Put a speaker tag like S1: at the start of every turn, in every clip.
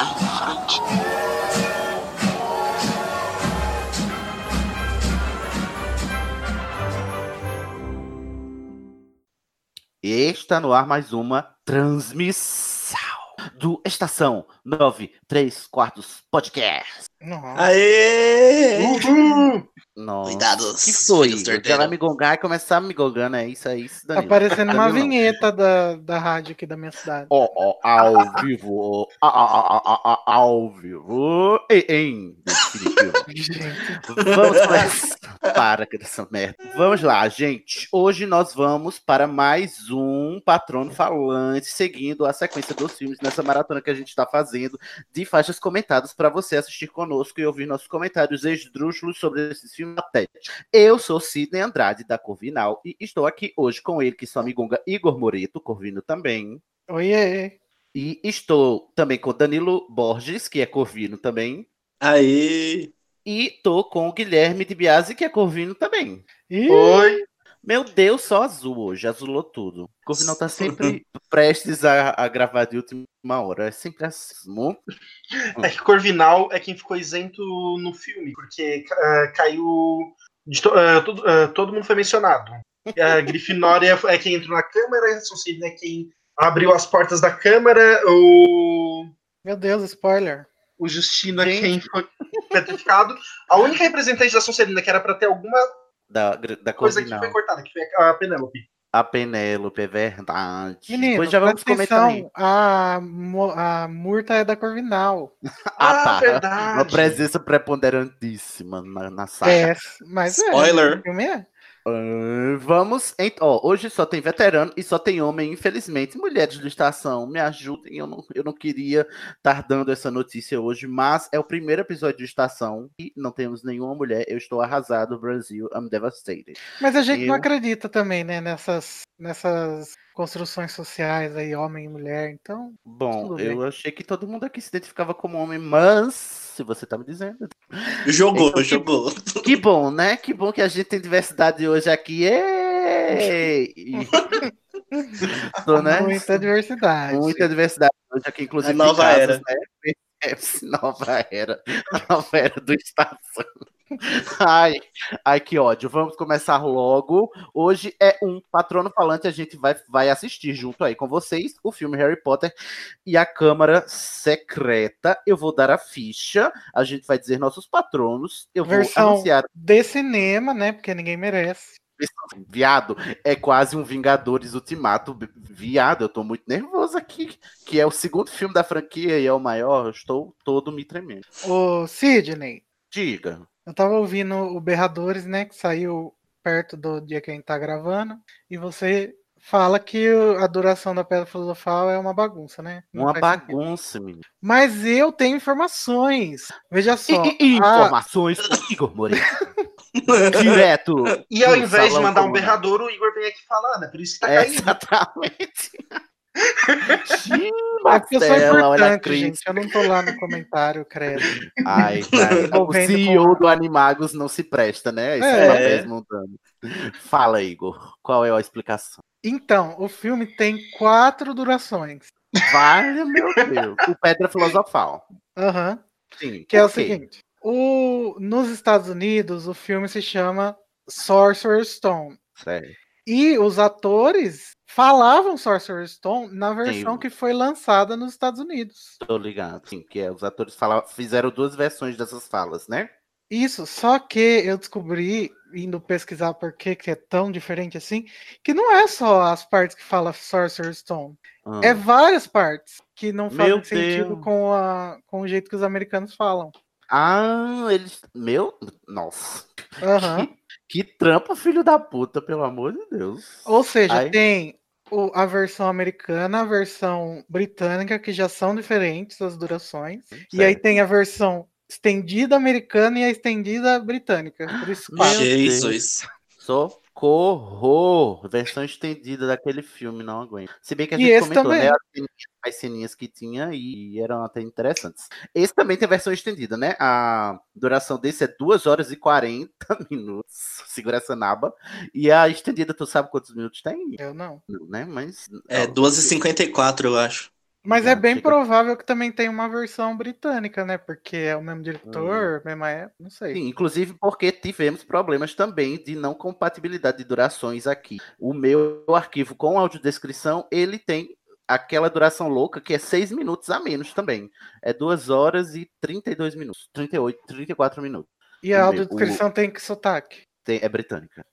S1: em frente.
S2: Está no ar mais uma transmissão do Estação 93 Quartos Podcast. Ah, é,
S3: Aê!
S2: Nossa,
S4: Cuidados.
S2: que foi?
S4: filhos do
S2: Se ela
S4: herdeiro.
S2: me gongar e começar a me gongando, é isso aí, se
S3: Tá
S2: dane.
S3: parecendo uma
S2: Não, não.
S3: vinheta da, da rádio aqui da minha cidade.
S2: Ó, ó, ao vivo, ó, a- a- a- a- a- ao vivo, e- em definitivo.
S3: Gente,
S2: Vamos começar. Para com essa merda. Vamos lá, gente. Hoje nós vamos para mais um Patrono Falante, seguindo a sequência dos filmes nessa maratona que a gente está fazendo de faixas comentadas para você assistir conosco e ouvir nossos comentários esdrúxulos sobre esses filmes patéticos. Eu sou Sidney Andrade, da Corvinal, e estou aqui hoje com ele, que só me gonga Igor Moreto, Corvino também.
S3: oiê.
S2: E estou também com Danilo Borges, que é Corvino também.
S3: Aí.
S2: E tô com o Guilherme de Biasi, que é Corvino também.
S3: Oi.
S2: Meu Deus, só azul hoje, azulou tudo. O Corvinal tá sempre prestes a, a gravar de última hora, é sempre assim. Mu-
S5: É que Corvinal é quem ficou isento no filme, porque ah, caiu. de to- ah, todo, ah, todo mundo foi mencionado. E A Grifinória é quem entrou na câmara, a Sonserina é quem abriu as portas da câmara, o,
S3: Meu Deus, spoiler.
S5: o Justino é quem foi petrificado. A única representante da Sonserina que era pra ter alguma
S2: Da, da
S5: coisa que
S2: Corvinal.
S5: foi cortada, que foi a Penélope.
S2: A Penélope, é verdade.
S3: Menino,
S2: Depois já vamos
S3: presta
S2: comentar aí.
S3: atenção. A, mo- a Murta é da Corvinal.
S2: Ah, tá. Uma
S5: verdade.
S2: presença preponderantíssima na, na saga.
S3: É, mas é.
S4: Spoiler.
S3: o filme é.
S2: Ah, Vamos. Em... ó, hoje só tem veterano e só tem homem, infelizmente. Mulheres do estação, me ajudem. Eu não, eu não queria estar dando essa notícia hoje, mas é o primeiro episódio do estação e não temos nenhuma mulher. Eu estou arrasado, Brasil. I'm devastated.
S3: Mas a gente
S2: Eu-
S3: não acredita também, né, nessas, nessas construções sociais aí, homem e mulher. Então,
S2: Bom,
S3: Tudo bem.
S2: eu achei que todo mundo aqui se identificava como homem, mas se você tá me dizendo.
S4: Jogou,
S2: Então, que-
S4: jogou.
S2: Que bom, né? Que bom que a gente tem diversidade hoje aqui. Ei! Tô, né?
S3: muita diversidade.
S2: Muita diversidade hoje aqui, inclusive.
S4: A É nova
S2: de casas,
S4: era.
S2: Né? Percebe-se, nova era. A nova era do estação. Ai, ai, que ódio. Vamos começar logo. Hoje é um patrono falante. A gente vai, vai assistir junto aí com vocês o filme Harry Potter e a Câmara Secreta. Eu vou dar a ficha. A gente vai dizer nossos patronos. Eu vou
S3: Versão.
S2: anunciar.
S3: De cinema, né, porque ninguém merece.
S2: Viado, é quase um Vingadores Ultimato. Viado, eu tô muito nervoso aqui. Que é o segundo filme da franquia e é o maior. Eu estou todo me tremendo.
S3: Ô, Sidney,
S2: Diga.
S3: Eu tava ouvindo o Berradores, né? Que saiu perto do dia que a gente tá gravando. E você fala que o- a duração da Pedra Filosofal é uma bagunça, né? Não
S2: Uma
S3: faz sentido.
S2: bagunça, menino.
S3: Mas eu tenho informações. Veja só.
S2: E- e- e
S3: a-
S2: informações com Igor Moreira. Direto.
S5: E ao
S2: do
S5: invés de
S2: Salão
S5: mandar um
S2: Comunal.
S5: berrador, o Igor vem aqui falar, né? Por isso que tá
S2: É,
S5: caindo.
S2: exatamente. Xiii,
S3: É porque eu sou
S2: Marcela, olha a
S3: importante,
S2: Cris.
S3: gente. Eu não tô lá no comentário, credo.
S2: Ai, cara. O
S3: Envolvendo
S2: CEO do Animagos não se presta, né? Esse
S3: É.
S2: papéis não dando. Fala, Igor. Qual é a explicação?
S3: Então, o filme tem quatro durações.
S2: Vale, meu Deus. O Pedra Filosofal.
S3: Aham.
S2: Sim.
S3: Que é o
S2: ok.
S3: seguinte: o... nos Estados Unidos, o filme se chama Sorcerer's Stone.
S2: Sério.
S3: E os atores falavam Sorcerer's Stone na versão
S2: Sim.
S3: que foi lançada nos Estados Unidos.
S2: Tô ligado. Sim, que é, os atores fala- fizeram duas versões dessas falas, né?
S3: Isso, só que eu descobri, indo pesquisar por que, que é tão diferente assim, que não é só as partes que fala Sorcerer's Stone.
S2: Ah.
S3: É várias partes que não fazem
S2: Meu
S3: sentido
S2: Deus.
S3: com, a, com o jeito que os americanos falam.
S2: Ah, eles. Meu. Nossa.
S3: Aham.
S2: Que trampo, filho da puta, pelo amor de Deus.
S3: Ou seja,
S2: Ai.
S3: tem o- a versão americana, a versão britânica, que já são diferentes as durações. E aí
S2: Certo.
S3: tem a versão estendida americana e a estendida britânica. Por isso,
S2: Meu
S3: quatro.
S2: Jesus. Socorro! Versão estendida daquele filme, não aguento. Se bem que a
S3: E
S2: gente
S3: esse
S2: comentou,
S3: também.
S2: né? as ceninhas- As ceninhas que tinha e eram até interessantes. Esse também tem versão estendida, né? A duração desse é 2 horas e 40 minutos. Segura essa naba. E a estendida, tu sabe quantos minutos tem?
S3: Eu não.
S2: Não, né? Mas.
S4: É 2h54, eu acho.
S3: Mas é
S2: Não,
S3: bem
S2: chega-
S3: provável que também tenha uma versão britânica, né? Porque é o mesmo
S2: Hum.
S3: diretor, mesma época, não sei.
S2: Sim, inclusive porque tivemos problemas também de não compatibilidade de durações aqui. O meu arquivo com audiodescrição, ele tem aquela duração louca que é 6 minutos a menos também. É 2 horas e 32 minutos, 38, 34 minutos.
S3: E a
S2: o-
S3: audiodescrição tem que sotaque.
S2: Tem- é britânica.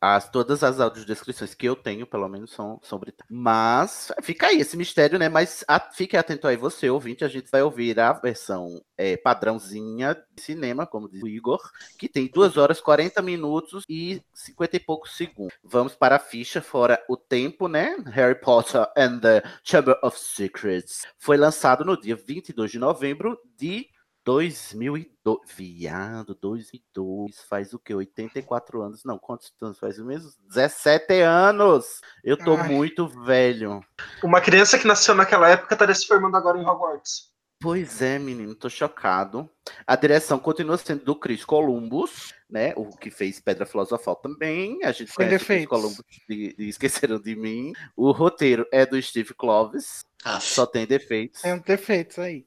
S2: As, todas as audiodescrições que eu tenho, pelo menos, são, são britânicas. Mas fica aí esse mistério, né? Mas a- fique atento aí, você, ouvinte. A gente vai ouvir a versão é, padrãozinha de cinema, como diz o Igor, que tem 2 horas, 40 minutos e 50 e poucos segundos. Vamos para a ficha, fora o tempo, né? Harry Potter and the Chamber of Secrets. Foi lançado no dia 22 de novembro de 2002. Viado, 2002. Faz o quê? 84 anos. Não, quantos anos faz mesmo? 17 anos. Eu tô
S3: Ai.
S2: muito velho.
S5: Uma criança que nasceu naquela época estaria se formando agora em Hogwarts.
S2: Pois é, menino, tô chocado. A direção continua sendo do Chris Columbus, né? O que fez Pedra Filosofal também. A gente
S3: Sem
S2: conhece o Chris
S3: defeitos.
S2: Columbus de, de Esqueceram de Mim. O roteiro é do Steve Clovis.
S4: Ah,
S2: Só tem defeitos.
S3: Tem um defeitos aí.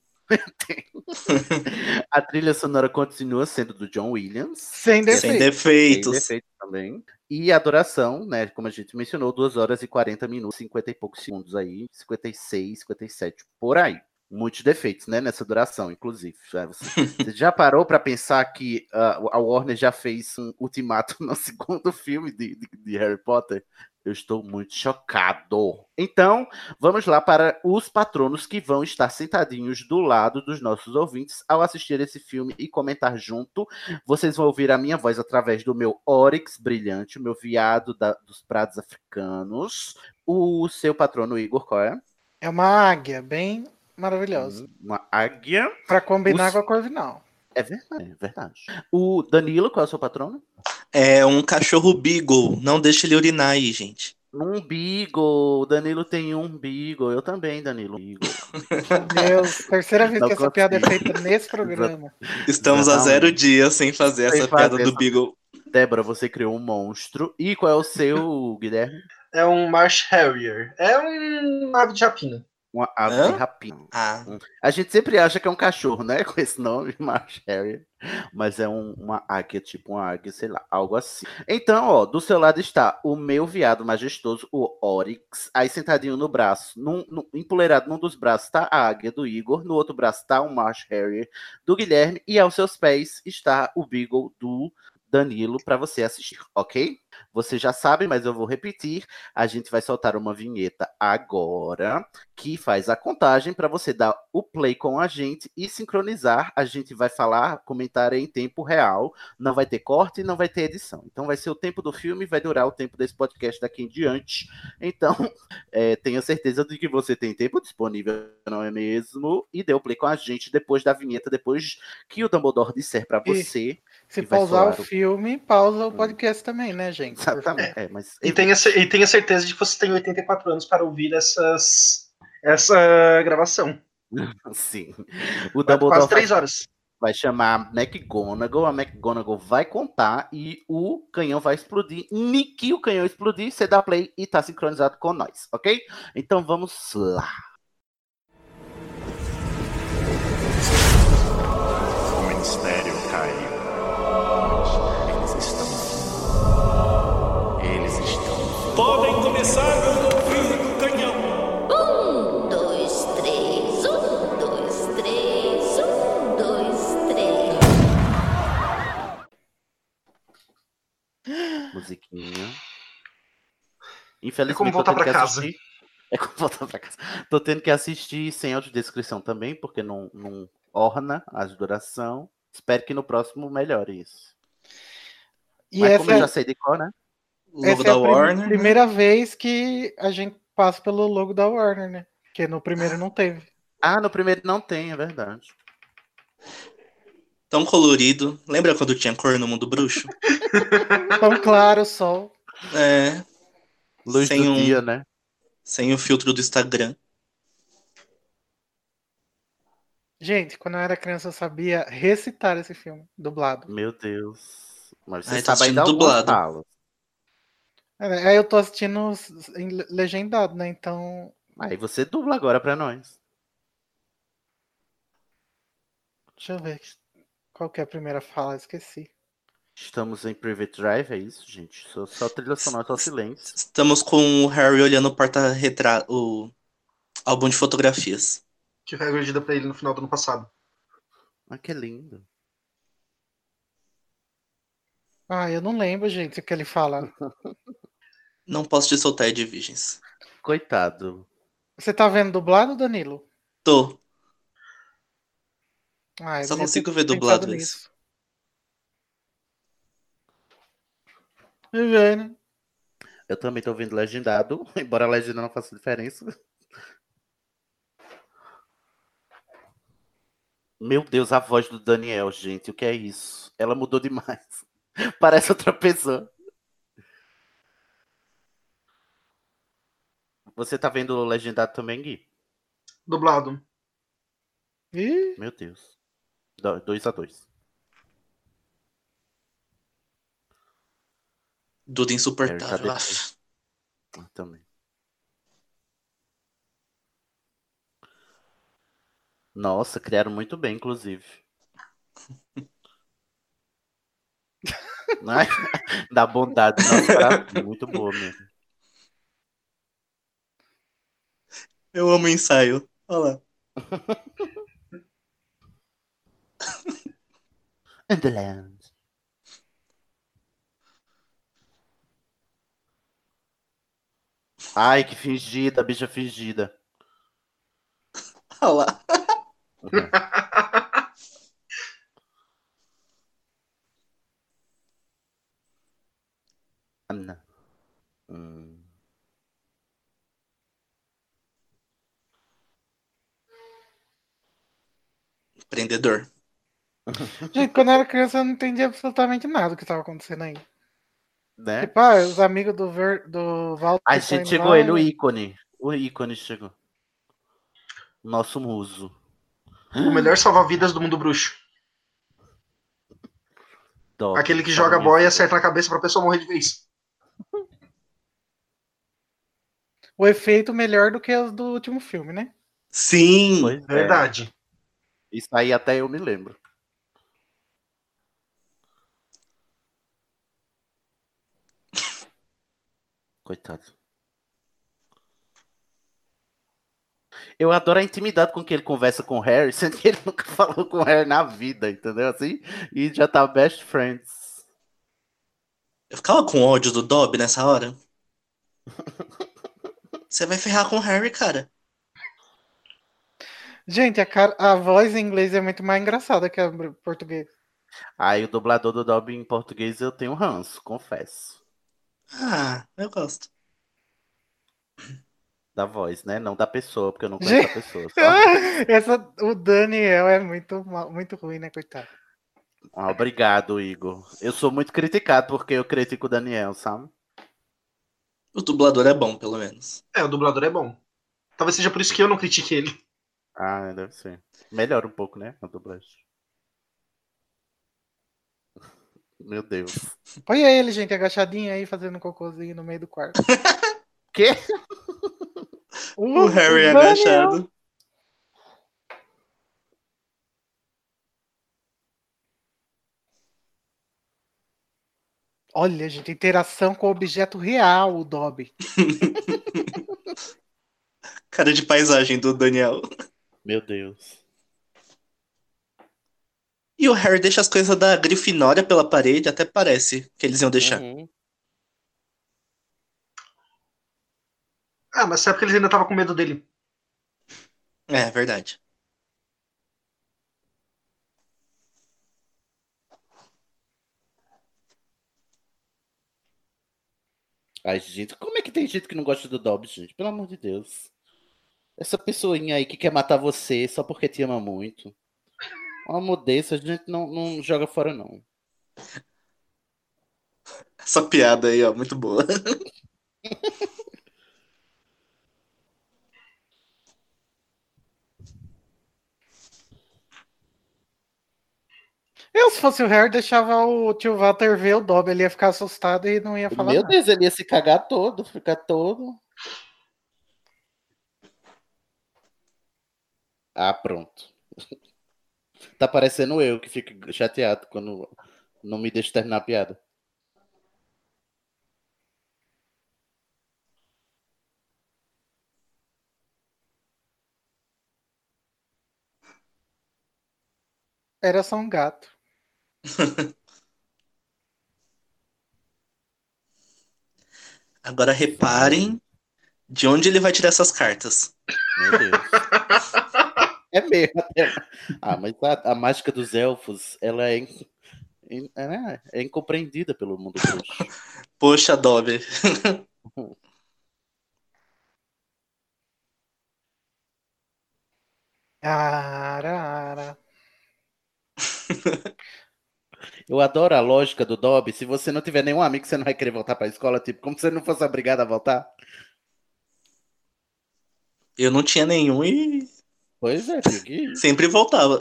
S2: A trilha sonora continua sendo do John Williams.
S3: Sem defeitos.
S4: sem
S2: Tem
S4: defeitos.
S2: defeito também. E a duração, né? Como a gente mencionou, 2 horas e 40 minutos, 50 e poucos segundos aí, 56, 57, por aí. Muitos defeitos, né? Nessa duração, inclusive. Já, é, você, você já parou pra pensar que ah, a Warner já fez um ultimato no segundo filme de, de- de Harry Potter? Eu estou muito chocado. Então, vamos lá para os patronos que vão estar sentadinhos do lado dos nossos ouvintes ao assistir esse filme e comentar junto vocês vão ouvir a minha voz através do meu Oryx brilhante, o meu viado da- dos prados africanos. O seu patrono Igor, qual é?
S3: É uma águia bem maravilhosa.
S2: Uma águia.
S3: Pra combinar
S2: Hum. Os-
S3: com a Corvinal.
S2: É verdade, é verdade. O Danilo, qual é o seu patrono?
S4: É um cachorro beagle. Não deixa ele urinar aí, gente.
S2: Um umbigo. O Danilo tem um umbigo. Eu também, Danilo. Umbigo.
S3: Meu Deus, terceira vez
S2: Não
S3: que essa piada é
S2: consigo.
S3: feita nesse programa.
S4: Estamos a
S2: Exatamente.
S4: zero dias Um sem fazer
S2: Sem
S4: essa
S2: fazer
S4: piada do
S2: essa-
S4: beagle.
S2: Débora, você criou um monstro. E qual é o seu, Guilherme?
S5: É um Marsh Harrier. É um ave de rapina.
S2: Uma ave
S4: Hã?
S2: de rapina.
S4: Ah,
S2: A gente sempre acha que é um cachorro, né? Com esse nome, Marsh Harrier. Mas é um- uma águia, tipo uma águia, sei lá, algo assim. Então, ó, do seu lado está o meu viado majestoso, o Oryx. Aí sentadinho no braço, num, num- empoleirado num dos braços tá a águia do Igor, no outro braço tá o Marsh Harrier do Guilherme. E aos seus pés está o Beagle do Danilo para você assistir, ok? Você já sabe, mas eu vou repetir. A gente vai soltar uma vinheta agora que faz a contagem para você dar o play com a gente e sincronizar. A gente vai falar, comentar em tempo real. Não vai ter corte, não vai ter edição. Então vai ser o tempo do filme, vai durar o tempo desse podcast daqui em diante. Então é, tenha certeza de que você tem tempo disponível, não é mesmo? E dê o play com a gente depois da vinheta, depois que o Dumbledore disser para
S3: E-
S2: você.
S3: Se
S2: E vai
S3: pausar o
S2: soar o- Hum.
S3: filme, pausa o podcast também, né, gente?
S2: Exatamente. É, mas
S5: E tenha, cer- e tenha certeza de que você tem 84 anos para ouvir essas, essa gravação.
S2: sim.
S5: Vai
S2: O Dumbledore
S5: quase
S2: vai
S5: 3 horas.
S2: vai chamar a McGonagall, a McGonagall vai contar e o canhão vai explodir. Nick, o canhão explodir, você dá play e tá sincronizado com nós, ok? Então vamos lá.
S6: O ministério caiu. Eles estão vindo. Eles estão
S7: Podem começar o ouvido do canhão.
S8: Um, dois, três, um, dois, três, um, dois, três.
S2: Infelizmente,
S5: É como voltar
S2: eu tenho
S5: pra
S2: que
S5: casa.
S2: assistir. É como voltar pra casa. Tô tendo que assistir sem audiodescrição também, porque não, não orna a duração. Espero que no próximo melhore isso.
S3: E
S2: Mas
S3: essa
S2: como eu
S3: é-
S2: já sei de cor, né?
S3: Essa é a prim- primeira vez que a gente passa pelo logo da Warner, né? Porque no primeiro não teve.
S2: Ah, no primeiro não tem, é verdade.
S9: Tão colorido. Lembra quando tinha cor no mundo bruxo?
S3: Tão claro o sol.
S9: É.
S2: Luz do dia, né?
S9: Sem o filtro do Instagram.
S3: Gente, quando eu era criança eu sabia recitar esse filme, dublado.
S2: Meu Deus. Mas você tá
S9: Ai, tô
S2: sabe ainda
S9: assistindo
S2: algumas
S9: dublado.
S2: falas.
S3: É, Aí eu tô assistindo s- em le- legendado, né? Então.
S2: Aí você dubla agora pra nós.
S3: Deixa eu ver. Qual que é a primeira fala? Esqueci.
S2: Estamos em Private Drive, é isso, gente? Só, só trilha sonora, só silêncio.
S9: Estamos com o Harry olhando o porta-retrato. O álbum de fotografias.
S5: Que foi agredida pra ele no final do ano passado.
S2: Ah, que lindo.
S3: Ah, eu não lembro, gente, o que ele fala.
S9: Não posso te soltar, Ed Virgens.
S2: Coitado.
S3: Você tá vendo dublado, Danilo?
S9: Tô.
S3: Ah, eu
S9: Só
S3: devia ter
S9: consigo ver
S3: pensado
S9: dublado
S3: nisso.
S9: isso.
S3: Viviane.
S2: Eu também tô ouvindo legendado, embora a legenda não faça diferença. Meu Deus, a voz do Daniel, gente, o que é isso? Ela mudou demais. Parece outra pessoa. Você tá vendo o legendado também, Gui?
S5: Dublado.
S3: Ih,
S2: Meu Deus. 2 a 2
S9: Duda
S2: Harry
S9: insuportável.
S2: tá
S9: Aff.
S2: Eu também. Nossa, criaram muito bem, inclusive. Né? da bondade, nossa, era muito boa mesmo.
S9: Eu amo o ensaio. Olha lá.
S2: And the land. Ai, que fingida, bicha fingida.
S9: Olha lá.
S2: Ana. Hum.
S9: Empreendedor.
S3: Gente, quando eu era criança eu não entendia absolutamente nada do que tava acontecendo aí.
S2: Né?
S3: Tipo, ah, os amigos do, Ver, do Walter.
S2: A
S3: estão
S2: gente
S3: indo
S2: chegou
S3: lá,
S2: ele, o
S3: né?
S2: ícone. O ícone chegou. Nosso muso.
S5: O melhor salva-vidas do mundo bruxo.
S2: Dó.
S5: Aquele que joga assim, boia e acerta na cabeça pra pessoa morrer de vez.
S3: O efeito melhor do que os do último filme, né?
S9: Sim.
S2: Pois é.
S5: Verdade.
S2: Isso aí até eu me lembro. Coitado. Eu adoro a intimidade com que ele conversa com o Harry, sendo que ele nunca falou com o Harry na vida, entendeu? Assim, e já tá best friends.
S9: Eu ficava com ódio do Dobby nessa hora. Você vai ferrar com o Harry, cara.
S3: Gente, a, cara- a voz em inglês é muito mais engraçada que a em português.
S2: Aí o dublador do Dobby em português eu tenho ranço, confesso.
S9: Ah, eu gosto.
S2: Da voz, né? Não da pessoa, porque eu não conheço a pessoa. Só...
S3: Essa, o Daniel é muito, mal- muito ruim, né, coitado?
S2: Ah, Obrigado, Igor. Eu sou muito criticado porque eu critico o Daniel, sabe?
S9: O dublador é bom, pelo menos.
S5: É, o dublador é bom. Talvez seja por isso que eu não critique ele.
S2: Ah, deve ser. Melhora um pouco, né? A dublagem. Meu Deus.
S3: Olha ele, gente, agachadinho aí, fazendo um cocôzinho no meio do quarto.
S2: Quê?
S9: O Harry é agachado.
S3: Olha, gente, interação com o objeto real, o Dobby.
S9: Cara de paisagem do Daniel.
S2: Meu Deus.
S9: E o Harry deixa as coisas da Grifinória pela parede, até parece que eles iam deixar.
S5: Ah, mas sabe que eles ainda estavam com medo dele.
S4: É, verdade.
S2: Ai, gente, como é que tem gente que não gosta do Dobbs, gente? Pelo amor de Deus. Essa pessoinha aí que quer matar você só porque te ama muito. Pelo amor desse, a gente não, não joga fora, não.
S4: Essa piada aí, ó, muito boa.
S3: Eu, se fosse o Harry, deixava o tio Walter ver o Dobby, ele ia ficar assustado e não ia falar
S2: Meu
S3: tá nada.
S2: Deus, ele ia se cagar todo, ficar todo. Ah, pronto. Tá parecendo eu que fico chateado quando não me deixa terminar a piada.
S3: Era só um gato.
S4: Agora reparem de onde ele vai tirar essas cartas.
S2: Meu Deus. É mesmo. até lá. Ah, mas a, a mágica dos elfos, ela é, in- in- é, é incompreendida pelo mundo bruxo.
S4: Poxa, Dobby.
S3: Ara, ara.
S2: Eu adoro a lógica do Dobby. Se você não tiver nenhum amigo, você não vai querer voltar pra escola, tipo, como se você não fosse obrigado a voltar.
S4: Eu não tinha nenhum e
S2: Pois é, Gui.
S4: sempre voltava.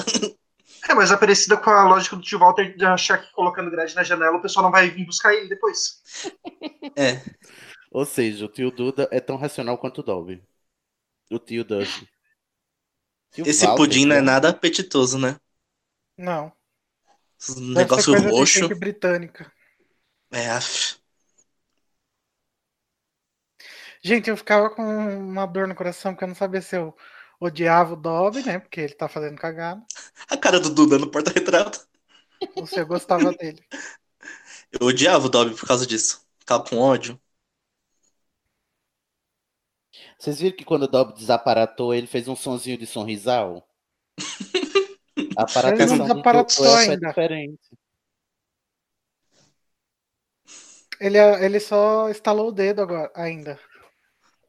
S5: É, mas é parecida com a lógica do tio Walter de achar que colocando grade na janela o pessoal não vai vir buscar ele depois.
S4: É,
S2: Ou seja, o tio Duda é tão racional quanto o Dobby. O tio Duff. Tio
S4: esse
S2: Walter,
S4: pudim não é
S2: né?
S4: nada apetitoso, né?
S3: Não.
S4: Esses
S9: Um
S3: Deve ser
S4: Um Negócio
S3: coisa de
S4: roxo.
S3: gente britânica.
S4: É, af.
S3: Gente, eu ficava com uma dor no coração porque eu não sabia se eu odiava o Dobby, né? Porque ele tá fazendo cagada.
S4: a cara do Duda no porta-retrato.
S3: Ou se eu gostava dele.
S4: Eu odiava o Dobby por causa disso. Ficava com ódio.
S2: Vocês viram que quando o Dobby desaparatou, ele fez um sonzinho de sonrisal? A
S3: Ele
S2: aparatação
S3: não
S2: do
S3: desaparatou
S2: elfo é
S3: ainda.
S2: diferente.
S3: Ele, é, ele só estalou o dedo agora, ainda.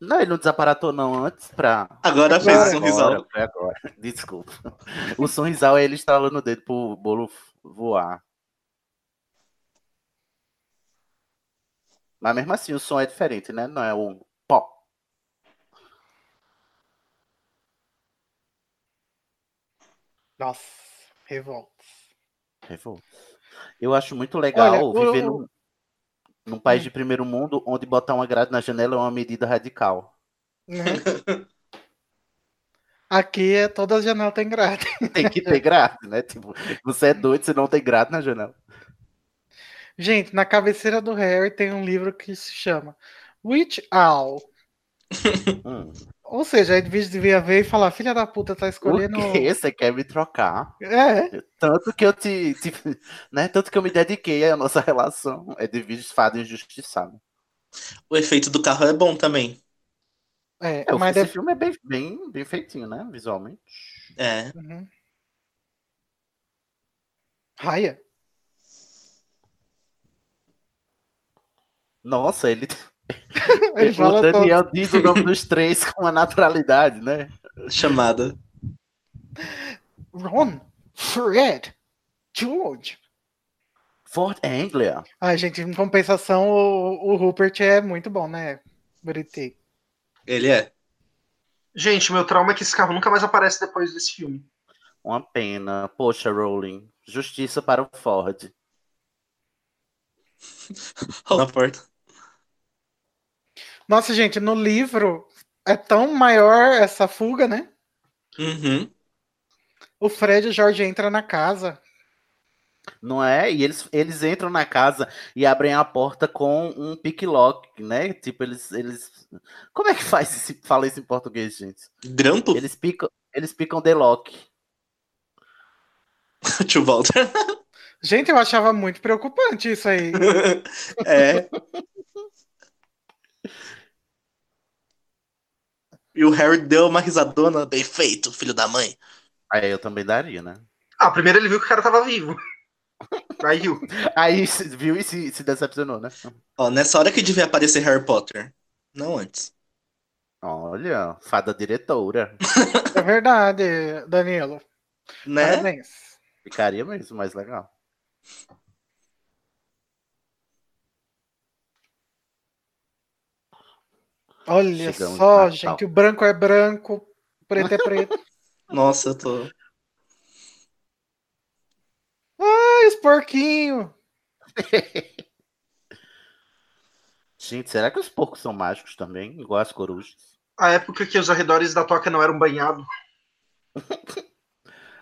S2: Não, ele não desaparatou não antes pra...
S4: Agora fez um o
S3: é
S2: Agora,
S4: sorrisal.
S2: foi agora. Desculpa. O sorrisal é ele estalando o dedo pro bolo voar. Mas mesmo assim, o som é diferente, né? Não é o pó.
S3: Nossa, revolta.
S2: Revolta. Eu acho muito legal
S3: Olha, o- Hum.
S2: viver num, num país de primeiro mundo onde botar uma grade na janela é uma medida radical.
S3: Né? Aqui é todas as janelas têm grade.
S2: Tem que ter grade, né? Tipo, você é doido, você não tem grade na janela.
S3: Gente, na cabeceira do Harry tem um livro que se chama Witch Owl.
S2: Hum.
S3: Ou seja, a Edwidge devia ver e falar, filha da puta, tá
S2: O
S3: escolhendo.
S2: que? Você quer me trocar?
S3: É,
S2: Tanto que eu te, te- né? Tanto que eu me dediquei à nossa relação. É de vídeos fada injustiçada.
S4: O efeito do carro é bom também.
S3: é,
S2: É, o-
S3: mas
S2: esse
S3: deve.
S2: filme é bem, bem, bem feitinho, né? Visualmente.
S4: É.
S3: Uhum. Raia?
S2: Nossa, ele,
S3: Ele fala
S2: o Daniel diz o nome dos três com uma naturalidade, né?
S4: Chamada.
S3: todo, Ron, Fred, George.
S2: Fort Anglia.
S3: Ai, gente, em compensação, o, o Rupert é muito bom, né? Buriti.
S4: Ele é.
S5: Gente, meu trauma é que esse carro nunca mais aparece depois desse filme.
S2: Uma pena. Poxa, Rowling. Justiça para o Ford.
S4: Na porta.
S3: Nossa, gente, no livro é tão maior essa fuga, né?
S4: Uhum.
S3: O Fred e o Jorge entram na casa.
S2: Não é? E eles, eles entram na casa e abrem a porta com um picklock, né? Tipo, eles. eles... Como é que faz esse, fala isso em português, gente?
S4: Grampo,
S2: Eles picam, eles picam The Lock.
S4: tio Walter.
S3: Gente, eu achava muito preocupante isso aí.
S4: É.
S9: E o Harry deu uma risadona, bem feito, filho da mãe.
S2: Aí eu também daria, né?
S5: Ah, primeiro ele viu que o cara tava vivo. Aí viu.
S2: Aí se- viu e se, se decepcionou, né?
S9: Ó, nessa hora que devia aparecer Harry Potter. Não antes.
S2: Olha, fada diretora.
S3: É verdade, Danilo.
S9: Né?
S3: Parabéns.
S2: Ficaria mesmo mais legal.
S3: Olha
S2: Chegamos no
S3: só,
S2: Natal.
S3: gente, o branco é branco, o preto é preto.
S9: Nossa, eu tô.
S3: Ai, os porquinhos.
S2: Gente, será que os porcos são mágicos também? Igual as corujas?
S5: A época que os arredores da toca não eram banhados.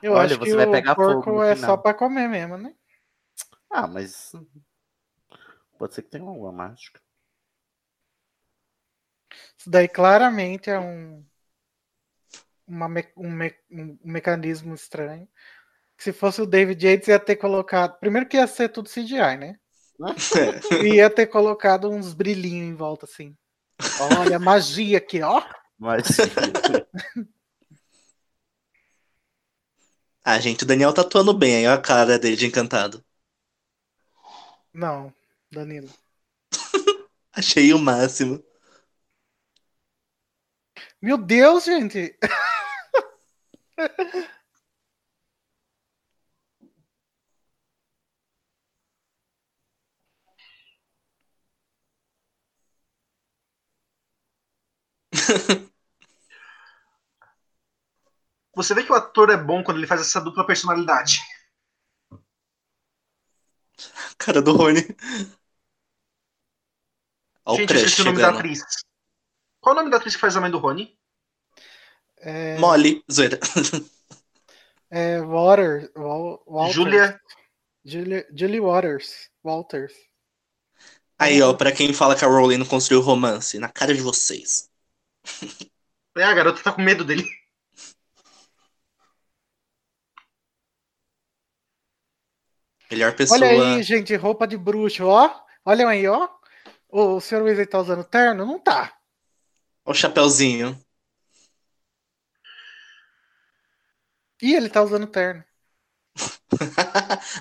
S3: Eu
S2: Olha,
S3: acho
S2: você
S3: que
S2: vai
S3: o
S2: pegar fogo
S3: porco
S2: no
S3: é
S2: final.
S3: só pra comer mesmo, né?
S2: Ah, mas. Pode ser que tenha alguma mágica.
S3: Isso daí claramente é um, uma me- um, me- um mecanismo estranho. Se fosse o David Yates, ia ter colocado. Primeiro que ia ser tudo CGI, né? E ia ter colocado uns brilhinhos em volta, assim. Olha, magia aqui, ó.
S2: Mas.
S9: Ah, gente, o Daniel tá atuando bem aí, ó a cara dele de encantado.
S3: Não, Danilo.
S9: Achei o máximo.
S3: Meu Deus, gente!
S5: Você vê que o ator é bom quando ele faz essa dupla personalidade.
S9: Cara do Rony. Ó, o
S5: Gente, eu
S9: crush
S5: esqueci o nome da
S9: chegando.
S5: atriz. Qual o nome da atriz que faz a mãe do Rony?
S3: É,
S9: Mole, zoeira.
S3: é Water, Wal, Walters.
S5: Julia.
S3: Julia, Julie Waters. Walters.
S9: Aí, ó, pra quem fala que a Rowling não construiu romance, na cara de vocês.
S5: É, a garota tá com medo dele.
S9: Melhor pessoa.
S3: Olha aí, gente, roupa de bruxo, ó. Olha aí, ó. O, o senhor Weasley tá usando terno? Não tá.
S9: Ó o chapéuzinho.
S3: E ele tá usando terno.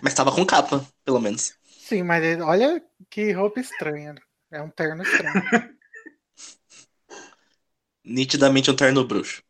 S9: Mas tava com capa, pelo menos.
S3: Sim, mas ele- olha que roupa estranha. É um terno estranho.
S9: Nitidamente um terno bruxo.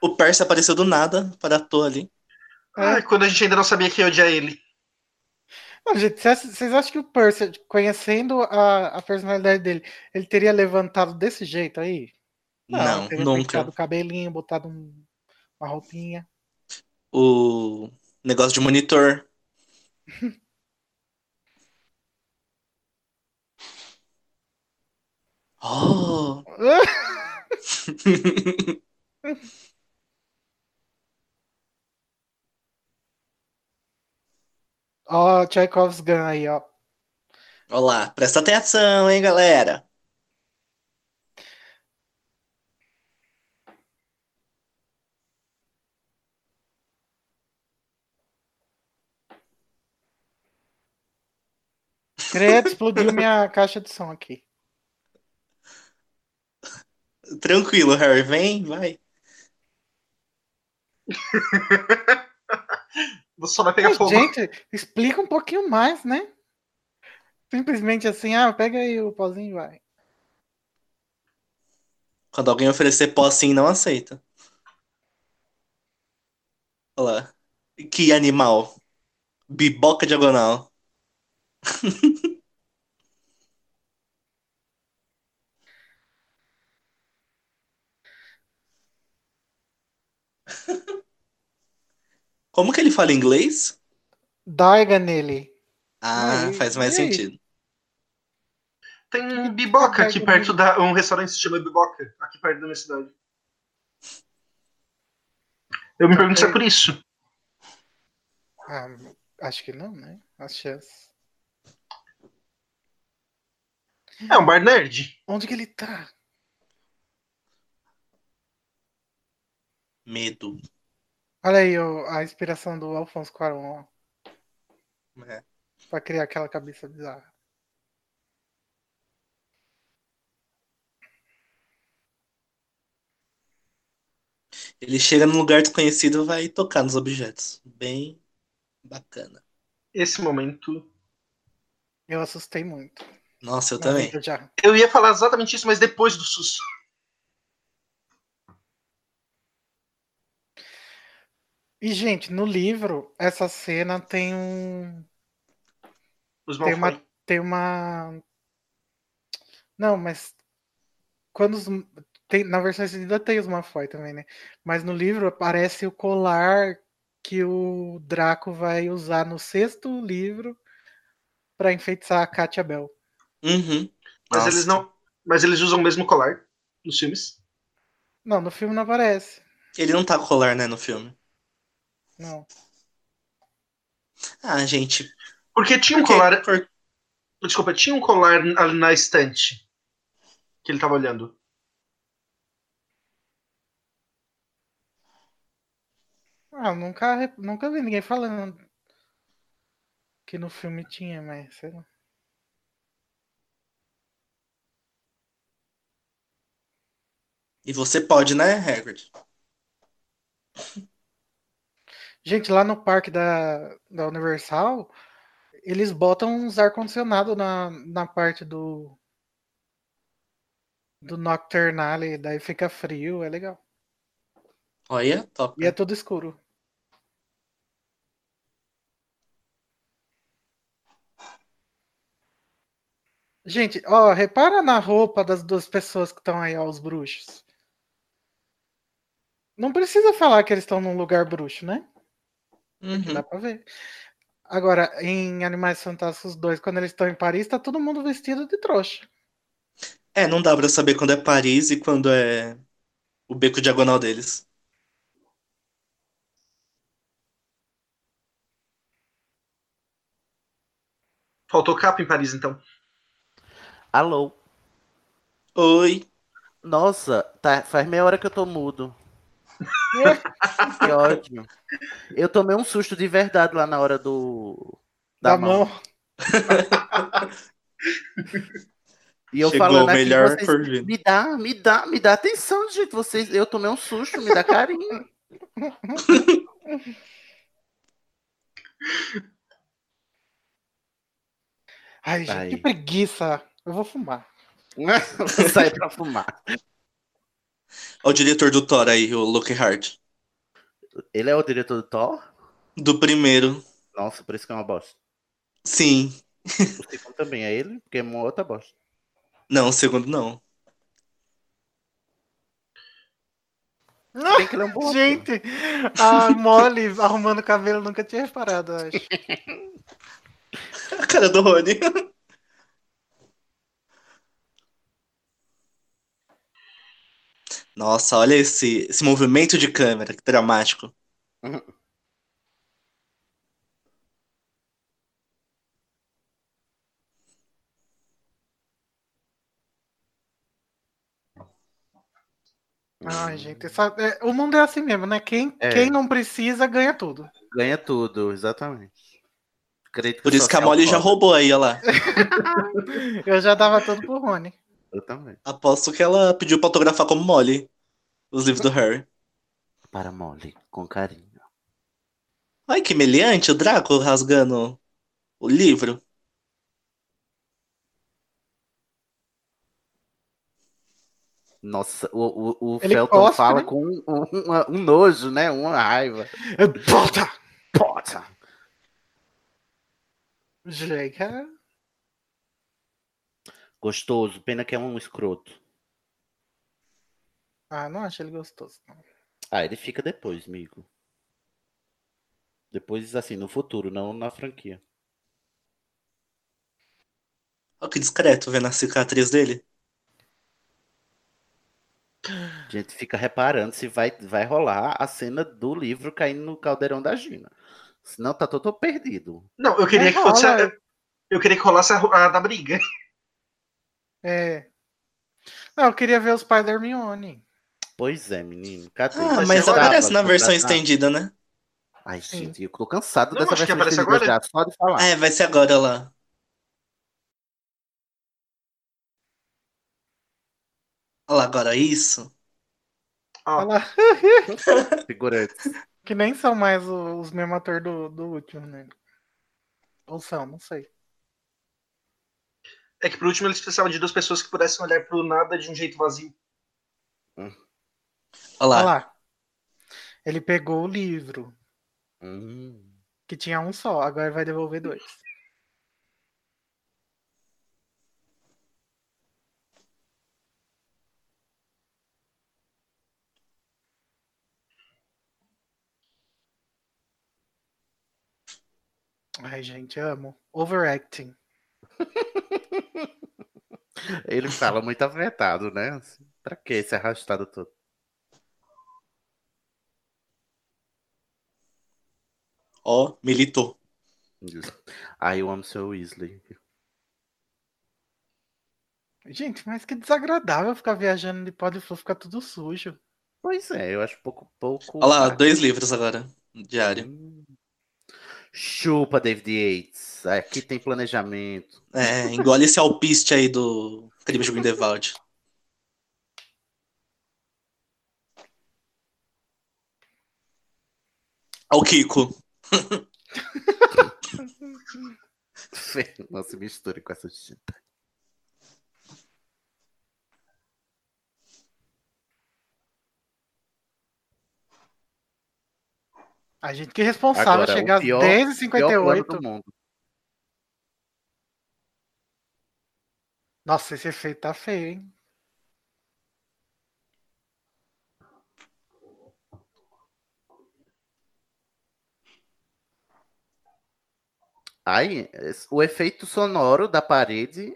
S9: O Percy apareceu do nada, para a toa ali.
S5: Ai, quando a gente ainda não sabia que ia odiar ele.
S3: Não, gente, vocês vocês acham que o Percy, conhecendo a, a personalidade dele, ele teria levantado desse jeito aí? Ah,
S9: Não,
S3: teria
S9: nunca.
S3: penteado o cabelinho, botado um- uma roupinha.
S9: O negócio de monitor. Oh!
S3: Ó, Chekhov's Gun aí, ó.
S9: Olá, presta atenção, hein, galera?
S3: Credo, explodiu minha caixa de som aqui.
S9: Tranquilo, Harry, vem, vai.
S5: Você só vai pegar
S3: Mas,
S5: fogo.
S3: gente, explica um pouquinho mais, né? Simplesmente assim, ah, pega aí o pozinho e vai.
S9: Quando alguém oferecer pó assim, não aceita. Olha lá. Que animal. Biboca diagonal. Como que ele fala em inglês?
S3: Darga nele.
S9: Ah, faz mais sentido.
S5: Tem um biboca aqui perto da. Um restaurante se chama Biboca, aqui perto da minha cidade. Eu me pergunto se é por isso.
S3: Ah, acho que não, né? As chances.
S5: É um bar nerd.
S3: Onde que ele tá?
S9: Medo.
S3: Olha aí ó, a inspiração do Alfonso Cuarón, ó.
S9: É.
S3: Pra criar aquela cabeça bizarra.
S9: Ele chega num lugar desconhecido e vai tocar nos objetos. Bem bacana.
S5: Esse momento.
S3: Eu assustei muito.
S9: Nossa, eu
S3: Na
S9: também.
S3: vida já.
S5: Eu ia falar exatamente isso, mas depois do susto.
S3: E, gente, no livro, essa cena tem um.
S5: Os
S3: Tem
S5: Malfoy.
S3: uma. Tem uma. Não, mas. Quando os. Tem, na versão estendida tem os Malfoy também, né? Mas no livro aparece o colar que o Draco vai usar no sexto livro pra enfeitiçar a Katia Bell.
S9: Uhum.
S5: Mas
S9: Nossa.
S5: eles não. Mas eles usam o mesmo colar nos filmes.
S3: Não, no filme não aparece.
S9: Ele não tá com colar, né, no filme.
S3: Não.
S9: Ah, gente.
S5: Porque tinha um
S9: Por quê?
S5: colar.
S9: Por-
S5: Desculpa, tinha um colar ali na estante. Que ele tava olhando.
S3: Ah, eu nunca, re- nunca vi ninguém falando que no filme tinha, mas sei lá.
S9: E você pode, né, Hagrid?
S3: Gente, lá no parque da, da Universal, eles botam uns ar-condicionado na, na parte do do Nocturnale, daí fica frio, é legal.
S9: Olha, top.
S3: E é tudo escuro. Gente, ó, repara na roupa das duas pessoas que estão aí, ó, os bruxos. Não precisa falar que eles estão num lugar bruxo, né? Porque
S9: Uhum.
S3: Dá pra ver. Agora, em Animais Fantásticos 2, quando eles estão em Paris, tá todo mundo vestido de trouxa.
S9: É, não dá pra saber quando é Paris e quando é o beco diagonal deles.
S5: Faltou capa em Paris, então.
S2: Alô?
S9: Oi.
S2: Nossa, tá, faz meia hora que eu tô mudo. que ódio. Eu tomei um susto de verdade lá na hora do.
S3: Da mão.
S2: E eu
S9: Chegou
S2: falando
S9: o melhor
S2: aqui,
S9: por
S2: vocês,
S9: vir.
S2: me dá, me dá, me dá atenção, gente. Vocês, eu tomei um susto, me dá carinho.
S3: Ai, gente,
S2: Ai.
S3: que preguiça. Eu vou fumar.
S2: Vou sair pra fumar.
S9: Olha o diretor do Thor aí, o Lockhart.
S2: Ele é o diretor do Thor?
S9: Do primeiro.
S2: Nossa, por isso que é uma bosta.
S9: Sim.
S2: O segundo também é ele, porque é uma outra bosta.
S9: Não, o segundo não.
S2: Tem que ele é um bom ator.
S3: Gente, a Molly arrumando o cabelo nunca tinha reparado, eu acho.
S9: A cara do Rony. Nossa, olha esse, esse movimento de câmera, que dramático.
S3: Ai, gente, essa- é, o mundo é assim mesmo, né? Quem,
S2: É.
S3: quem não precisa ganha tudo.
S2: Ganha tudo, exatamente. Crítica
S9: Por isso que a
S2: social
S9: Molly já
S2: foda.
S9: roubou aí, olha lá.
S3: Eu já dava tudo pro Rony.
S2: Eu também.
S9: Aposto que ela pediu pra autografar como Molly os livros do Harry.
S2: Para Molly, com carinho.
S9: Ai, que meliante, o Draco rasgando o livro.
S2: Nossa, o, o, o
S3: Ele
S2: Felton
S3: cospe,
S2: fala
S3: né?
S2: com um, um- um nojo, né? Uma raiva.
S3: Bota!
S2: Potter.
S3: Gente, é-
S2: Gostoso, pena que é um escroto.
S3: ah, não acho ele gostoso. não.
S2: Ah, ele fica depois, amigo. Depois, assim, no futuro, não na franquia.
S4: Olha que discreto, vendo a cicatriz dele.
S2: A gente fica reparando se vai, vai rolar a cena do livro caindo no caldeirão da Gina. Senão tá todo perdido.
S5: Não, eu queria é, que fosse. A, eu queria que rolasse a, a da briga.
S3: É. Não, eu queria ver os pais da Hermione.
S2: Pois é, menino. Cadê?
S4: Ah, mas, mas aparece na versão contratar. estendida, né?
S2: Ai, gente, eu tô cansado
S5: Não,
S2: dessa
S5: acho que
S2: versão
S5: aparece
S2: estendida
S5: agora.
S2: já, só de falar.
S4: É, vai ser agora lá. Olha lá, agora isso.
S5: Ó.
S3: Olha lá.
S5: Ah,
S2: Figurante.
S3: que nem são mais o- os mesmos atores do, do último, né? Ou são, não sei.
S5: É que pro último eles precisavam de duas pessoas que pudessem olhar pro nada de um jeito vazio.
S4: Olha lá.
S3: Olha lá. Ele pegou o livro,
S2: Hum.
S3: que tinha um só, agora vai devolver dois. Ai, gente, amo. Overacting.
S2: Ele fala muito afetado, né? Assim, pra que esse arrastado todo?
S4: Ó, militou.
S2: Aí eu amo seu Weasley.
S3: Gente, mas que desagradável ficar viajando de pó de flor, ficar tudo sujo.
S2: Pois é, eu acho pouco. pouco
S4: Olha lá,
S2: prático.
S4: dois livros agora. Diário.
S2: Hum. Chupa, David Yates. Aqui tem planejamento.
S4: É, engole esse alpiste aí do Tribo de Grindelwald. Olha o Kiko.
S2: Não se misture com essa gente.
S3: A gente que é responsável
S2: Agora, o
S3: chegar
S2: pior-
S3: às 10 h
S2: Pior plano
S3: 58
S2: do mundo.
S3: Nossa, esse efeito tá feio, hein?
S2: Aí, es- o efeito sonoro da parede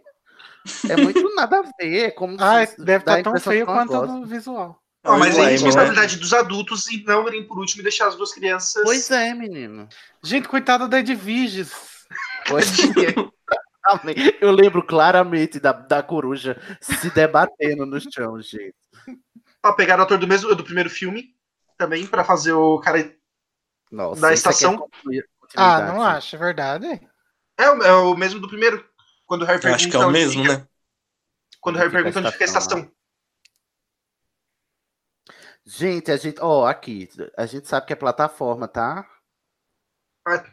S2: é muito nada a ver. É como
S3: Ah,
S2: se
S3: deve
S2: dá a
S3: estar tão
S2: impressão
S3: feio
S2: que é uma
S3: quanto o
S2: gosta.
S3: do visual.
S5: Ó, mas
S4: Olha
S5: é
S4: aí,
S5: responsabilidade dos adultos e não irem por último e deixar as duas crianças.
S2: Pois é, menino.
S3: Gente, coitada da Edviges.
S2: Pois é. Eu lembro claramente da, da coruja se debatendo no chão, gente.
S5: Ó, pegaram o ator do mesmo do primeiro filme também pra fazer o cara.
S2: Nossa,
S5: Da
S2: isso aqui é
S5: estação?
S2: continui-
S3: Ah,
S2: continuidade,
S3: não
S2: gente.
S3: acho, é verdade.
S5: É o, é o mesmo do primeiro. Quando o Harry
S4: Eu
S5: pergunta
S4: acho que é o
S5: onde
S4: mesmo,
S5: fica-
S4: né?
S5: Quando o Harry
S2: Onde fica a
S5: pergunta onde fica a
S2: estação,
S5: estação.
S2: né? Gente, a gente. Ó, aqui. A gente sabe que é plataforma, tá?
S5: Ah,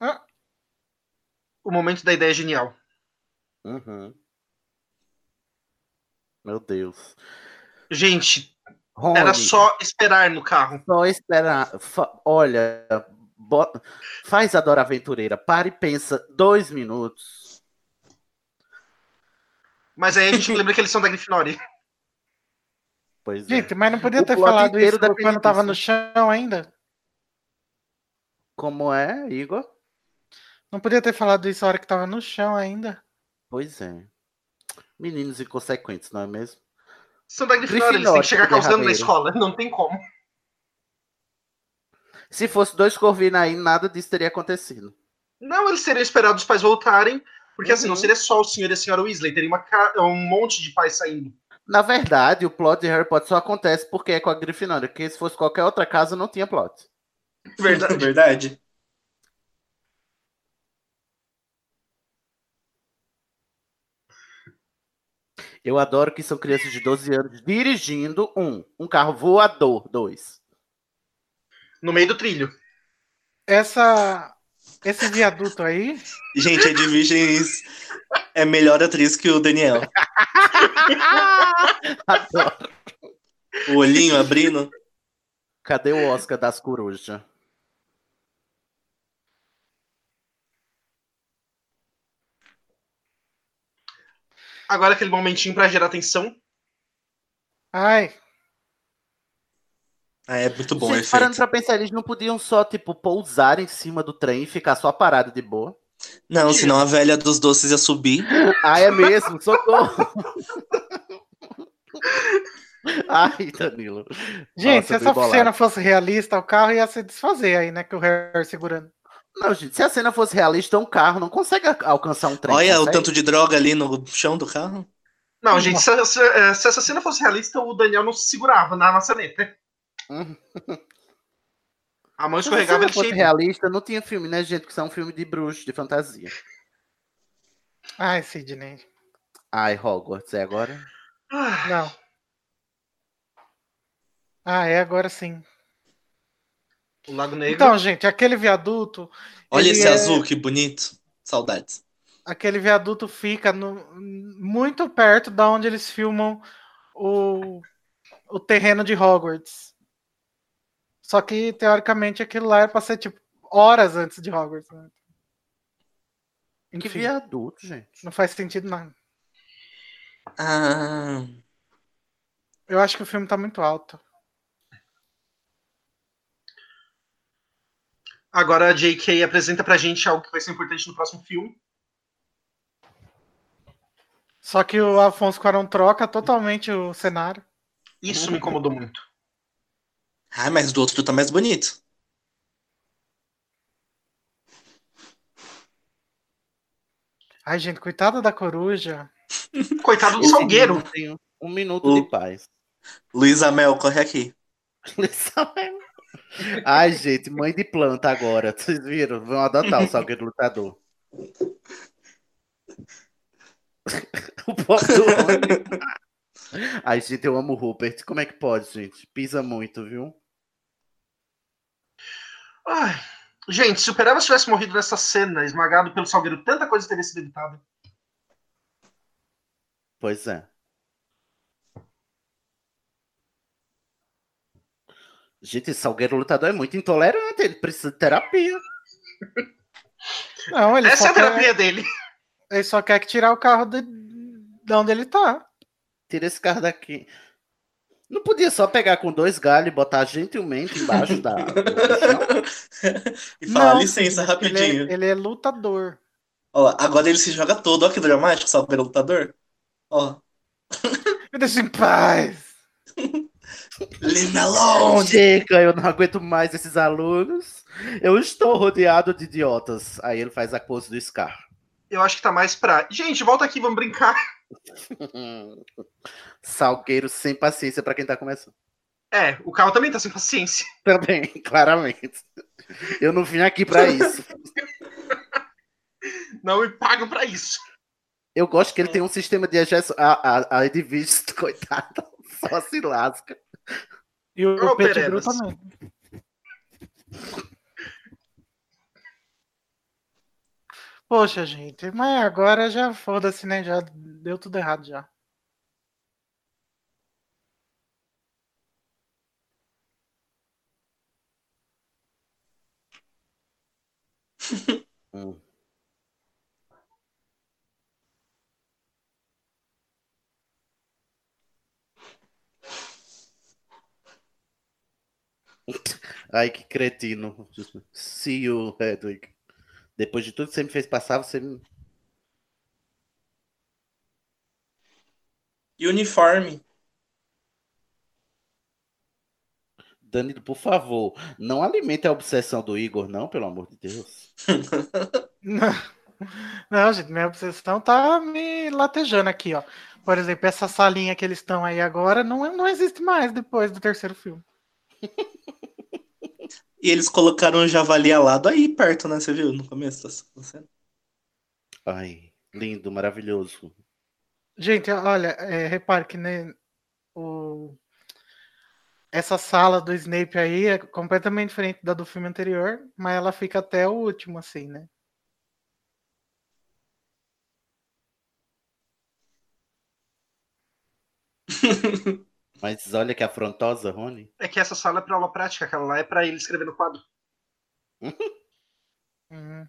S3: Ah,
S5: o momento da ideia é genial.
S2: Uhum. Meu Deus.
S5: Gente,
S2: Rony,
S5: era só esperar no carro.
S2: Só esperar. Fa- Olha, bo- faz a Dora Aventureira. Para e pensa dois minutos.
S5: Mas aí a gente lembra que eles são da Grifinória.
S2: Pois é.
S3: gente, mas não podia
S2: O
S3: ter
S2: plot
S3: falado
S2: inteiro né?
S3: isso
S2: depende
S3: quando tava
S2: disso.
S3: no chão ainda.
S2: Como é, Igor?
S3: Não podia ter falado isso a hora que tava no chão ainda.
S2: Pois é. Meninos inconsequentes, não é mesmo?
S5: São da Grifinória, eles têm
S2: Grifinória,
S5: que chegar causando na
S2: derradeiro.
S5: escola. Não tem como.
S2: Se fosse dois Corvina aí, nada disso teria acontecido.
S5: Não, eles seriam esperados os pais voltarem. Porque assim,
S2: Uhum.
S5: não seria só o senhor e a senhora Weasley, teria uma ca- um monte de pais saindo.
S2: Na verdade, o plot de Harry Potter só acontece porque é com a Grifinória, porque se fosse qualquer outra casa, não tinha plot.
S5: Verdade.
S4: Verdade.
S2: Eu adoro que são crianças de 12 anos dirigindo um, um carro voador, dois.
S5: No meio do trilho.
S3: Essa. Esse viaduto aí.
S4: Gente, a Divisions é melhor atriz que o Daniel.
S2: Adoro.
S4: O olhinho abrindo.
S2: Cadê o Oscar das corujas?
S5: Agora aquele momentinho pra gerar atenção.
S3: Ai.
S4: Ah, é muito bom
S2: Gente, parando pra pensar, eles não podiam só, tipo, pousar em cima do trem e ficar só parado de boa.
S4: Não, senão a velha dos doces ia subir.
S2: Ah, é mesmo? Socorro! Ai, Danilo.
S3: Gente,
S2: Nossa,
S3: se
S2: tô
S3: essa
S2: embolado.
S3: cena fosse realista, o carro ia se desfazer aí, né? Que o Harry segurando.
S2: Não, gente, se a cena fosse realista, um carro não consegue a- alcançar um trem.
S4: Olha o
S2: consegue?
S4: tanto de droga ali no chão do carro.
S5: Não, gente, se, se- eh, se essa cena fosse realista, o Daniel não se segurava na maçaneta. A mão
S2: Se a
S5: escorregava
S2: cena
S5: ele
S2: fosse
S5: cheio.
S2: realista, não tinha filme, né, gente? Que são um filme de bruxo, de fantasia.
S3: Ai, Sidney.
S2: Ai, Hogwarts, é agora?
S3: Não. Ah, é agora sim.
S5: O Lago Negro.
S3: Então, gente, aquele viaduto.
S4: Olha
S3: ele
S4: esse
S3: é-
S4: azul, que bonito. Saudades.
S3: Aquele viaduto fica no- muito perto da onde eles filmam o, o terreno de Hogwarts. Só que, teoricamente, aquilo lá é pra ser tipo, horas antes de Hogwarts. Né?
S2: Que
S3: Enfim,
S2: viaduto, gente.
S3: não faz sentido nada.
S4: Ah,
S3: Eu acho que o filme tá muito alto.
S5: Agora a J.K. apresenta pra gente algo que vai ser importante no próximo filme.
S3: Só que o Afonso Cuarón troca totalmente o cenário.
S5: Isso me incomodou muito.
S4: ah, mas do outro tá mais bonito.
S3: Ai, gente, coitada da coruja.
S5: Coitado do
S2: Esse
S5: Salgueiro.
S2: menino tem um minuto
S4: O-
S2: de paz.
S4: Luísa Mel, corre aqui.
S2: Ai, gente, mãe de planta agora. Vocês viram? Vão adotar o Salgueiro Lutador. o pobre do homem. Ai, gente, eu amo o Rupert. Como é que pode, gente? Pisa muito, viu?
S5: Ai. Gente, se o Pereva tivesse morrido nessa cena, esmagado pelo Salgueiro, tanta coisa teria sido evitada.
S2: Pois é. Gente, esse Salgueiro Lutador é muito intolerante. Ele precisa de terapia.
S3: Não, ele,
S5: Essa é
S3: só
S5: a
S3: quer,
S5: terapia dele.
S3: ele só quer que tirar o carro de, de onde ele tá.
S2: Tira esse carro daqui. Não podia só pegar com dois galhos e botar gentilmente embaixo da.
S4: E fala,
S3: Não,
S4: licença,
S3: Ele é,
S4: rapidinho.
S3: ele é lutador.
S4: Ó, agora ele se joga todo. Ó que dramático, Salgueiro Lutador. Ó,
S3: Me deixa em assim, paz.
S4: leave me alone.
S2: Chega, eu não aguento mais esses alunos. Eu estou rodeado de idiotas. Aí ele faz a pose do Scar.
S5: Eu acho que tá mais pra. Gente, volta aqui, vamos brincar.
S2: Salgueiro sem paciência pra quem tá começando.
S5: É, o carro também tá sem paciência.
S2: Também, claramente. Eu não vim aqui pra isso.
S5: Não me pagam pra isso.
S2: Eu gosto que ele tem um sistema de ejeção. A, a, a Edviges, coitada, só se lasca.
S3: E o,
S5: Ô,
S3: o Pettigrew
S5: Peredas.
S3: também. Poxa, gente, mas agora já foda-se, né? Já deu tudo errado já.
S2: Hum. Ai, que cretino. See you, Hedwig. Depois de tudo que você me fez passar, você me.
S4: E uniforme.
S2: Danilo, por favor, não alimente a obsessão do Igor, não, pelo amor de Deus.
S3: Não, não, gente, minha obsessão tá me latejando aqui, ó. Por exemplo, essa salinha que eles estão aí agora não, não existe mais depois do terceiro filme.
S4: E eles colocaram um javali alado aí perto, né? Você viu no começo da cena?
S2: Ai, lindo, maravilhoso.
S3: Gente, olha, é, repare que né, o... essa sala do Snape aí é completamente diferente da do filme anterior, mas ela fica até o último, assim, né?
S2: Mas olha que afrontosa, Rony.
S5: É que essa sala é pra aula prática, aquela lá é pra ele escrever no quadro.
S3: Uhum.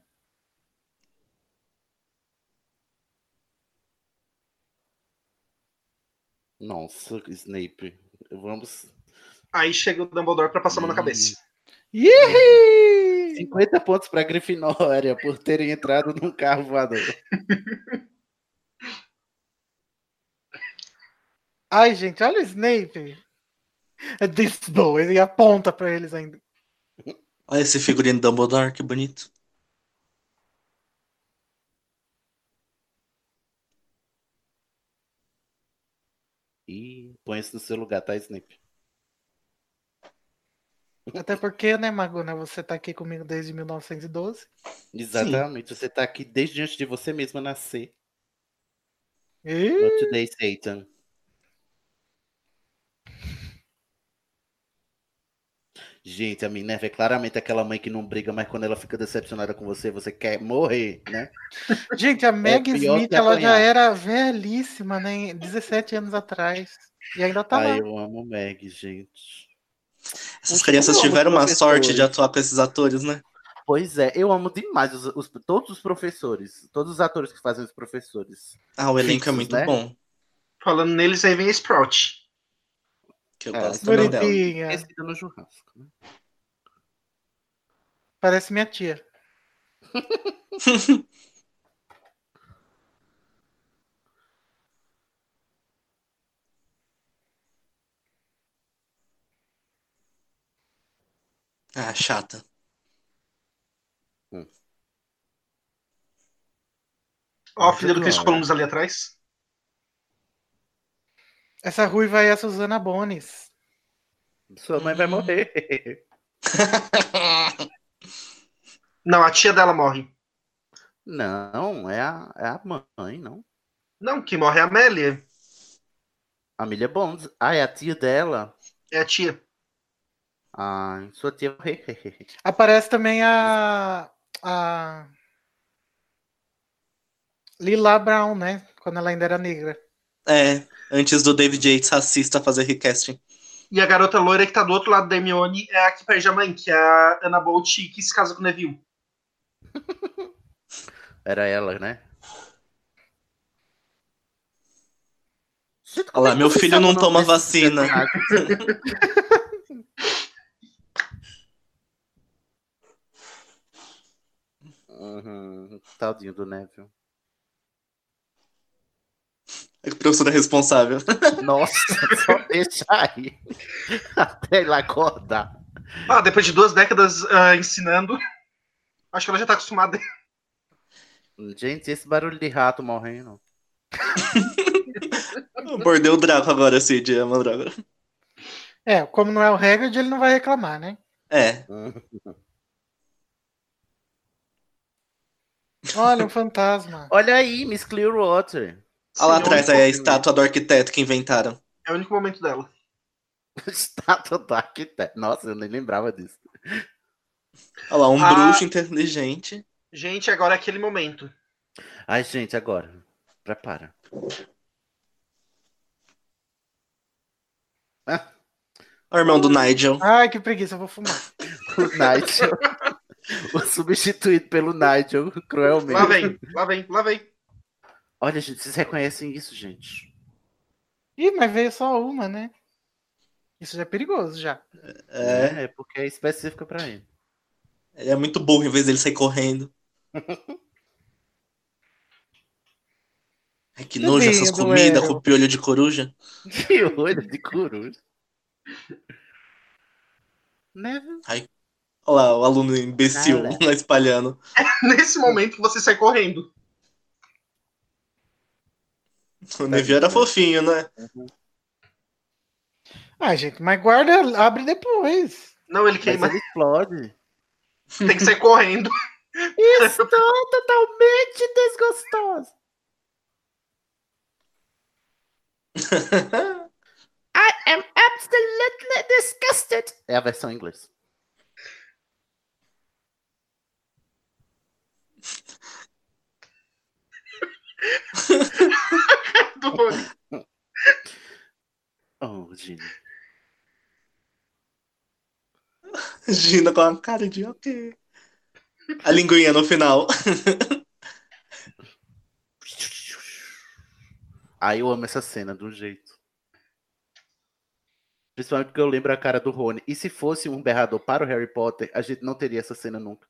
S2: Nossa, Snape. Vamos.
S5: Aí chega o Dumbledore pra passar a mão na
S9: Hum.
S5: cabeça.
S2: Ihi! 50 pontos pra Grifinória por terem entrado num carro voador.
S3: Ai, gente, olha o Snape. É This boy, e aponta pra eles ainda.
S9: Olha esse figurino do Dumbledore, que bonito.
S2: E põe isso no seu lugar, tá, Snape?
S3: Até porque, né, Maguna, você tá aqui comigo desde 1912.
S2: Exatamente, você tá aqui desde antes de você mesma nascer.
S3: E...
S2: Not today, Satan. Gente, a Minerva é claramente aquela mãe que não briga, mas quando ela fica decepcionada com você, você quer morrer, né?
S3: Gente, a Meg
S2: É pior
S3: Smith,
S2: que
S3: ela
S2: apanhar.
S3: já era velhíssima, né? 17 anos atrás. E ainda tá
S2: Ai,
S3: lá.
S2: eu amo Meg, gente.
S9: Essas crianças tiveram uma sorte de atuar com esses atores, né?
S2: Pois é, eu amo demais os, os- todos os professores, todos os atores que fazem os professores.
S9: Ah, o elenco é
S2: Fixos,
S9: muito
S2: né?
S9: bom.
S5: Falando neles, aí vem a Sprout.
S9: Que eu
S2: É,
S9: gosto também dela.
S3: Bonitinha.
S2: Esquecida no churrasco. né?
S3: Parece minha tia.
S9: Ah, chata.
S5: Ó, a
S2: Muito
S5: filha do Chris
S2: bom.
S5: Columbus ali atrás.
S3: Essa ruiva aí é a Suzana Bones.
S2: Sua mãe vai morrer.
S5: Não, a tia dela morre.
S2: Não, é a, é a mãe, não.
S5: Não, quem morre é a Amélia.
S2: A Amelia Bonds. Ah, é a tia dela.
S5: É a tia.
S2: Ai, sua tia vai morrer.
S3: Aparece também a. a. Lila Brown, né? Quando ela ainda era negra.
S9: É, antes do David Yates racista fazer recasting.
S5: E a garota loira que tá do outro lado da Hermione é a que perde a mãe, que é a Anna Bolt, que se casa com o Neville.
S2: Era ela, né?
S9: Olha lá, meu filho não toma vacina.
S2: Uhum, tadinho do Neville.
S9: É que professora responsável.
S2: Nossa, só deixa aí. Até ele acordar.
S5: Ah, depois de duas décadas ah, ensinando, acho que ela já tá acostumada.
S2: Gente, esse barulho de rato morrendo.
S9: Mordeu o Draco agora, Cid, é uma droga.
S3: É, como não é o Hagrid, ele não vai reclamar, né?
S9: É,
S2: Uhum.
S3: Olha, um fantasma.
S2: Olha aí, Miss Clearwater.
S9: olha lá
S5: Sim,
S9: atrás
S5: é o
S9: aí a
S5: único-
S9: estátua do arquiteto que inventaram.
S5: É o único momento dela.
S2: Estátua do arquiteto. Nossa, eu nem lembrava disso.
S9: Olha lá, um
S5: Ah.
S9: bruxo inteligente.
S5: Gente, agora é aquele momento.
S2: Ai, gente, agora. Prepara.
S9: O irmão do Nigel.
S3: Ai, que preguiça, eu vou fumar.
S2: O Nigel. o substituído pelo Nigel, cruelmente.
S5: Lá vem, lá vem, lá vem.
S2: Olha, gente, vocês reconhecem isso, gente?
S3: Ih, mas veio só uma, né? Isso já é perigoso, já.
S9: É,
S2: é porque é específica pra ele.
S9: ele é muito burro em vez dele sair correndo. Ai, que nojo essas
S3: Tadinho do
S9: comidas
S3: Errol.
S9: com piolho de coruja.
S2: Que olho de coruja.
S3: né?
S2: Neville.
S9: Olha lá, o aluno imbecil
S2: Cara.
S9: lá espalhando.
S5: Nesse momento que você sai correndo.
S9: O Neville era fofinho, né?
S3: Ai, gente, mas guarda, abre depois.
S5: Não, ele
S2: Mas
S5: queima.
S2: ele explode.
S9: é-
S5: Tem que sair correndo.
S2: Estou totalmente desgostosa. I am é absolutely disgusted. É a versão em inglês. Oh, Gina.
S9: Gina com a cara de ok. A linguinha no final.
S2: Aí eu amo essa cena do jeito. um Principalmente porque eu lembro a cara do Rony. E se fosse um berrador para o Harry Potter, a gente não teria essa cena nunca.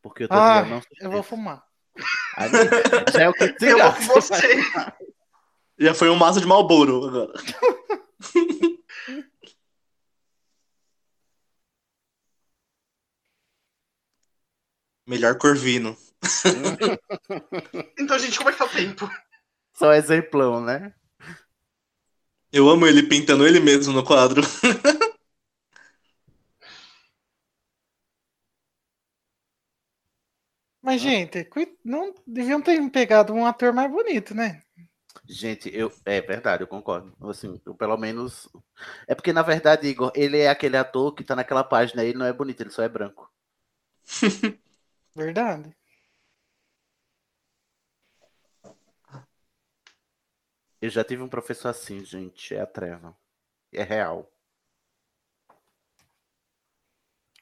S2: Porque eu
S3: ah, não. Eu vou fumar.
S2: Aí, já é o que
S9: eu vou com você. Já foi um maço de Malboro agora. Melhor Corvino.
S5: então, gente, como é que tá o tempo?
S2: Só exemplão, né?
S9: Eu amo ele pintando ele mesmo no quadro.
S3: Mas, gente, não deviam ter pegado um ator mais bonito, né?
S2: Gente, eu é verdade, eu concordo. Assim, eu, pelo menos é porque na verdade, Igor, ele é aquele ator que tá naquela página, ele não é bonito, ele só é branco.
S3: verdade.
S2: Eu já tive um professor assim, gente, é a treva. É real.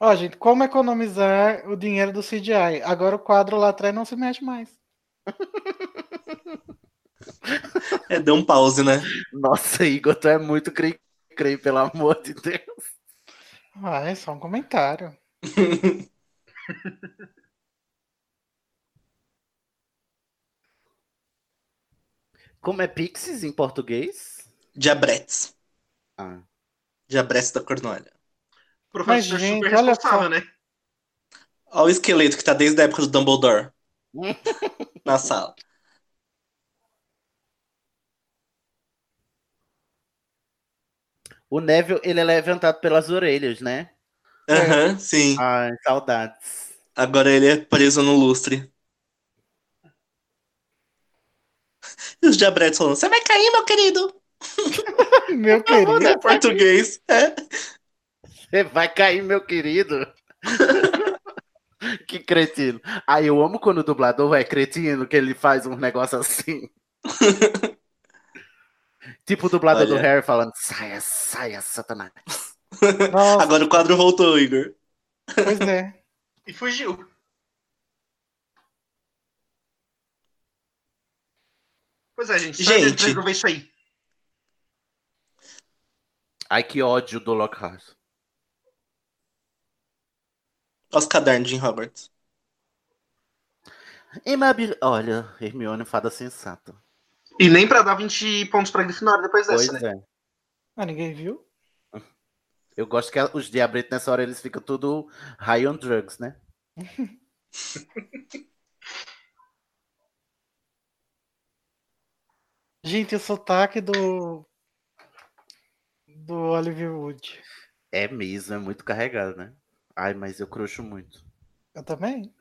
S3: Ó, gente, como economizar o dinheiro do CGI? Agora o quadro lá atrás não se mexe mais.
S9: É, deu um pause, né?
S2: Nossa, Igor, tu é muito crei, crei pelo amor de Deus.
S3: Ah, é só um comentário.
S2: Como é Pixies em português?
S9: Diabretes.
S2: Ah.
S9: Diabretes da Cornolha.
S5: Professor gente, super responsável, né?
S9: Olha o esqueleto que tá desde a época do Dumbledore. na sala.
S2: O Neville, ele é levantado pelas orelhas, né?
S9: Aham, uhum, sim.
S2: Ai, saudades.
S9: Agora ele é preso no lustre. E os diabretes falando, você vai cair, meu querido.
S3: meu querido.
S9: É português. É.
S2: Você vai cair, meu querido. que cretino. Aí ah, eu amo quando o dublador é cretino, que ele faz um negócio assim. Tipo o dublador Olha. do Harry falando: saia, saia, Satanás.
S9: Agora o quadro voltou, Igor.
S3: Pois é.
S5: E fugiu. Pois é, gente.
S9: Gente.
S5: Resolver isso aí.
S2: Ai, que ódio do Lockhart.
S9: Olha os cadernos de Jim Roberts.
S2: Imabil... Olha, Hermione, fada sensata.
S5: E nem pra dar 20 pontos pra Grifinória depois dessa, pois né? É.
S3: Ah, ninguém viu?
S2: Eu gosto que os diabretos nessa hora eles ficam tudo high on drugs, né?
S3: Gente, o sotaque do. do Oliver Wood.
S2: É mesmo, é muito carregado, né? Ai, mas eu cruxo muito.
S3: Eu também.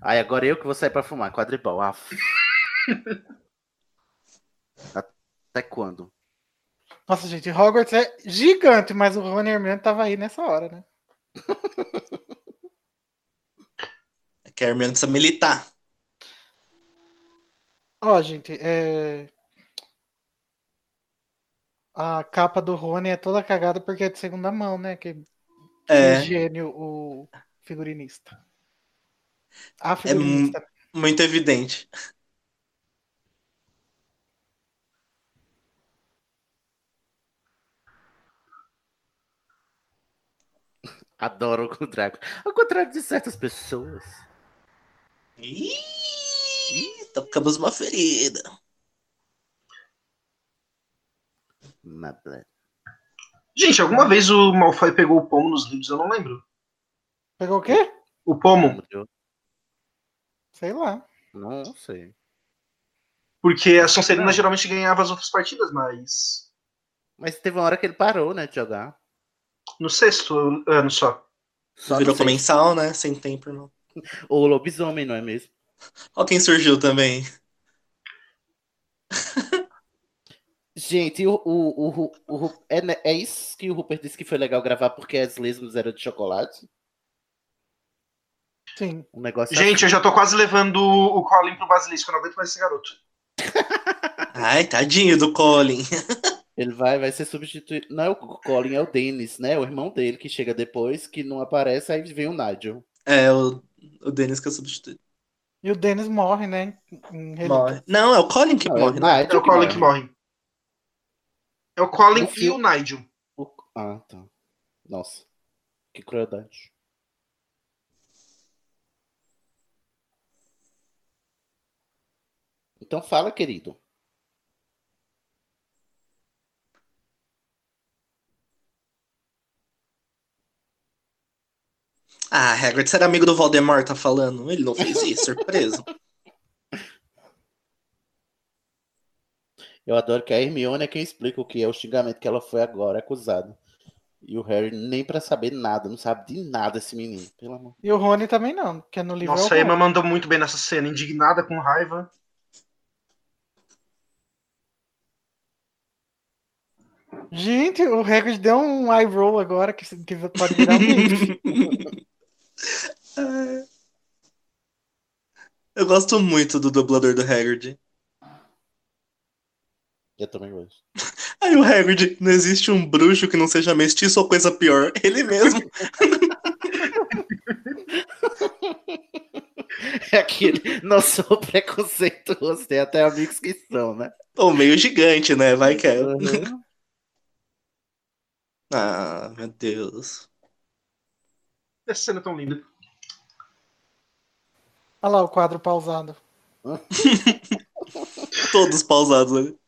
S2: Aí agora eu que vou sair pra fumar, quadribol. Ah, f... Até quando?
S3: Nossa, gente, Hogwarts é gigante, mas o Rony Hermione tava aí nessa hora, né?
S9: é que a Hermione precisa militar.
S3: Ó, gente, é... a capa do Rony é toda cagada porque é de segunda mão, né? Que,
S9: é.
S3: que gênio o figurinista.
S9: É muito evidente.
S2: Adoro o Draco. Ao contrário de certas pessoas.
S9: Ih, tocamos uma ferida.
S5: Gente, alguma vez o Malfoy pegou o pomo nos livros? Eu não lembro.
S3: Pegou o quê?
S5: O pomo.
S3: Sei lá.
S2: Não, não sei.
S5: Porque a Sonserina não. geralmente ganhava as outras partidas, mas.
S2: Mas teve uma hora que ele parou, né, de jogar.
S5: No sexto ano só.
S9: só Virou comensal, né? Sem tempo, não.
S2: Ou lobisomem, não é mesmo?
S9: Olha quem surgiu também.
S2: Gente, o, o, o, o, é, é isso que o Rupert disse que foi legal gravar porque as lesmas eram de chocolate?
S3: Sim.
S2: Um negócio
S5: Gente, assim. eu já tô quase levando o Colin pro basilisco, eu não aguento mais esse garoto.
S9: Ai, tadinho do Colin.
S2: Ele vai, vai ser substituído. Não é o Colin, é o Dennis, né? O irmão dele que chega depois, que não aparece, aí vem o Nigel.
S9: É, o, o Dennis que é substituído.
S3: E o Dennis morre, né? Em- em-
S9: Morre. Não, é o Colin que
S2: Não, é o
S9: morre. né?
S2: Nigel
S5: É o
S2: que
S5: Colin que morre. É o Colin o e o Nigel.
S2: O... Ah, tá. Nossa. Que crueldade. Então fala, querido.
S9: Ah, Hagrid, era amigo do Voldemort, tá falando? Ele não fez isso, surpresa.
S2: Eu adoro que a Hermione é quem explica o que é o xingamento que ela foi agora acusada. E o Harry nem para saber nada, não sabe de nada esse menino, pelo amor.
S3: E o Rony também não, porque no livro.
S5: Nossa,
S3: é
S5: a Emma mandou muito bem nessa cena, indignada com raiva.
S3: Gente, o Hagrid deu um eye roll agora que, que pode virar
S9: um Eu gosto muito do dublador do Hagrid.
S2: Eu também gosto.
S9: Aí o Hagrid, não existe um bruxo que não seja mestiço ou coisa pior. Ele mesmo.
S2: é aquele, não sou preconceituoso, tem até amigos que são, né?
S9: Ou meio gigante, né? Vai que é. ah, meu Deus.
S5: Essa cena é tão linda.
S3: Olha lá o quadro pausado.
S9: Todos pausados ali. Né?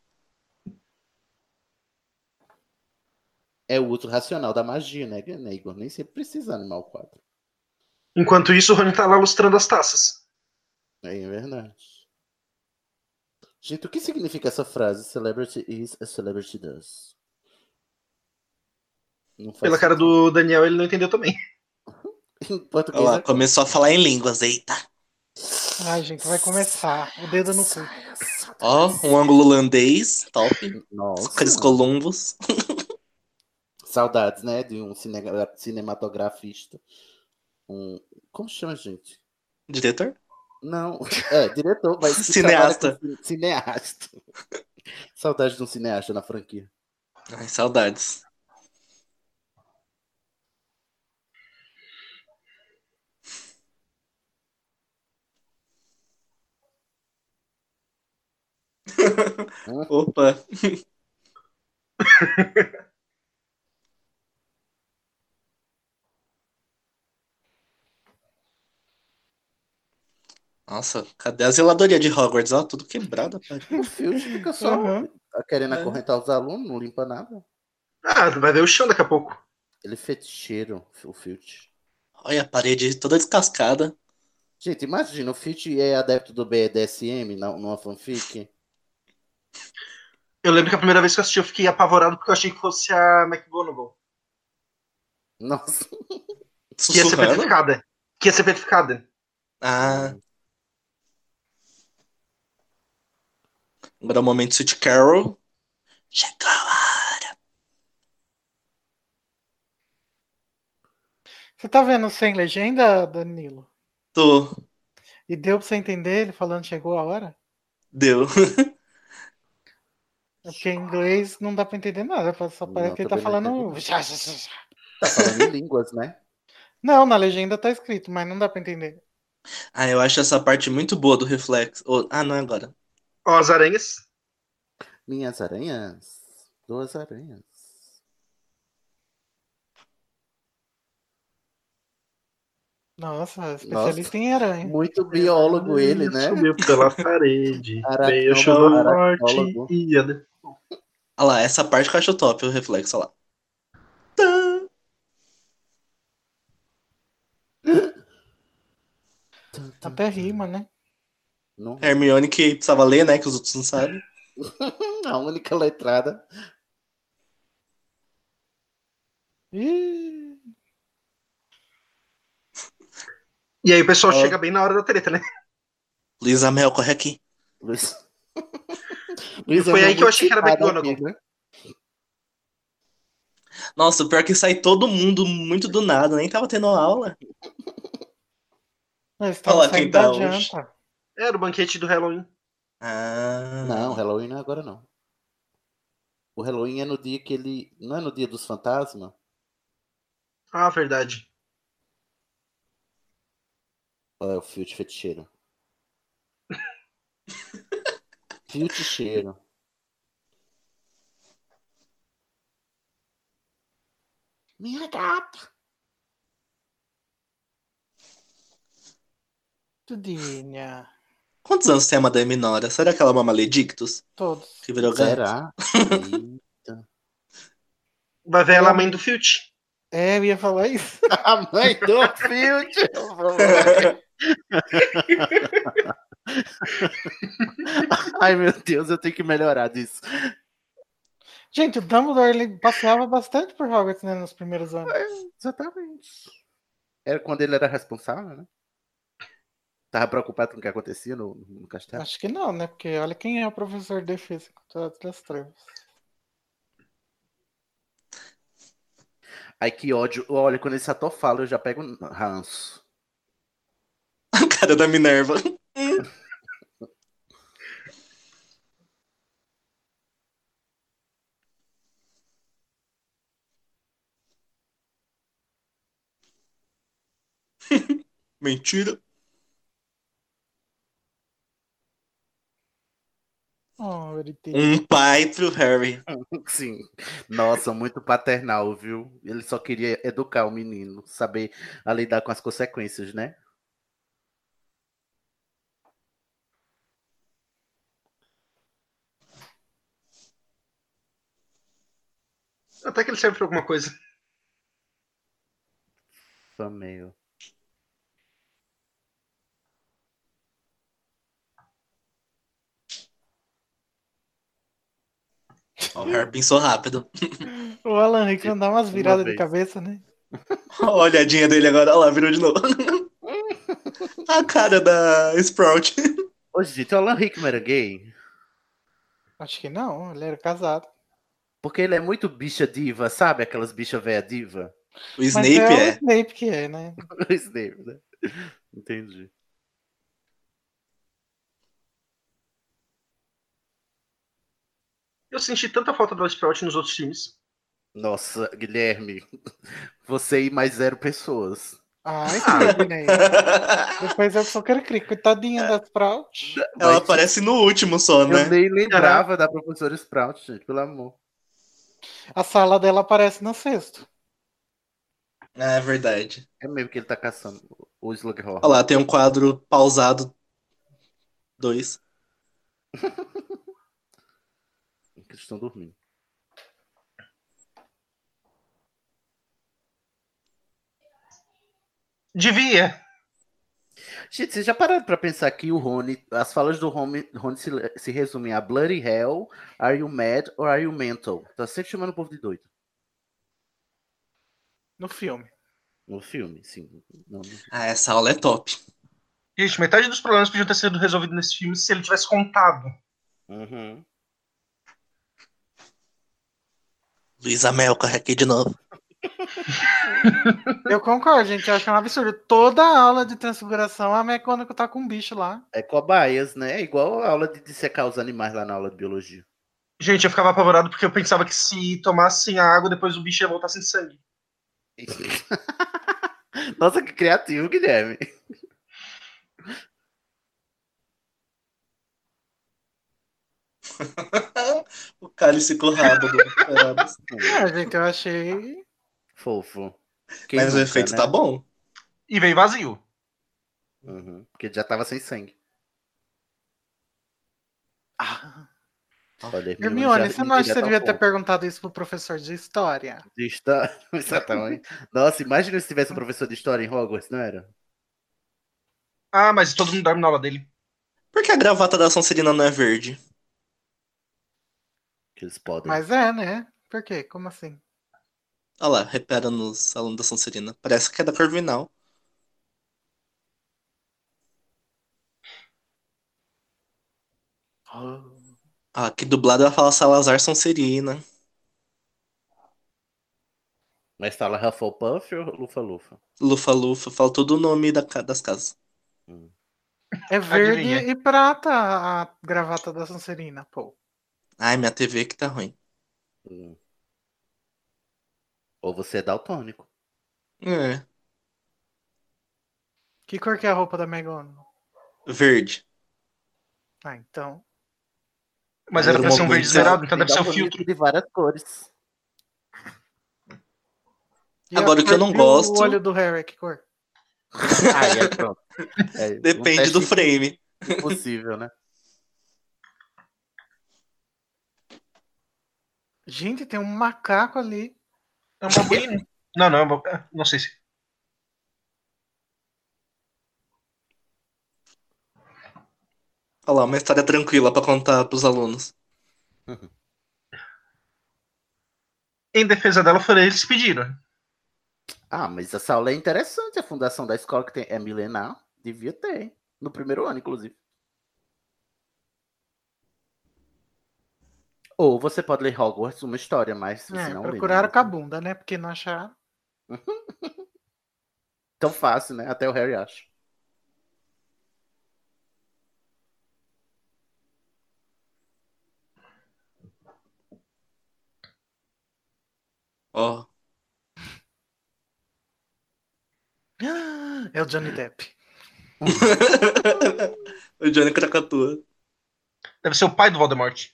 S2: é o uso racional da magia, né, né Igor? Nem sempre precisa animar o quadro.
S5: Enquanto isso, o Rony tá lá lustrando as taças.
S2: É, é verdade. Gente, o que significa essa frase? Celebrity is a celebrity does.
S5: Pela sentido. cara do Daniel, ele não entendeu também.
S2: em português. Olha lá, é...
S9: começou a falar em línguas, eita.
S3: Ai, gente, vai começar. O dedo no cu.
S9: Ó, oh, um ângulo holandês, top. Nossa. Chris Columbus.
S2: Saudades, né? De um cine... cinematografista. Um. Como chama, gente?
S9: Diretor?
S2: Não, é, diretor, mas.
S9: cineasta.
S2: Com... Cineasta. saudades de um cineasta na franquia.
S9: Ai, saudades. Opa! Nossa, cadê a zeladoria de Hogwarts? Ó, tudo quebrada.
S2: O Filch fica só uhum. querendo acorrentar os alunos, não limpa nada.
S5: Ah, vai ver o chão daqui a pouco.
S2: Ele é feticheiro, o Filch.
S9: Olha a parede toda descascada.
S2: Gente, imagina, o Filch é adepto do BDSM numa fanfic.
S5: Eu lembro que a primeira vez que eu assisti eu fiquei apavorado porque eu achei que fosse a McGonagall.
S2: Nossa.
S5: que ia ser petrificada. Que ia ser petrificada.
S9: Ah. Agora é o momento Sweet Carol. Chegou a hora.
S3: Você tá vendo sem legenda, Danilo?
S9: Tô.
S3: E deu pra você entender ele falando chegou a hora?
S9: Deu.
S3: É Porque em inglês não dá pra entender nada, só parece não, que ele tá falando.
S2: Tá falando línguas, né?
S3: Não, na legenda tá escrito, mas não dá pra entender.
S9: Ah, eu acho essa parte muito boa do reflexo. Oh, ah, não é agora.
S5: Ó, as aranhas.
S2: Minhas aranhas. Duas aranhas.
S3: Nossa, especialista Nossa. em aranha.
S2: Muito biólogo é, ele, né?
S5: Subiu pela parede. Veio chuva forte e
S9: Olha lá, essa parte que eu acho top, o reflexo, olha lá. Tá.
S3: Até rima, né?
S9: Não. Hermione que precisava ler, né? Que os outros não sabem.
S2: a única letrada.
S5: E, e aí o pessoal
S2: É.
S5: oh. chega bem na hora da treta, né?
S9: Luísa Mel, corre aqui.
S2: Luiz...
S5: Foi aí que eu achei que era McGonagall. Aqui, né?
S9: Nossa, pior é que sai todo mundo muito do nada, nem tava tendo aula.
S3: Mas tava Olha quem tá hoje.
S5: Era o banquete do Halloween.
S9: Ah.
S2: Não, Halloween não é agora não. O Halloween é no dia que ele. Não é no dia dos fantasmas?
S5: Ah, verdade.
S2: É o fio de feticheiro. fio de cheiro. gato.
S3: Tudinha.
S9: Quantos anos tem a Madame Nora? Será que ela é uma maledictus?
S3: Todos.
S9: Que virou
S2: Será?
S5: Vai ver ela a mãe do Filt.
S3: É, eu ia falar isso.
S2: A mãe do Filt. Ai, meu Deus, eu tenho que melhorar disso.
S3: Gente, o Dumbledore ele passeava bastante por Hogwarts né, nos primeiros anos.
S2: Exatamente. Era quando ele era responsável, né? Tava preocupado com o que acontecia no, no castelo.
S3: Acho que não, né? Porque olha quem é o professor de física das trevas.
S2: Ai, que ódio. Olha, quando esse ator fala, eu já pego um ranço.
S9: A cara da Minerva. Mentira.
S3: Oh, ele tem-
S9: Um pai pro Harry.
S2: Sim. Nossa, muito paternal, viu? Ele só queria educar o menino, saber a lidar com as consequências, né?
S5: Até que ele serve pra alguma coisa.
S2: Fameu.
S9: Ó, O Harry pensou rápido.
S3: O Alan Rickman dá umas viradas de
S2: vez.
S3: cabeça, né?
S9: Ó, a Olhadinha dele agora, olha lá, virou de novo. A cara da Sprout.
S2: Ô, gente, o Alan Rickman era gay?
S3: Acho que não, ele era casado.
S2: Porque ele é muito bicha diva, sabe? Aquelas bichas véia diva.
S9: O
S3: Mas
S9: Snape
S3: é, o
S9: é.
S3: Snape que é, né?
S2: O Snape, né? Entendi.
S5: Eu senti tanta falta do Sprout nos outros filmes.
S2: Nossa, Guilherme, você e mais zero pessoas.
S3: Ai,
S9: Ah.
S3: que né? Depois eu só quero crer.
S9: É.
S3: Coitadinha da Sprout.
S9: Ela
S2: Mas
S9: aparece no último só,
S2: Eu
S9: né?
S2: nem lembrava da professora Sprout, gente, pelo amor.
S3: A sala dela aparece no sexto.
S9: É verdade.
S2: É mesmo que ele tá caçando o Slughorn.
S9: Olha lá, tem um quadro pausado. Dois.
S2: que eles estão dormindo.
S5: Devia.
S2: Gente, vocês já pararam pra pensar que o Rony, as falas do Rony, Rony se, se resumem a Bloody Hell, Are You Mad or Are You Mental? Tá sempre chamando o povo de doido.
S3: No filme.
S2: No filme, sim. Não, não.
S9: Ah, essa aula é top.
S5: Gente, metade dos problemas podiam ter sido resolvidos nesse filme se ele tivesse contado.
S2: Uhum.
S9: Luísa Melca aqui de novo.
S3: Eu concordo, gente. Eu acho um absurdo. Toda aula de transfiguração, a Mecônica tá com um bicho lá.
S2: É cobaias, né? É igual a aula de dissecar os animais lá na aula de biologia.
S5: Gente, eu ficava apavorado porque eu pensava que se tomassem a água, depois o bicho ia voltar sem sangue.
S2: Nossa, que criativo, Guilherme.
S9: Então, O cálice com o rabo do Ferabas.
S3: É, gente, eu achei.
S2: Fofo. Quem
S9: Mas o
S2: nunca,
S9: efeito
S2: né?
S9: tá bom.
S5: E veio vazio.
S2: Uhum. Porque ele já tava sem sangue.
S3: Ah,
S2: Olha,
S3: Hermione, você não acha
S9: tá
S3: que você devia ter
S2: até
S3: perguntado isso pro professor de história?
S2: tá um de história. Exatamente. Nossa, imagina se tivesse um professor de história em Hogwarts, não era?
S5: Ah, mas todo mundo dorme na aula dele.
S9: Por que a gravata da Sonserina não é verde?
S2: Que eles podem.
S3: Mas é, né? Por quê? Como assim?
S9: Olha lá, repara nos alunos da Sonserina. Parece que é da Corvinal. Ah, aqui dublado ela fala Salazar Sonserina.
S2: Mas tá lá Hufflepuff ou Lufa-Lufa?
S9: Lufa Lufa, fala todo o nome da ca- das casas.
S3: É verde
S5: Adivinha.
S3: e prata a gravata da Sonserina, pô.
S9: Ai, minha TV que tá ruim.
S2: Hum. Ou você é daltônico.
S9: É,
S3: Que cor que é a roupa da Megona?
S9: verde.
S3: Ah, então.
S5: Mas era
S9: Era
S5: pra
S9: uma
S5: ser um verde
S9: coisa-
S5: esmeralda, então
S2: Tem
S5: deve ser o
S2: daltônico
S5: filtro.
S2: De várias cores.
S3: E
S9: Agora,
S3: a
S9: o que eu
S3: cor-
S9: não
S3: e
S9: gosto-
S3: O olho do Harry, que cor?
S2: Aí, aí, pronto. É, um
S9: Depende
S2: teste
S9: do frame.
S2: Impossível, né?
S3: Gente, tem um macaco ali.
S5: É uma boina? Não, não, é uma... não sei se.
S9: Olha lá, uma história tranquila pra contar pros alunos.
S5: Em defesa dela, foram eles que pediram.
S2: Ah, mas essa aula é interessante. A fundação da escola que tem, é milenar. Devia ter, hein? No primeiro ano, inclusive. Ou você pode ler Hogwarts, uma história, mas se você
S3: É,
S2: não lê,
S3: procuraram
S2: né?
S3: com a bunda, né? Porque não acharam.
S2: Tão fácil, né? Até o Harry acha.
S9: Ó,
S3: É o Johnny Depp.
S9: o Johnny Krakatoa.
S5: Deve ser o pai do Voldemort.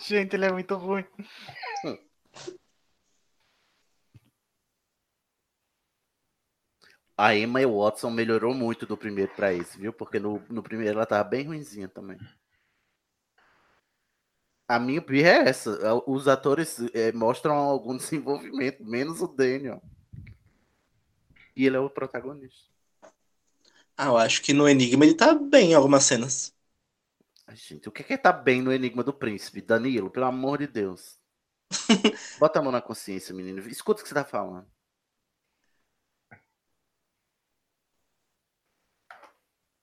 S3: Gente, ele é muito ruim.
S2: A Emma Watson melhorou muito do primeiro pra esse, viu? Porque no, no primeiro ela tava bem ruinzinha também. A minha pira é essa. é, Os atores é, mostram algum desenvolvimento, menos o Daniel. E ele é o protagonista.
S9: Ah, eu acho que no Enigma ele tá bem em algumas cenas.
S2: Ai, gente, o que que tá bem no Enigma do Príncipe? Danilo, pelo amor de Deus. Bota a mão na consciência, menino. Escuta o que você tá falando.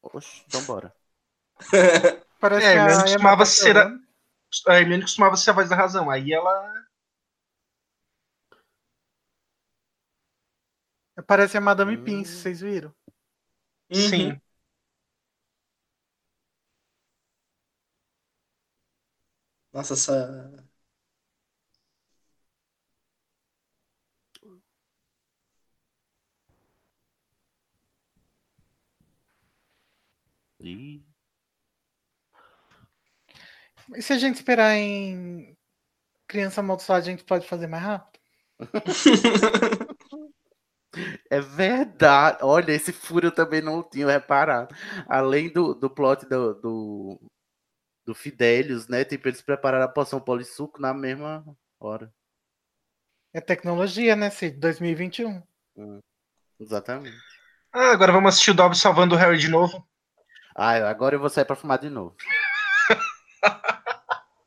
S2: Oxe, então bora.
S3: Parece
S5: É, a
S3: que
S5: Hermione
S3: a Emma
S5: costumava
S3: tá
S5: ser a... É,
S3: chorando.
S5: a Hermione costumava ser a voz da razão. Aí ela.
S3: Parece a Madame
S2: Hum.
S3: Pince, vocês viram? Uhum.
S5: Sim.
S9: Nossa, essa.
S2: Ih.
S3: E se a gente esperar em Criança Amaldiçoada, a gente pode fazer mais rápido?
S2: É verdade. Olha, esse furo eu também não tinha reparado. Além do, do plot do, do, do Fidelius, né? Tipo, eles prepararam a poção polissuco na mesma hora.
S3: É tecnologia, né, Cid? 2021.
S2: Hum, Exatamente.
S5: Ah, agora vamos assistir o Dobby salvando o Harry de novo.
S2: Ah, eu- agora eu vou sair pra fumar de novo.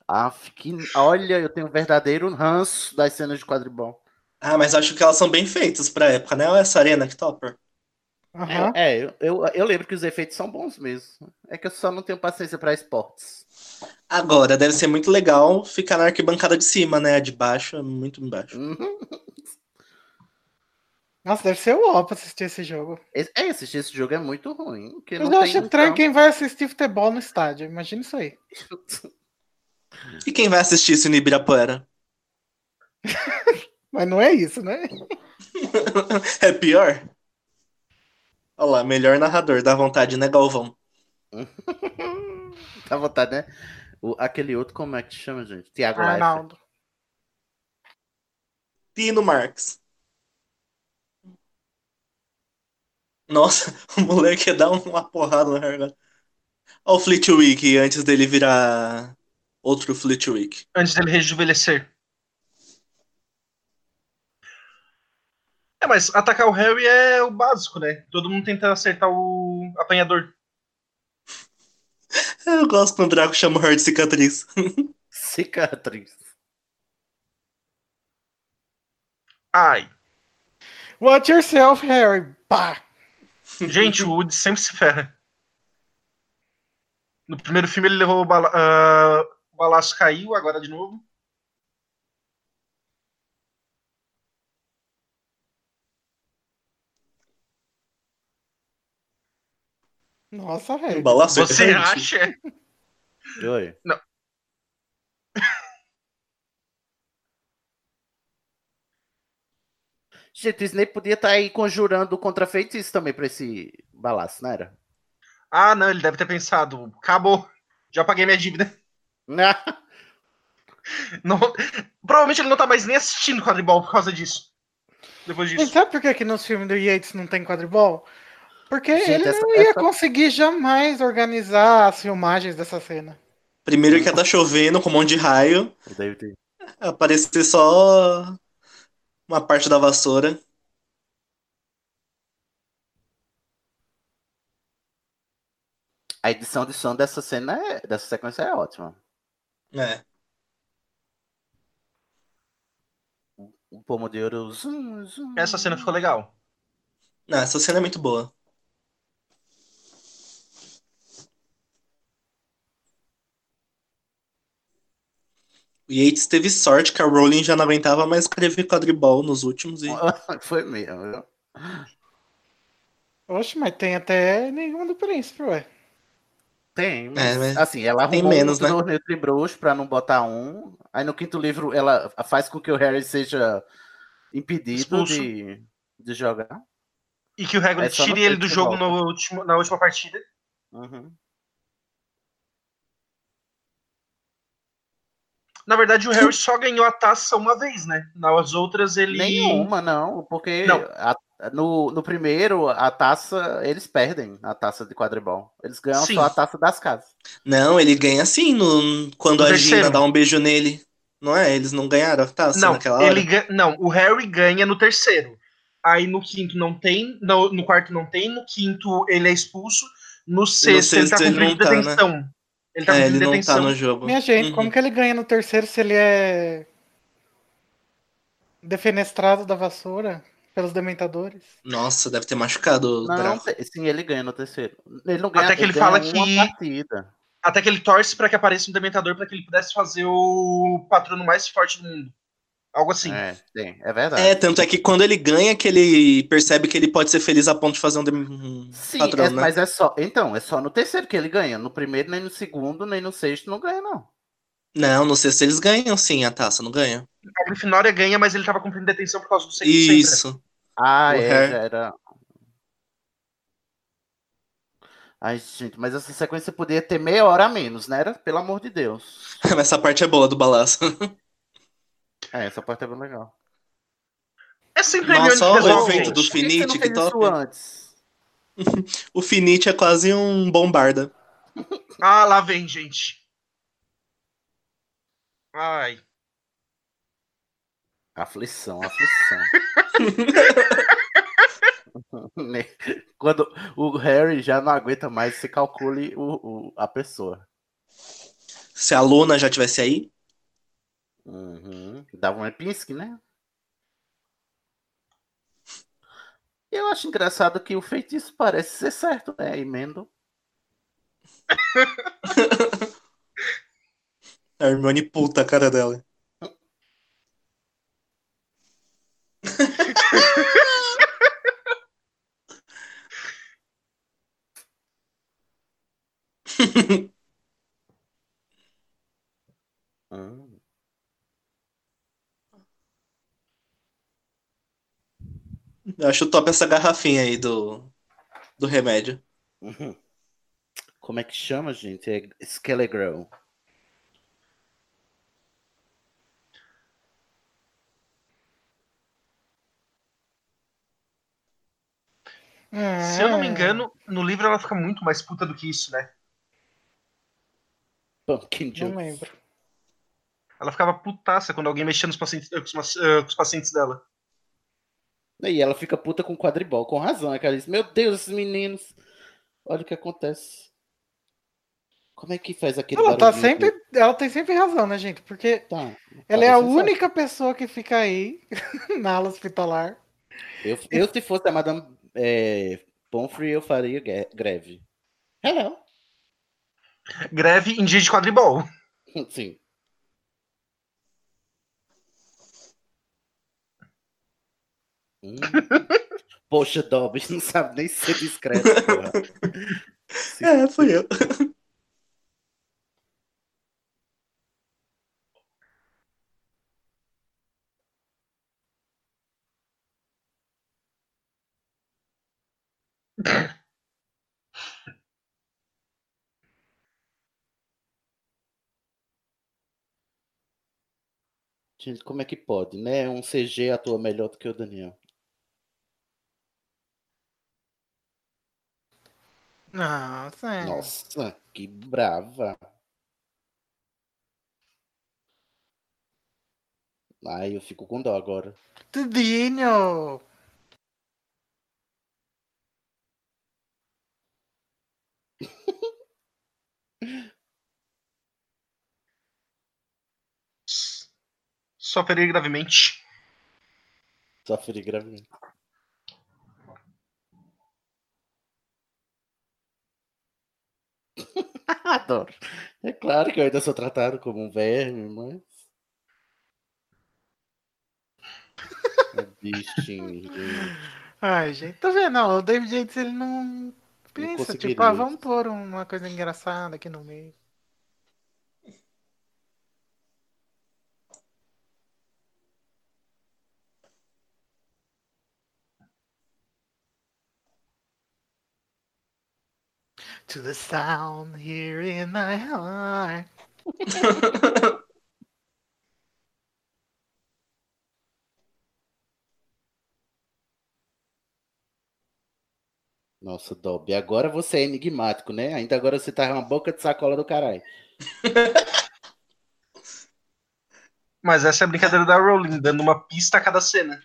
S2: Aff, que... Olha, eu tenho um verdadeiro ranço das cenas de quadribol.
S9: Ah, mas acho que elas são bem feitas pra época, né? Olha essa arena que topper.
S3: Aham.
S2: É, eu, eu, eu lembro que os efeitos são bons mesmo. É que eu só não tenho paciência pra esportes.
S9: Agora, deve ser muito legal ficar na arquibancada de cima, né? A de baixo é muito embaixo.
S2: Uhum. É.
S3: Nossa, deve ser o pra assistir esse jogo.
S2: Esse- É, assistir esse jogo é muito ruim. Porque
S3: Eu
S2: não
S3: já
S2: tem
S3: acho estranho
S2: noção.
S3: quem vai assistir futebol no estádio. Imagina isso aí.
S9: E quem vai assistir isso no Ibirapuera?
S3: Mas não é isso, né?
S9: É pior? Olha lá, melhor narrador, dá vontade, né, Galvão?
S2: Dá vontade, né? O- aquele outro, como é que chama, gente? Tiago
S3: Ah,
S2: Leifert.
S3: Arnaldo.
S9: Tino Marx. Nossa, o moleque ia dar uma porrada no Harry agora. Olha o Flitwick antes dele virar outro Flitwick.
S5: Antes dele rejuvenescer. É, mas atacar o Harry é o básico, né? Todo mundo tenta acertar o apanhador.
S9: Eu gosto quando o Draco chama o Harry de cicatriz.
S2: Cicatriz.
S5: Ai.
S3: Watch yourself, Harry. Pá!
S5: Gente, o Woody sempre se ferra. No primeiro filme ele levou o bala... ah, o balaço caiu, agora de novo.
S3: Nossa,
S9: Um
S3: Harry.
S9: balaço
S5: Você
S9: errante.
S5: acha?
S2: Oi. tá Gente, o Snape podia estar aí conjurando contra feitiço também pra esse balaço, não era?
S5: Ah, não, ele deve ter pensado, acabou, já paguei minha dívida. Não, provavelmente ele não tá mais nem assistindo quadribol por causa disso. Depois disso.
S3: E sabe por que, que nos filmes do Yates não tem quadribol? Porque Gente, ele não essa, ia essa... conseguir jamais organizar as filmagens dessa cena.
S9: Primeiro que ia tá chovendo com um monte de raio. Aparecer só uma parte da vassoura.
S2: A edição de som dessa cena, é, dessa sequência é ótima.
S9: É.
S2: O Um pomo de ouro. Zum, zum.
S5: Essa cena ficou legal.
S9: Não, essa cena é muito boa. O Yates teve sorte que a Rowling já não aguentava mais escrever quadribol nos últimos. E...
S2: Foi mesmo.
S3: Oxe, mas tem até nenhum do príncipe, ué.
S2: Tem, mas, é, mas assim, ela tem arrumou menos, um né? Torneio de bruxo pra não botar um. Aí no quinto livro ela faz com que o Harry seja impedido de, de, jogar.
S5: E que o Hagrid é tire ele do jogo no último, na última partida. Uhum. Na verdade, o Harry só ganhou a taça uma vez, né? Nas outras ele.
S2: Nenhuma, não, porque não. A, no, no primeiro, a taça, eles perdem a taça de quadribol. Eles ganham sim. só a taça das casas.
S9: Não, ele ganha sim no, quando no a terceiro. Gina dá um beijo nele. Não é? Eles não ganharam a taça
S5: não,
S9: naquela hora.
S5: Ele ga... Não, o Harry ganha no terceiro. Aí no quinto não tem, no, no quarto não tem, no quinto ele é expulso, no sexto, no sexto ele tá cumprindo tá, detenção. Né?
S9: Ele tá é, ele não detenção. tá no jogo.
S3: Minha gente, uhum. como que ele ganha no terceiro se ele é defenestrado da vassoura pelos dementadores?
S9: Nossa, deve ter machucado o
S2: não,
S9: Draco.
S2: Sim, ele ganha no terceiro. Ele não ganha,
S5: Até que ele,
S2: ele
S5: fala que partida. Até que ele torce para que apareça um dementador para que ele pudesse fazer o patrono mais forte do mundo. Algo assim.
S2: É, sim, é verdade.
S9: É, tanto é que quando ele ganha, que ele percebe que ele pode ser feliz a ponto de fazer um, de... um
S2: sim, patrão, é, né? mas é só. Então, é só no terceiro que ele ganha. No primeiro, nem no segundo, nem no sexto, não ganha, não.
S9: Não, no sexto eles ganham sim a taça, não ganha.
S5: A Grifinória ganha, mas ele tava cumprindo detenção por causa do sexto.
S9: Isso.
S2: Sempre. Ah, o é, Harry. era. Ai, gente, mas essa sequência podia ter meia hora a menos, né? Era, pelo amor de Deus.
S9: mas essa parte é boa do balanço.
S2: É, essa parte é bem legal.
S5: É sempre
S9: Nossa, só o efeito do Finite que top. o Finite é quase um bombarda.
S5: Ah, lá vem, gente. Ai.
S2: Aflição, aflição. Quando o Harry já não aguenta mais, se calcule o, o a pessoa.
S9: Se a Luna já tivesse aí?
S2: Uhum. Dava um Epinsky, né? Eu acho engraçado que o feitiço parece ser certo, né? Emendo.
S9: a Hermione puta a cara dela.
S3: Ah.
S2: hum.
S9: Eu acho top essa garrafinha aí do, do remédio.
S2: Uhum. Como é que chama, gente? É Skelegrow.
S5: Se eu
S3: É.
S5: não me
S3: Ah,
S5: engano, no livro ela fica muito mais puta do que isso, né?
S2: Pumpkin Juice.
S3: Não lembro.
S5: Ela ficava putaça quando alguém mexia nos pacientes, eh, com os pacientes dela.
S2: E ela fica puta com quadribol, com razão, né, cara? Diz, Meu Deus, esses meninos. Olha o que acontece. Como é que faz aquele
S3: ela tá sempre que... Ela tem sempre razão, né, gente? Porque tá, ela é a única sabe. pessoa que fica aí na ala hospitalar.
S2: Eu, eu se fosse a Madame é, Pomfrey, eu faria greve. Hello.
S5: Greve em dia de quadribol.
S2: Hum, Sim. Hum. Poxa, Dobbs, não sabe nem ser discreto. Porra.
S9: É, fui eu.
S2: Gente, como é que pode, né? Um CG atua melhor do que o Daniel.
S3: Nossa. é.
S2: Nossa, que brava. Ai, eu fico com dó agora.
S3: Tudinho!
S5: Só ferir gravemente.
S2: Só ferir gravemente. Adoro. É claro que eu ainda sou tratado como um verme, mas. É bichinho, gente.
S3: Ai, gente, tá vendo? Não, o David Yates ele não pensa, tipo,
S2: conseguiria
S3: ah,
S2: isso.
S3: vamos pôr uma coisa engraçada aqui no meio. To the sound here in my heart.
S2: Nossa, Dobby, agora você é enigmático, né? Ainda agora você tá uma boca de sacola do caralho.
S5: Mas essa é a brincadeira da Rowling, dando uma pista a cada cena.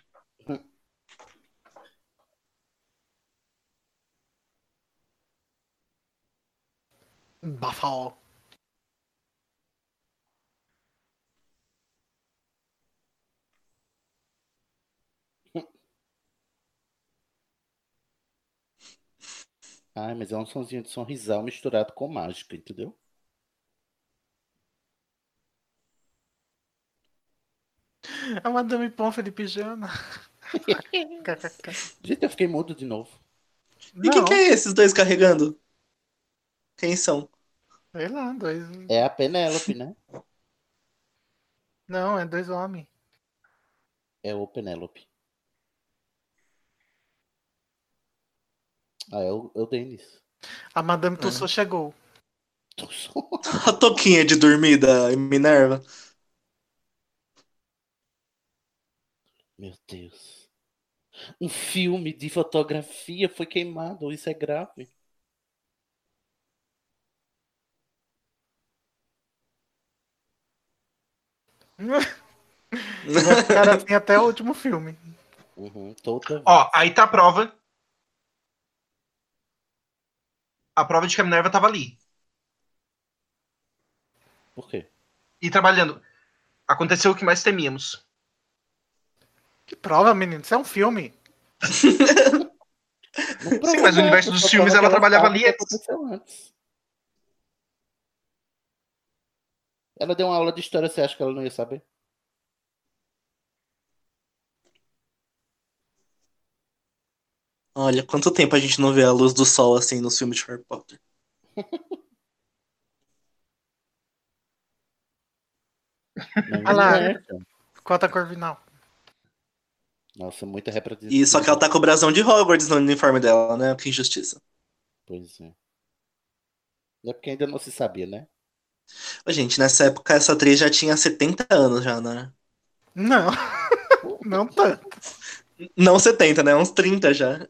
S3: Bafal.
S2: Ai, mas é um sonzinho de sorrisal misturado com mágica, entendeu?
S3: A Madame Pomfa de pijama.
S2: Gente, eu fiquei mudo de novo.
S9: E o que, que é esses dois carregando? Quem são?
S3: Sei lá, dois.
S2: É a Penélope, né?
S3: Não, é dois homens.
S2: É o Penélope. Ah, é o, é o Denis.
S3: A Madame Tussauds chegou.
S9: A toquinha de dormir da Minerva.
S2: Meu Deus. Um filme de fotografia foi queimado. Isso é grave.
S3: Vai ficar assim até o último filme.
S2: Uhum, toda
S5: Ó, aí tá a prova. A prova de que a Minerva tava ali.
S2: Por quê?
S5: E trabalhando. Aconteceu o que mais temíamos.
S3: Que prova, menino. Isso é um filme.
S5: Sim, mas o universo dos filmes ela trabalhava ali antes.
S2: antes. Ela deu uma aula de história, você acha que ela não ia saber?
S9: Olha, quanto tempo a gente não vê a luz do sol assim nos filmes de Harry Potter.
S3: Ah lá.
S2: Não. é.
S3: Cota Corvinal.
S2: Nossa, muita representação.
S9: E só que ela tá com o brasão de Hogwarts no uniforme dela, né? Que injustiça.
S2: Pois é. É porque ainda não se sabia, né?
S9: Ô, gente, nessa época essa atriz já tinha 70 anos já, né?
S3: Não. Não tá. tanto.
S9: Não 70, né? Uns 30 já.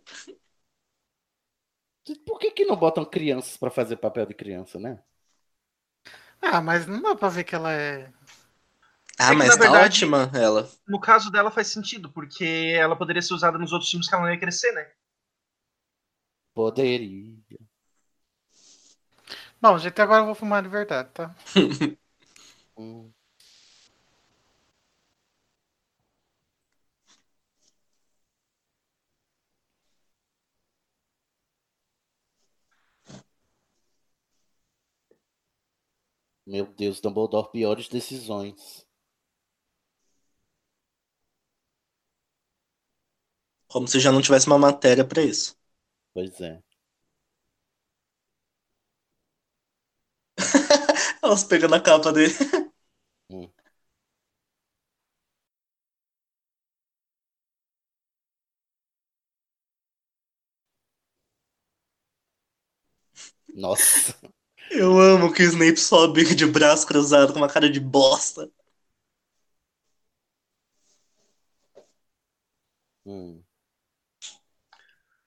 S2: Por que, que não botam crianças pra fazer papel de criança, né?
S3: Ah, mas não dá pra ver que ela é.
S9: Ah,
S5: É que,
S9: mas
S5: na
S9: tá
S5: verdade-
S9: ótima ela.
S5: No caso dela faz sentido, porque ela poderia ser usada nos outros filmes que ela não ia crescer, né?
S2: Poderia.
S3: Bom, gente, agora eu vou fumar de verdade, tá?
S2: Hum. Meu Deus, Dumbledore, piores decisões.
S9: Como se já não tivesse uma matéria pra isso.
S2: Pois é.
S9: Elas pegando a capa dele.
S2: Hum. Nossa.
S9: Eu amo que o Snape sobe de braço cruzado com uma cara de bosta.
S2: Hum.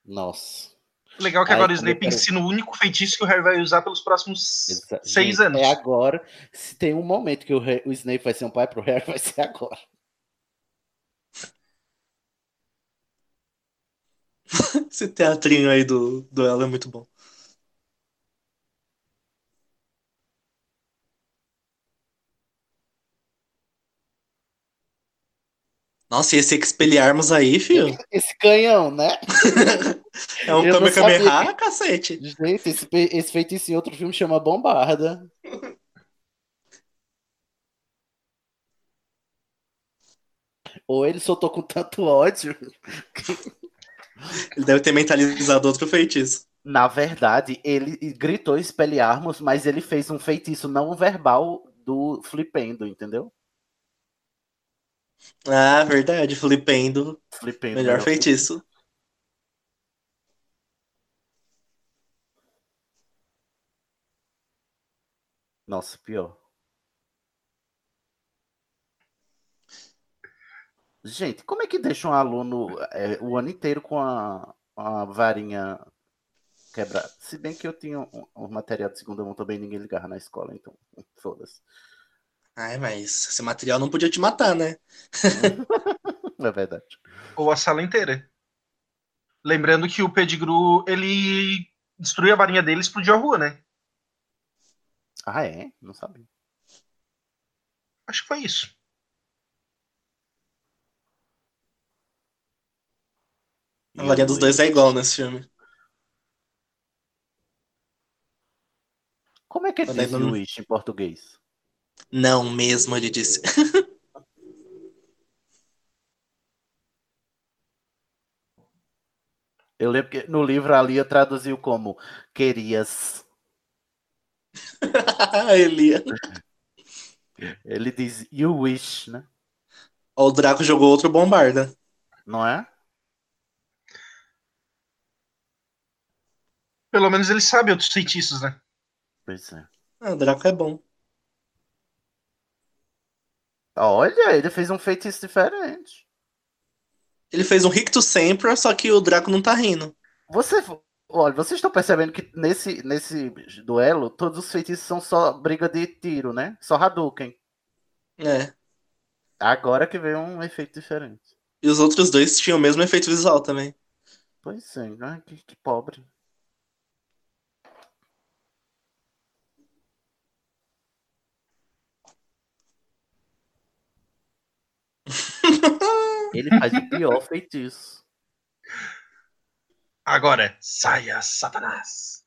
S2: Nossa.
S5: Legal que agora o Snape ensina o único feitiço que o Harry vai usar pelos próximos
S2: Exa-
S5: seis
S2: Gente,
S5: anos.
S2: É agora. Se tem um momento que o, Harry- o Snape vai ser um pai pro Harry, vai ser agora.
S9: Esse teatrinho aí do duelo é muito bom. Nossa, e esse Expelliarmus aí, filho?
S2: Esse canhão, né?
S9: É um
S2: Eu não
S9: Kamehameha,
S2: sabia.
S9: cacete.
S2: Gente, esse, pe- esse feitiço em outro filme chama Bombarda. Ou ele soltou com tanto ódio.
S9: Ele deve ter mentalizado outro feitiço.
S2: Na verdade, ele gritou espelharmos, mas ele fez um feitiço não verbal do flipendo, entendeu?
S9: Ah, verdade, Flipendo.
S2: Flipendo.
S9: Melhor feitiço.
S2: Nossa, pior. Gente, como é que deixa um aluno é, o ano inteiro com a, a varinha quebrada? Se bem que eu tinha um, um material de segunda mão também, ninguém ligava na escola, então foda-se.
S9: Ai, mas esse material não podia te matar, né?
S2: É verdade.
S5: Ou a sala inteira. Lembrando que o Pedigru, ele destruiu a varinha dele e explodiu a rua, né?
S2: Ah, é? Não sabia.
S5: Acho que foi isso.
S9: A varinha dos dois é igual nesse filme.
S2: Como é que
S9: Mas
S2: ele diz
S9: daí não-
S2: wish em português?
S9: Não mesmo, ele disse.
S2: Eu lembro que no livro a Lia traduziu como querias.
S9: Elia.
S2: Ele diz you wish, né?
S9: Ó, o Draco jogou outro bombarda.
S2: Não é?
S5: Pelo menos ele sabe outros feitiços, né?
S2: Pois é.
S9: Ah, o Draco é bom.
S2: Olha, ele fez um feitiço diferente.
S9: Ele fez um Rictus Sempre, só que o Draco não tá rindo.
S2: Você, olha, vocês estão percebendo que nesse, nesse duelo, todos os feitiços são só briga de tiro, né? Só Hadouken.
S9: É.
S2: Agora que veio um efeito diferente.
S9: E os outros dois tinham o mesmo efeito visual também.
S2: Pois é, ai, que, que pobre. Ele faz o pior feitiço.
S5: Agora, saia, Satanás!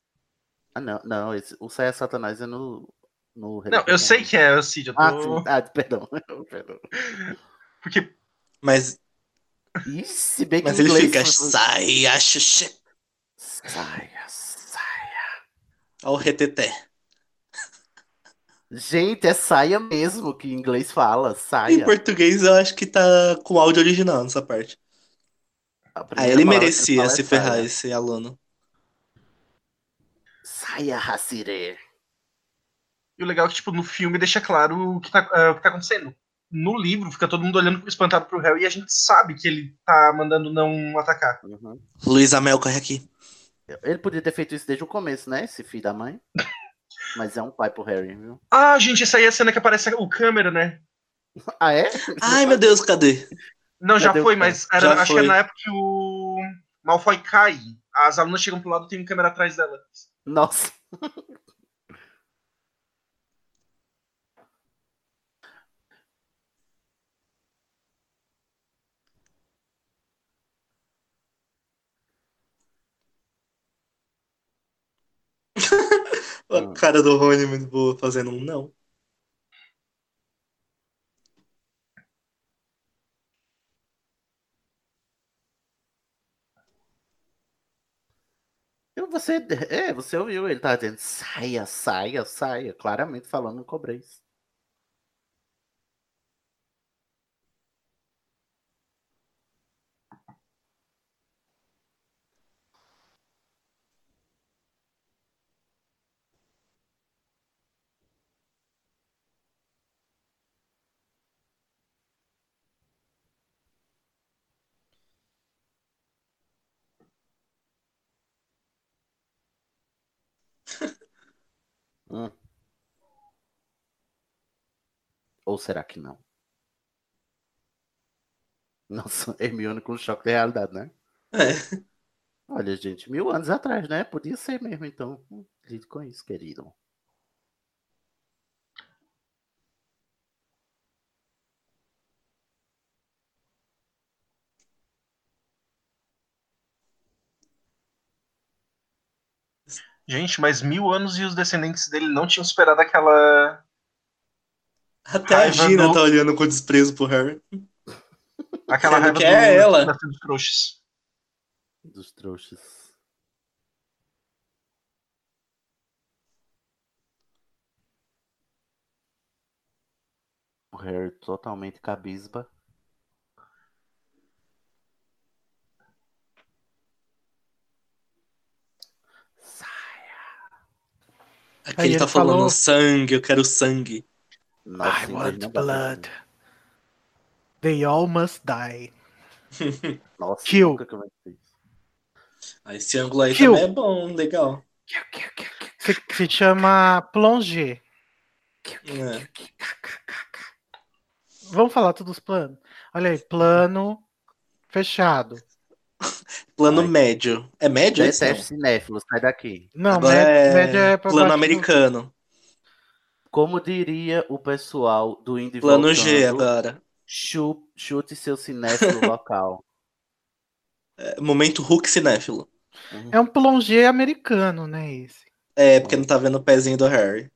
S2: Ah, não, não, esse, o Saia Satanás é no. no
S5: Não, eu sei que é o Cid, eu tô...
S2: Ah, sim, ah, perdão. perdão.
S5: Porque
S9: Mas,
S2: Ih, se bem que
S9: mas
S2: em
S9: ele
S2: inglês
S9: fica.
S2: foi-
S9: Sai, acho. che-"
S2: Saia, saia.
S9: Ó, o reteté.
S2: Gente, é saia mesmo que em inglês fala,
S9: Em
S2: saia.
S9: português, eu acho que tá com o áudio original nessa parte.
S2: A
S9: Ah,
S2: primeira
S9: ele
S2: palavra que
S9: merecia
S2: fala é
S9: se ferrar,
S2: saia.
S9: esse aluno.
S2: Saia, Hacire.
S5: e o legal é que, tipo, no filme deixa claro o que tá, ah, o que tá acontecendo. No livro, fica todo mundo olhando espantado pro Harry e a gente sabe que ele tá mandando não atacar.
S2: Uhum.
S9: Luiz Amel, corre aqui.
S2: Ele podia ter feito isso desde o começo, né? Esse filho da mãe. Mas é um pai pro Harry, viu?
S5: Ah, gente, essa aí é a cena que aparece o câmera, né?
S2: Ah, é?
S9: Ai, meu Deus, cadê?
S5: Não, já
S2: Cadê o
S5: foi,
S2: cara?
S5: mas era-
S9: Já
S5: acho
S9: foi.
S5: que é na época que o Malfoy cai. As alunas chegam pro lado e tem um câmera atrás dela.
S2: Nossa.
S9: A cara do Rony muito boa fazendo um não.
S2: Eu- Você, é, você ouviu, ele tá dizendo saia, saia, saia, claramente falando no cobrês. Hum. Ou será que não? Nossa, Hermione com choque de realidade, né?
S9: É.
S2: Olha, gente, mil anos atrás, né? Podia ser mesmo, então. Lide com isso, querido.
S5: Gente, mas mil anos e os descendentes dele não tinham esperado aquela.
S9: Até a Gina do... tá olhando com desprezo pro Harry.
S5: Aquela
S9: Sendo
S5: raiva
S9: que é
S5: do...
S9: ela.
S5: da- dos trouxas.
S2: Dos trouxas. O Harry totalmente cabisba.
S9: Aqui
S3: Aí
S9: ele tá
S3: ele
S9: falando
S3: falou-
S9: sangue, eu quero sangue.
S2: Nossa,
S3: I
S2: sim, mas
S3: want
S2: não dá pra
S3: blood. They all must die.
S2: fazer. Nossa,
S3: Kill.
S2: nunca que eu vou fazer isso.
S9: Ah, esse ângulo aí
S3: Kill.
S9: também é bom, legal.
S3: Se, se chama Plonge.
S9: É.
S3: Vamos falar todos os planos. Olha aí, plano fechado.
S9: Plano
S2: Ai.
S9: médio. É médio esse?
S2: Detesto
S9: Não.
S2: cinéfilo, sai daqui.
S3: Não,
S9: Agora
S3: média
S9: é
S3: média é pra
S9: plano
S3: baixo do-
S9: americano.
S2: Como diria o pessoal do Indy
S9: Plano G agora.
S2: Chu- chute seu cinéfilo local.
S9: É, momento Hulk cinéfilo.
S3: É um plonge americano, né? Esse.
S9: É, porque não tá vendo o pezinho do Harry.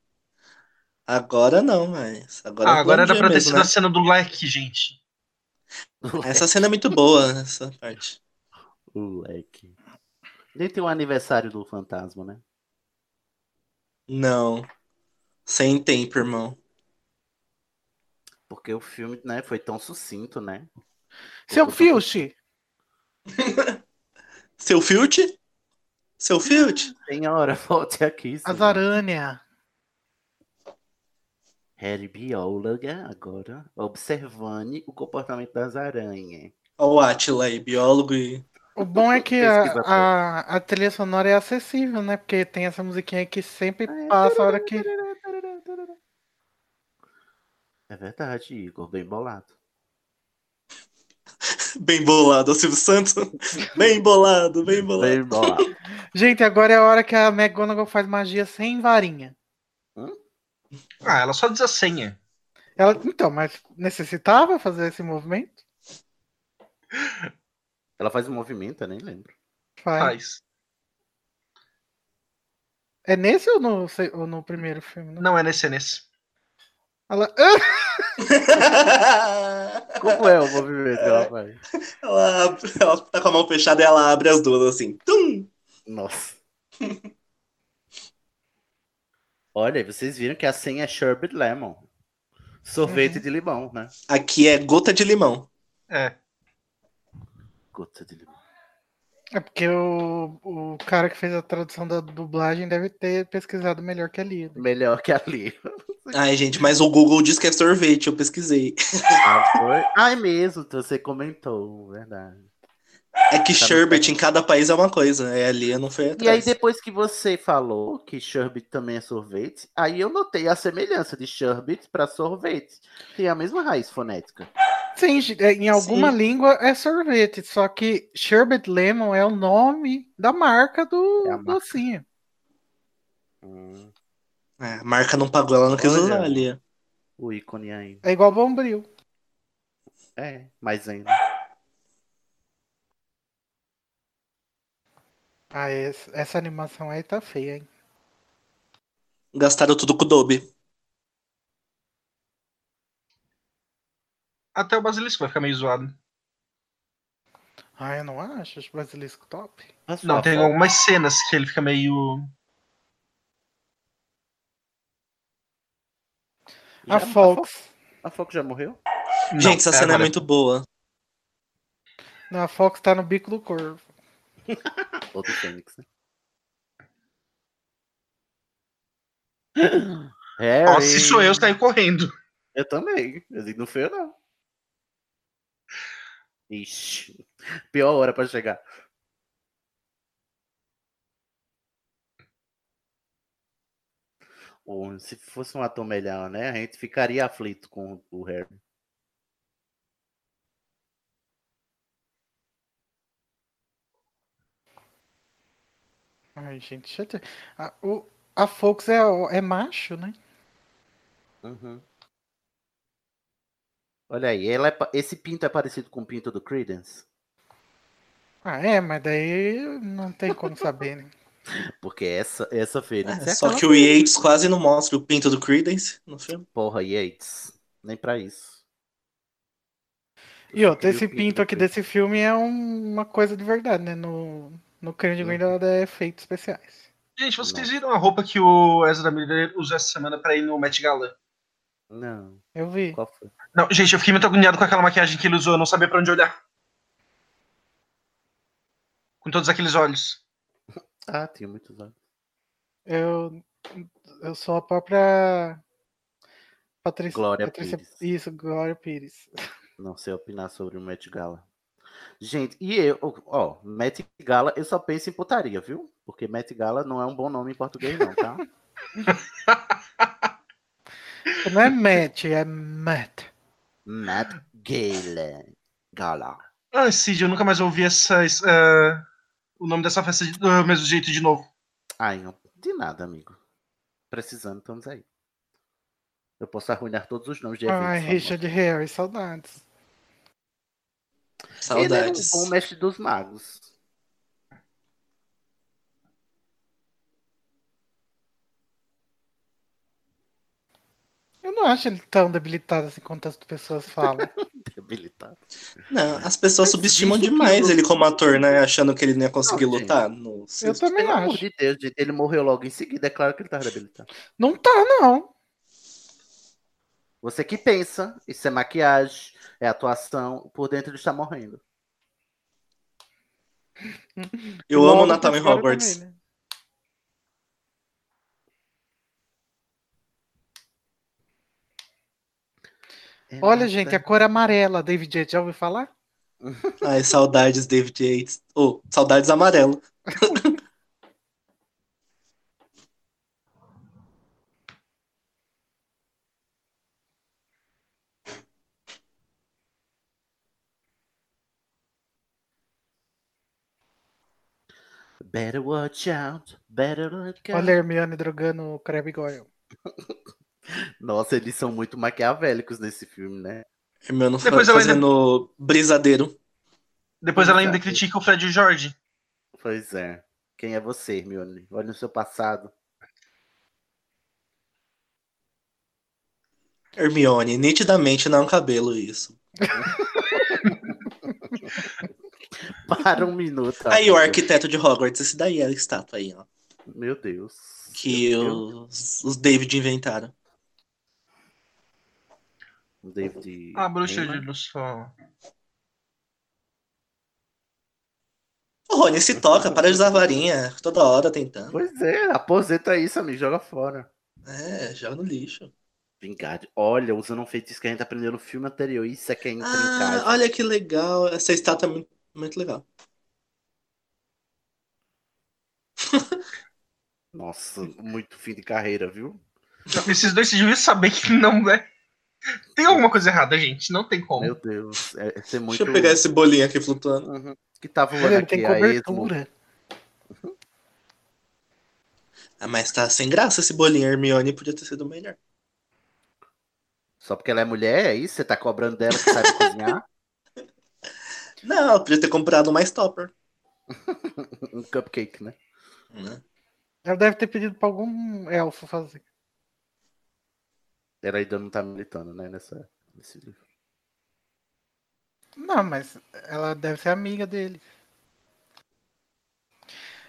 S9: Agora não, mas. Agora,
S5: Ah,
S9: é
S5: agora
S9: plano
S5: era
S9: G
S5: pra ter
S9: mesmo,
S5: sido
S9: né?
S5: a cena do like, gente.
S9: Essa cena é muito boa, essa parte.
S2: O leque. Nem tem o aniversário do fantasma, né?
S9: Não. Sem tempo, irmão.
S2: Porque o filme né, foi tão sucinto, né?
S3: Seu
S2: Ficou tão-
S3: Filch,
S9: Seu Filt? Seu Filt?
S2: Senhora, volte aqui.
S3: as
S2: senhora.
S3: aranha.
S2: Harry bióloga agora observando o comportamento das aranhas.
S9: Olha o Atila aí, biólogo e.
S3: O bom é que
S2: Pesquisa
S3: a,
S2: pra-
S3: a, a trilha sonora é acessível, né? Porque tem essa musiquinha que sempre passa a hora que.
S2: É verdade, Igor, bem bolado.
S9: Bem bolado, o Silvio Santos. Bem bolado, bem bolado.
S2: Bem bolado.
S3: Gente, agora é a hora que a McGonagall faz magia sem varinha.
S5: Ah, ela só diz a senha.
S3: Ela, então, mas necessitava fazer esse movimento?
S2: Ela faz um movimento, eu nem lembro.
S3: Faz.
S5: Faz.
S3: É nesse ou no, se- ou no primeiro filme? né?
S5: Não é nesse, é nesse.
S3: Ela. Ah!
S2: Como é o movimento que ela faz?
S9: Ela, ela tá com a mão fechada e ela abre as duas assim. Tum!
S2: Nossa. Olha, vocês viram que a senha é sherbet lemon. Sorvete de limão, né?
S9: Aqui é gota de limão.
S5: É.
S2: Gota de limão.
S3: É porque o, o cara que fez a tradução da dublagem deve ter pesquisado melhor que a Lida.
S2: Melhor que ali.
S9: Ai, gente, mas o Google diz que é sorvete, eu pesquisei.
S2: Ah, foi? Ai, mesmo, então você comentou, verdade.
S9: É que
S2: Tá no
S9: sherbet
S2: site.
S9: em cada país é uma coisa. É ali, eu não fui
S2: E aí,
S9: atrás.
S2: depois que você falou que sherbet também é sorvete, aí eu notei a semelhança de sherbet para sorvete. Tem a mesma raiz fonética.
S3: Sim, gi- é, em alguma
S9: Sim.
S3: língua é sorvete, só que Sherbet Lemon é o nome da marca do
S2: É a marca.
S3: docinho.
S9: É, a marca não pagou, ela não quis
S2: Olha.
S9: usar ali.
S2: O ícone ainda.
S3: É igual Bombril.
S2: É, mas ainda.
S3: Ah, es- essa animação aí tá feia, hein?
S9: Gastaram tudo com o Dobe.
S5: Até o basilisco vai ficar meio zoado.
S3: Ah, eu não acho os basilisco top.
S2: Mas
S5: Não,
S2: sua
S5: tem um-
S2: foto-
S5: algumas cenas que ele fica meio.
S2: Já-
S3: a Fox.
S2: A Fox já morreu?
S5: Não,
S9: Gente, essa
S5: pera,
S9: cena é
S5: olha.
S9: muito boa.
S3: Não, a Fox tá no bico do corvo.
S2: Ou do Fênix, né? Harry.
S5: Ó, se sou eu, saio correndo.
S2: Eu também. Eu digo, não fui eu, não. Ixi. Pior hora pra chegar. Pô, se fosse um ator melhor, né? A gente ficaria aflito com o Harry.
S3: Ai, gente, chate- a, o, a Fox é, o- é macho, né?
S2: Uhum. Olha aí, ela é pa- esse pinto é parecido com o pinto do Credence?
S3: Ah, é, mas daí não tem como saber, né?
S2: Porque essa, essa Fênix.
S4: É, só
S2: aquela
S4: que o Yates quase não mostra o pinto do Credence no filme.
S2: Porra, Yates. Nem pra isso.
S3: E outra,
S2: queria
S3: esse
S2: o pinto
S3: pinto
S2: do
S3: aqui desse filme é um- uma coisa de verdade, né? No, no Cândido ainda é efeitos especiais.
S5: Gente, vocês viram a roupa que o Ezra Miller usou essa semana pra ir no Met Gala?
S2: Não.
S3: Eu vi.
S2: Qual foi?
S5: Não, gente, eu fiquei muito agoniado com aquela maquiagem que ele usou, eu não sabia pra onde olhar. Com todos aqueles olhos.
S2: Ah, tinha muitos anos.
S3: Eu, eu sou a própria Patrícia.
S2: Glória
S3: Patrícia-
S2: Pires.
S3: Isso, Glória Pires.
S2: Não sei opinar sobre o Met Gala. Gente, e eu, ó, Met Gala, eu só penso em putaria, viu? Porque Met Gala não é um bom nome em português, não, tá?
S3: Não é Matt, é Matt.
S2: Met Gala. Gala.
S5: Ah, Cid, eu nunca mais ouvi essa, es- eh, o nome dessa festa de- do mesmo jeito de novo.
S2: Ai, não, de nada, amigo. Precisando, estamos aí. Eu posso arruinar todos os nomes de eventos.
S3: Ai,
S2: famosos.
S3: Richard Harris, saudades.
S2: Ele era um bom mestre dos magos.
S3: Eu não acho ele tão debilitado assim quanto as pessoas falam.
S2: Debilitado.
S4: Não, as pessoas subestimam
S2: dizem que
S4: demais
S2: o-
S4: ele como ator, né? Achando que ele não ia conseguir
S2: Não, gente.
S9: Ah,
S4: lutar. No sexto.
S2: Pelo amor de Deus, gente, ele morreu logo em seguida. É claro que ele tá debilitado.
S3: Não tá, não.
S2: Você que pensa, isso é maquiagem, é atuação, por dentro ele está morrendo.
S4: Eu amo Natalie Roberts.
S2: É
S3: Olha, gente, a cor é amarela, David Yates, já ouviu falar?
S4: Ai, saudades, David Yates. Ou, saudades amarelo.
S2: Better watch out, better look out.
S3: Olha a Hermione drogando o Crabbe Goyle.
S2: Nossa, eles são muito maquiavélicos nesse filme, né?
S4: Meu não
S5: Depois
S4: Depois
S5: ela
S4: fazendo brisadeiro.
S5: Depois ela ainda
S2: Exato.
S5: critica o Fred e o Jorge.
S2: Pois é. Quem é você, Hermione? Olha o seu passado.
S4: Hermione, nitidamente não é um cabelo isso.
S2: Para um minuto.
S4: aí o
S2: amigo.
S4: arquiteto de Hogwarts, esse daí é a estátua aí, ó.
S2: Meu Deus.
S4: Que os, os David inventaram.
S2: O Um David.
S5: A Ah, bruxa
S2: Heyman.
S5: de do sol.
S4: Ô, Rony, se toca, para de usar a varinha. Toda hora tentando.
S2: Pois é, aposenta isso, amigo. Joga fora.
S4: É, joga no lixo.
S2: Vingarde. Olha, usando um feitiço que a gente aprendeu no filme anterior. Isso é que é
S4: Ah,
S2: intrincado.
S4: olha que legal. Essa estátua é muito, muito legal.
S2: Nossa, muito fim de carreira, viu?
S5: Então, Esses dois deviam saber que não é. Tem alguma coisa errada, gente. Não tem como.
S2: Meu Deus. É, é ser muito.
S4: Deixa eu pegar esse bolinho aqui flutuando.
S2: Uhum. Que tá voando
S3: Olha, ele
S2: aqui
S3: tem
S2: a esmo.
S3: cobertura.
S4: Ah, mas tá sem graça esse bolinho. Hermione podia ter sido melhor.
S2: Só porque ela é mulher, é isso? Você tá cobrando dela que sabe cozinhar?
S4: Não, podia ter comprado mais topper.
S2: Um cupcake, né?
S4: né?
S3: Ela deve ter pedido pra algum elfo fazer.
S2: Ela ainda não tá militando, né? Nessa, nesse livro.
S3: Não, mas ela deve ser amiga dele.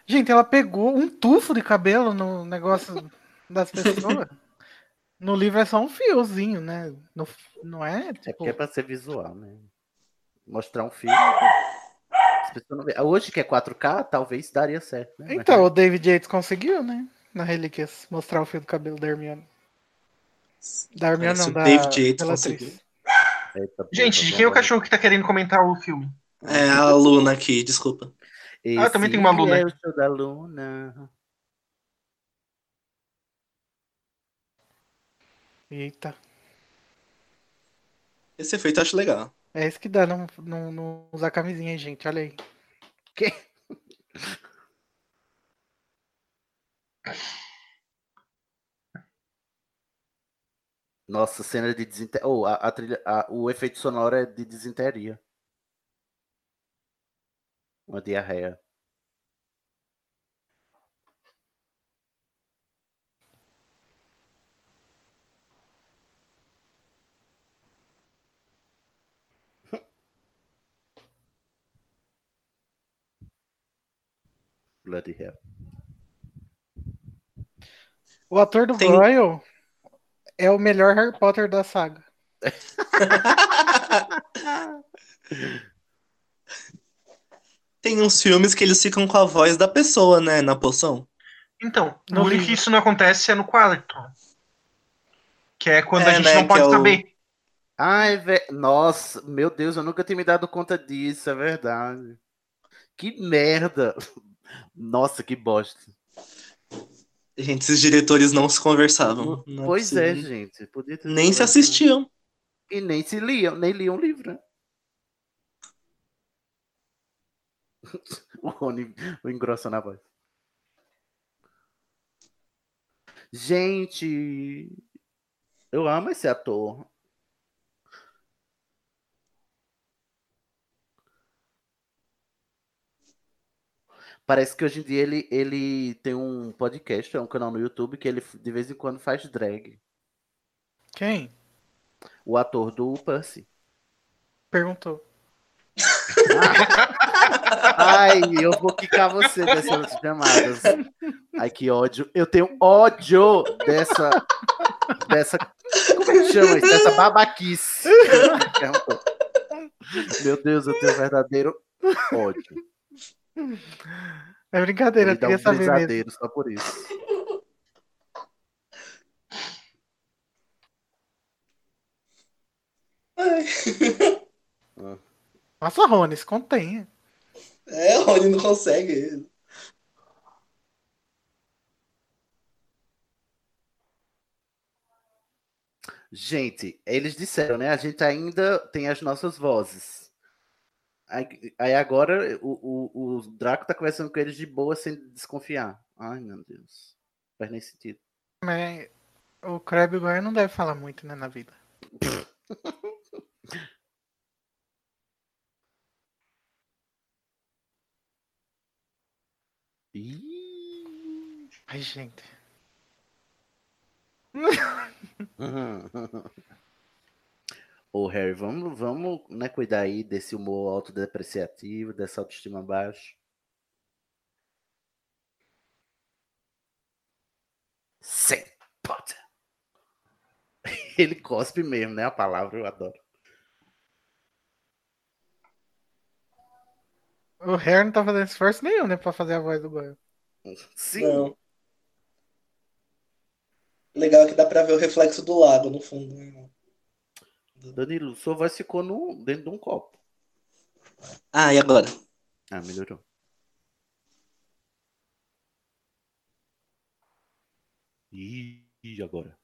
S3: Gente, ela pegou um tufo de cabelo no negócio das pessoas. No livro é só um fiozinho, né? No- não é?
S2: É
S3: Tipo,
S2: porque é pra ser visual, né? Mostrar um filme. as pessoas não veem. Hoje que é 4K, talvez daria certo, né? Mas-
S3: então, o David Yates conseguiu, né? Na Relíquias, mostrar o fio do cabelo da Hermione. Da Hermione,
S4: É, Se
S3: não,
S4: o
S3: da
S4: David Yates
S3: Bellatrix.
S4: conseguiu.
S2: Eita, porra,
S5: Gente, de
S2: vamos
S5: quem é o
S2: lá.
S5: cachorro que tá querendo comentar o filme?
S4: É a Luna aqui, desculpa.
S5: Ah, também
S2: é
S5: tem uma
S2: Esse
S5: Luna.
S2: É o show da Luna.
S3: Eita.
S4: Esse efeito eu acho legal.
S3: É isso que dá não, não, não usar camisinha, gente. Olha aí. Que?
S2: Nossa, cena de desinteria. Oh, a, a trilha- a- o efeito sonoro é de desinteria. Uma diarreia. Bloody hell.
S3: O ator do
S4: Tem-
S3: Royal é o melhor Harry Potter da saga.
S4: Tem uns filmes que eles ficam com a voz da pessoa, né? Na poção.
S5: Então,
S3: No
S5: no único que isso não acontece é no quarto. Que é quando
S4: É,
S5: a gente
S4: né,
S5: não
S4: que
S5: pode
S4: é o-
S5: saber.
S2: Ai, velho. Nossa, meu Deus, eu nunca tinha me dado conta disso, é verdade. Que merda. Nossa, que bosta.
S4: Gente, esses diretores não se conversavam. Não
S2: pois é,
S4: possível.
S2: gente. Podia ter assim.
S4: Nem se
S2: conversado.
S4: assistiam.
S2: E nem se liam, nem liam o livro, né? O Rony engrossando a voz. Gente, eu amo esse ator. Parece que hoje em dia ele, ele tem um podcast, é um canal no YouTube que ele de vez em quando faz drag.
S3: Quem?
S2: O ator do Percy.
S3: Perguntou.
S2: Ai, eu vou quicar você dessas chamadas. Ai, que ódio. Eu tenho ódio dessa. dessa. Como é que chama isso? Dessa babaquice. Meu Deus, eu tenho verdadeiro ódio.
S3: É brincadeira,
S2: Me
S3: eu
S2: dá
S3: queria
S2: um
S3: saber mesmo.
S2: pesadelo só por isso.
S3: Nossa, Rony, se contém.
S4: É, o Rony não consegue.
S2: Gente, eles disseram, né? A gente ainda tem as nossas vozes. Aí, aí agora o, o, o Draco tá conversando com eles de boa sem desconfiar. Ai, meu Deus. Faz nem sentido.
S3: Mas o Krabbe e o Goyle não deve falar muito, né, na vida.
S2: Ih.
S3: Ai, gente.
S2: Ô, Harry, vamos, vamos né, cuidar aí desse humor autodepreciativo, dessa autoestima baixa. Sim, Potter. Ele cospe mesmo, né? A palavra eu adoro.
S3: O Harry não tá fazendo esforço nenhum, né, pra fazer a voz do Goyle.
S2: Sim.
S4: Não. Legal é que dá pra ver o reflexo do lago no fundo. né?
S2: Danilo, sua voz ficou no, dentro de um copo.
S4: Ah, e agora?
S2: Ah, melhorou. Ih, e agora?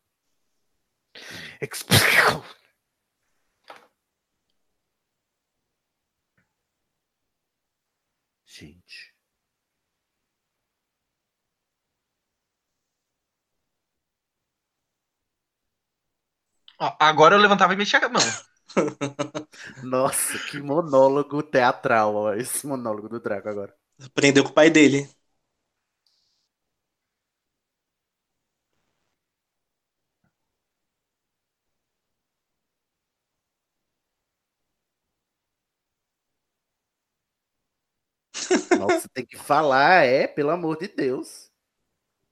S3: Explico.
S2: Gente.
S5: Ó, agora eu levantava e mexia a mão.
S2: Nossa, que monólogo teatral, ó, esse monólogo do Draco agora.
S4: Aprendeu com o pai dele.
S2: Nossa, tem que falar, é, pelo amor de Deus.
S4: O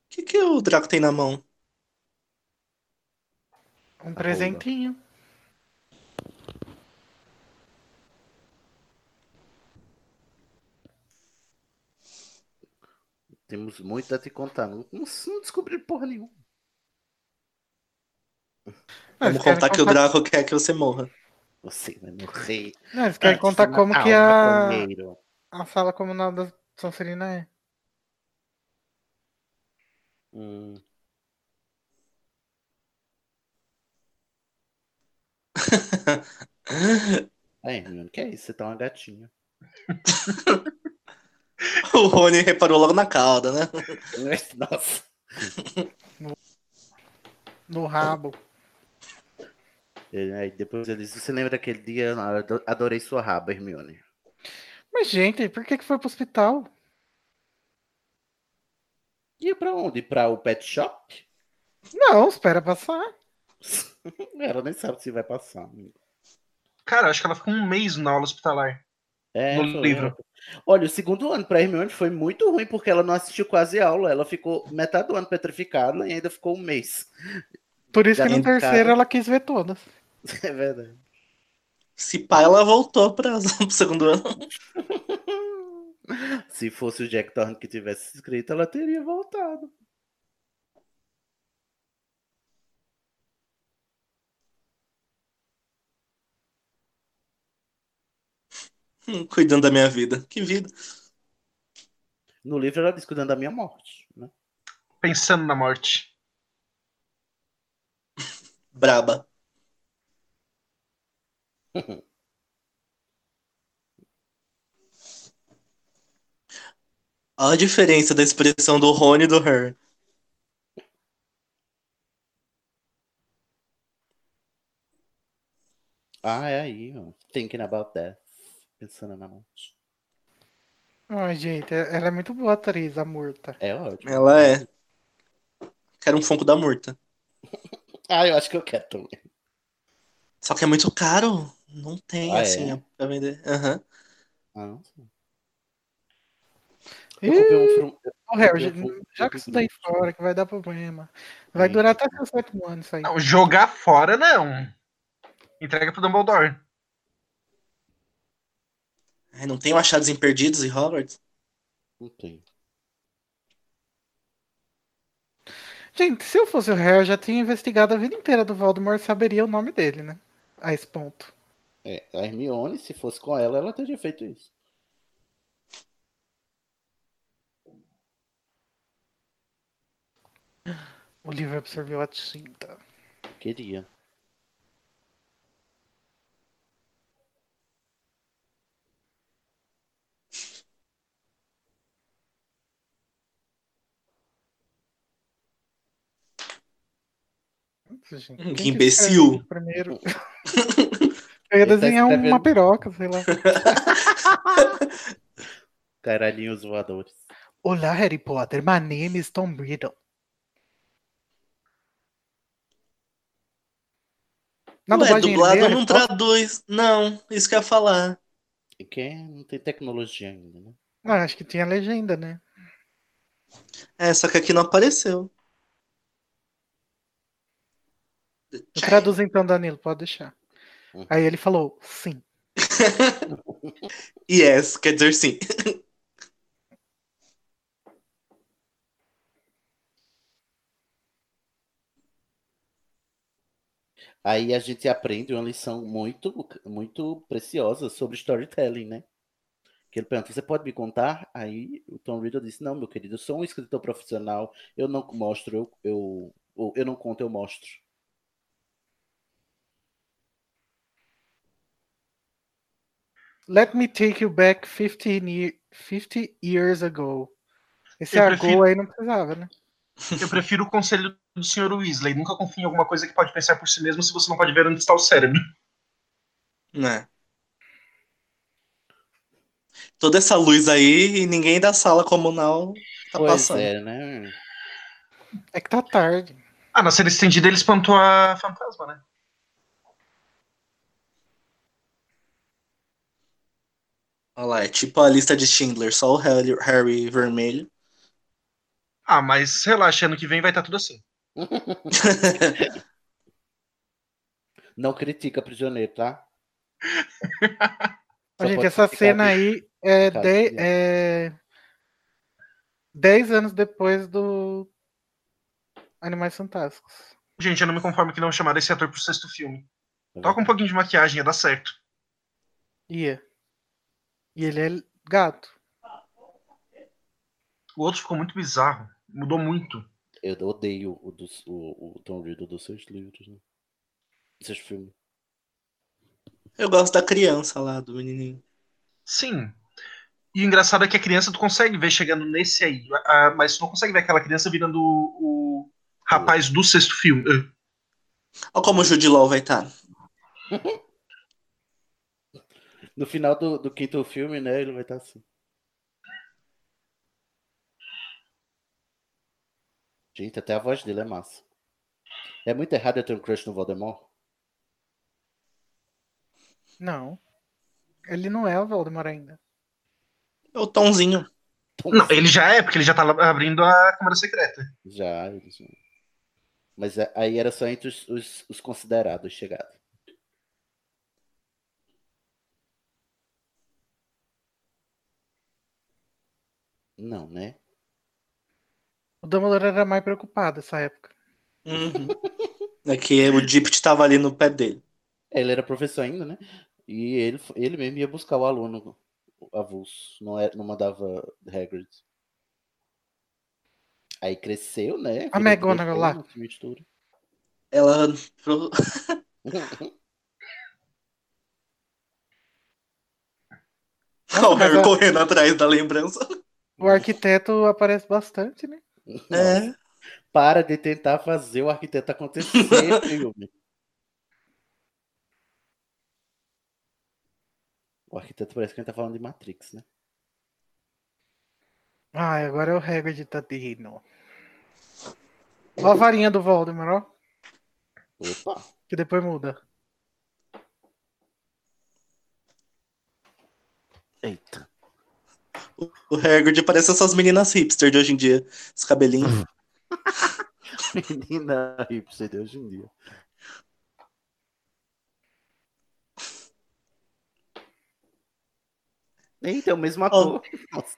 S4: que, que o Draco tem na mão?
S3: Um presentinho.
S2: Temos muito a te contar. Não, não, não descobri porra nenhuma.
S3: Não,
S4: Vamos
S3: eles querem
S4: contar que o
S3: contar-
S4: Draco quer que você morra.
S2: Você vai morrer.
S3: Não, eles
S4: Ah,
S3: querem
S2: antes
S3: contar
S2: na
S3: como que a-
S2: alma
S4: é um
S2: primeiro.
S3: A sala comunal da Sonserina é.
S2: Hum. É, Hermione, que é isso? Você tá uma gatinha.
S4: o Rony reparou logo na cauda, né?
S2: Nossa.
S3: No, no rabo.
S2: E É, aí depois ele disse, você lembra daquele dia? Ah, Eu ado- Adorei sua raba, Hermione.
S3: Mas, gente, por que, que foi pro hospital?
S2: Ia pra onde? Pra o pet shop?
S3: Não, espera passar.
S2: Ela nem sabe se vai passar. amigo.
S5: Cara, acho que ela ficou um mês na aula hospitalar.
S2: É,
S5: No
S2: foi.
S5: livro.
S2: Olha, o segundo ano pra Hermione foi muito ruim porque ela não assistiu quase aula. Ela ficou metade do ano petrificada e ainda ficou um mês.
S3: Por isso que
S2: Já
S3: no
S2: entrou.
S3: terceiro ela quis ver todas.
S2: É verdade.
S4: Se pá, ela voltou pra, pro segundo ano.
S2: Se fosse o Jack Thorne que tivesse escrito, ela teria voltado.
S4: Hum, Cuidando da minha vida. Que vida.
S2: No livro ela diz cuidando da minha morte. Né?
S5: Pensando na morte.
S4: Braba. Olha a diferença da expressão do Rony e do Her.
S2: Ah, é aí, ó. Thinking about that. Pensando na morte.
S3: Ai, gente, ela é muito boa atriz, a Murta.
S2: É ótimo.
S4: Ela é. Quero um Funko da Murta.
S2: Ah, eu acho que eu quero também.
S4: Só que é muito caro. Não tem,
S2: Ah, é?
S4: assim, pra vender. Aham.
S2: Ah, não sei.
S3: Ih,
S2: Eu comprei um from-
S3: ô, Harry,
S2: eu comprei um from-
S3: joga isso daí fora que vai dar problema. Vai durar até seus sétimo ano isso aí.
S5: Não, jogar fora não. Entrega pro Dumbledore.
S4: Ai, não tem o Achados Imperdidos e Hogwarts?
S2: Não tem.
S3: Gente, se eu fosse o Harry, eu já tinha investigado a vida inteira do Voldemort e saberia o nome dele, né? A esse ponto.
S2: É, a Hermione, se fosse com ela, ela teria feito isso.
S3: O livro absorveu a tinta.
S2: Queria.
S3: Gente,
S4: Hum,
S3: quem
S4: que
S3: escreveu
S4: imbecil.
S3: isso Primeiro. Eu ia
S2: Ele tá
S3: desenhar uma
S2: escrevendo.
S3: piroca, sei lá.
S2: Caralhinhos voadores.
S3: Olá, Harry Potter. My name is Tom Riddle. Na
S4: Não é
S3: dublagem
S4: dublado,
S3: dele,
S4: não
S3: Harry Potter-
S4: traduz. Não, isso que eu ia falar.
S2: E que não tem tecnologia ainda, né?
S3: Ah, acho que tinha legenda, né?
S4: É, só que aqui não apareceu.
S3: Eu traduzo então, Danilo, pode deixar.
S2: Hum.
S3: Aí ele falou, sim.
S4: Yes, quer dizer sim.
S2: Aí a gente aprende uma lição muito, muito preciosa sobre storytelling, né? Que ele pergunta, você pode me contar? Aí o Tom Riddle disse, não, meu querido, eu sou um escritor profissional, eu não mostro, eu, eu, ou eu não conto, eu mostro.
S3: Let me take you back 15, ye- 50 years ago. Esse
S5: Eu
S3: ago
S5: prefiro-
S3: aí não precisava, né?
S5: Eu prefiro o conselho do Sr. Weasley. Nunca confie em alguma coisa que pode pensar por si mesmo se você não pode ver onde está o cérebro.
S4: Né? Toda essa luz aí e ninguém da sala comunal tá
S2: pois
S4: passando.
S2: é, né?
S3: É que tá tarde.
S5: Ah, na cena estendida ele espantou a fantasma, né?
S4: Olha lá, é tipo a lista de Schindler, só o Harry, Harry vermelho.
S5: Ah, mas relaxa, ano que vem vai estar tudo assim.
S2: Não critica prisioneiro, tá? Só
S3: gente,
S2: pode
S3: essa
S2: criticar
S3: cena
S2: bicho.
S3: aí é,
S2: Ficar
S3: de-
S2: aqui, né? ó.
S3: é 10 anos depois do Animais Fantásticos.
S5: Gente, eu não me conformo que não chamaram esse ator pro sexto filme. Toca um pouquinho de maquiagem, ia dar certo.
S3: Ia. E ele é gato.
S5: O outro ficou muito bizarro. Mudou muito.
S2: Eu odeio o, dos- o, o Tom Riddle dos seus livros, né? Dos seus filmes.
S4: Eu gosto da criança lá, do menininho.
S5: Sim. E o engraçado é que a criança tu consegue ver chegando nesse aí, ah, mas tu não consegue ver aquela criança virando o, o rapaz do sexto filme. Ah.
S4: Olha como o Jude Law vai tá. estar.
S2: No final do, do quinto filme, né? Ele vai estar assim. Gente, até a voz dele é massa. É muito errado eu ter um crush no Voldemort?
S3: Não. Ele não é o Voldemort ainda.
S4: É o Tomzinho.
S5: Não, ele já é, porque ele já tá abrindo a Câmara Secreta.
S2: Já, ele já. Mas é- aí era só entre os, os, os considerados chegados. Não, né?
S3: O Dumbledore era mais preocupado nessa época.
S4: É que o Dipt tava ali no pé dele.
S2: Ele era professor ainda, né? E ele, ele mesmo ia buscar o aluno avulso. Não, era, não mandava Hagrid. Aí cresceu, né?
S3: A
S2: Virou
S3: Megona
S2: diretor,
S3: lá.
S2: mistura.
S4: Ela. Olha o Harry
S3: mas a-
S4: correndo atrás da lembrança.
S3: O arquiteto aparece bastante, né?
S4: É.
S2: Para de tentar fazer o arquiteto acontecer, filme. O arquiteto parece que a gente tá falando de Matrix, né?
S3: Ah, agora é o Hagrid Tadino. Ó a varinha do Voldemort, ó,
S2: Opa!
S3: que depois muda.
S2: Eita.
S4: O Hagrid parece essas meninas hipster de hoje em dia. Os cabelinhos.
S2: Menina hipster de hoje em dia. Eita, é o mesmo ator. Nossa.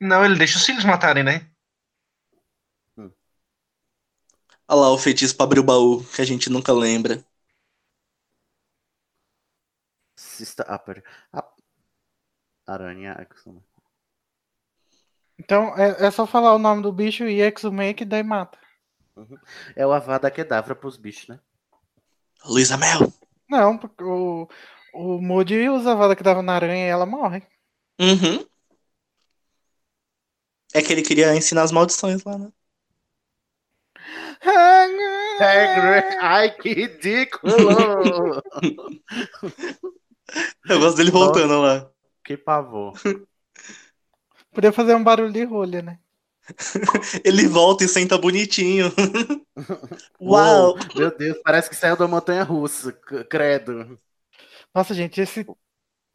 S5: Não, ele deixa os filhos matarem, né?
S4: Olha lá o feitiço pra abrir o baú, que a gente nunca lembra.
S2: Sista Upper. Ah, A- Aranha Axuma.
S3: Então é, é só falar o nome do bicho e exumei que daí mata.
S2: É o Avada Kedavra pros bichos, né?
S4: Luísa Mel.
S3: Não, porque o, o Moody usa a vada que dava na aranha e ela morre.
S4: Uhum. É que ele queria ensinar as maldições lá, né?
S2: Ai, que ridículo!
S4: Eu gosto dele voltando lá.
S2: que pavor.
S3: Podia fazer um barulho de rolha, né?
S4: Ele volta e senta bonitinho.
S2: Uou,
S4: Uau!
S2: Meu Deus, parece que saiu da montanha russa. c- Credo.
S3: Nossa, gente, esse,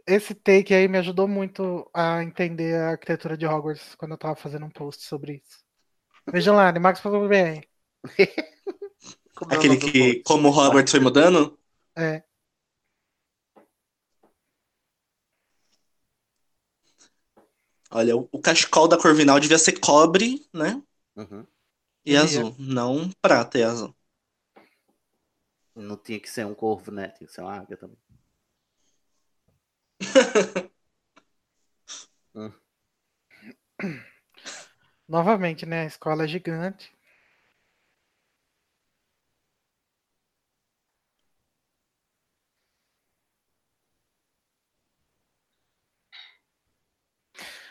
S3: esse take aí me ajudou muito a entender a arquitetura de Hogwarts quando eu tava fazendo um post sobre isso. Vejam lá, animax.br.
S2: Como é o
S4: Aquele
S2: nome do
S4: que,
S2: post?
S4: como o Hogwarts foi mudando,
S3: É.
S4: olha, o o cachecol da Corvinal devia ser cobre, né?
S2: Uhum.
S4: E
S3: Devia.
S4: azul. Não prata e azul.
S2: Não tinha que ser um corvo, né? Tinha que ser uma águia também.
S3: Novamente, né? A escola é gigante.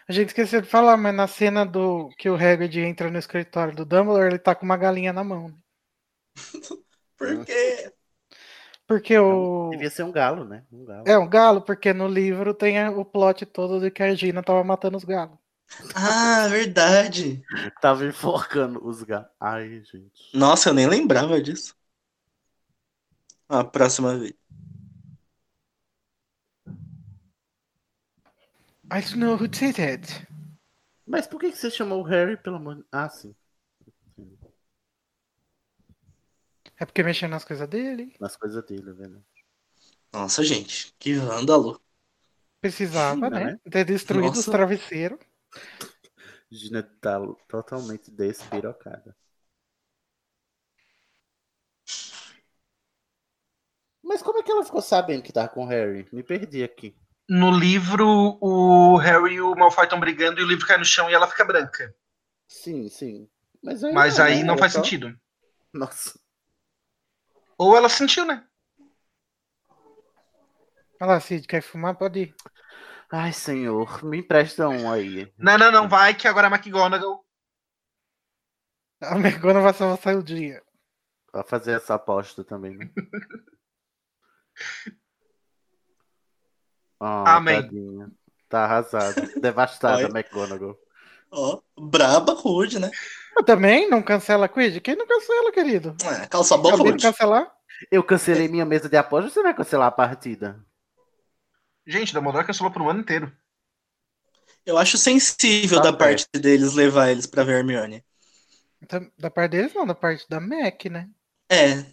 S3: A gente esqueceu de falar, mas na cena do que o Hagrid entra no escritório do Dumbledore, ele tá com uma galinha na mão. né?
S4: Por quê?
S3: Porque o.
S2: Devia ser um galo, né? Um galo.
S3: É um galo, porque no livro tem a- o plot todo de que a Gina tava matando os galos.
S4: Ah, verdade.
S2: Tava enforcando os galos. Ai, gente.
S4: Nossa, eu nem lembrava disso. A próxima vez.
S3: I don't know who did it.
S2: Mas por que que você chamou o Harry, pelo amor de... Ah, sim.
S3: É porque mexeu nas coisas dele?
S2: Nas coisas dele, velho.
S4: Nossa, gente, que vândalo.
S3: Precisava,
S2: Gina,
S3: né?
S2: né?
S3: Ter destruído os
S4: Nossa.
S3: travesseiros.
S2: Gina tá totalmente despirocada. Mas como é que ela ficou sabendo que tava com o Harry? Me perdi aqui.
S5: No livro, o Harry e o Malfoy estão brigando e o livro cai no chão e ela fica branca.
S2: Sim, sim. Mas aí,
S5: Mas aí não
S2: é
S5: faz
S2: só-
S5: sentido.
S2: Nossa.
S5: Ou ela sentiu, né?
S3: Olha lá, Cid, assim, quer fumar? Pode ir.
S2: Ai, senhor, me empresta um aí.
S5: Não, não, não, vai que agora a McGonagall.
S3: A McGonagall vai salvar o dia.
S2: Vai fazer essa aposta também, né? Oh,
S5: Amém.
S2: tadinha. Tá arrasado. Devastada,
S4: Oi.
S2: McGonagall.
S4: Ó, braba, rude, né?
S3: Eu também não cancela quid? Quem não cancela, querido?
S4: É, calça boa,
S3: Acabei de
S4: rude.
S3: cancelar?
S2: Eu cancelei minha mesa de aposta, você vai cancelar a partida?
S5: Gente, Dumbledore cancelou por um ano inteiro.
S4: Eu acho sensível
S2: Tá
S4: da parte deles levar eles pra ver a Hermione.
S3: Então, Da parte deles não, da parte da Mac, né?
S4: É,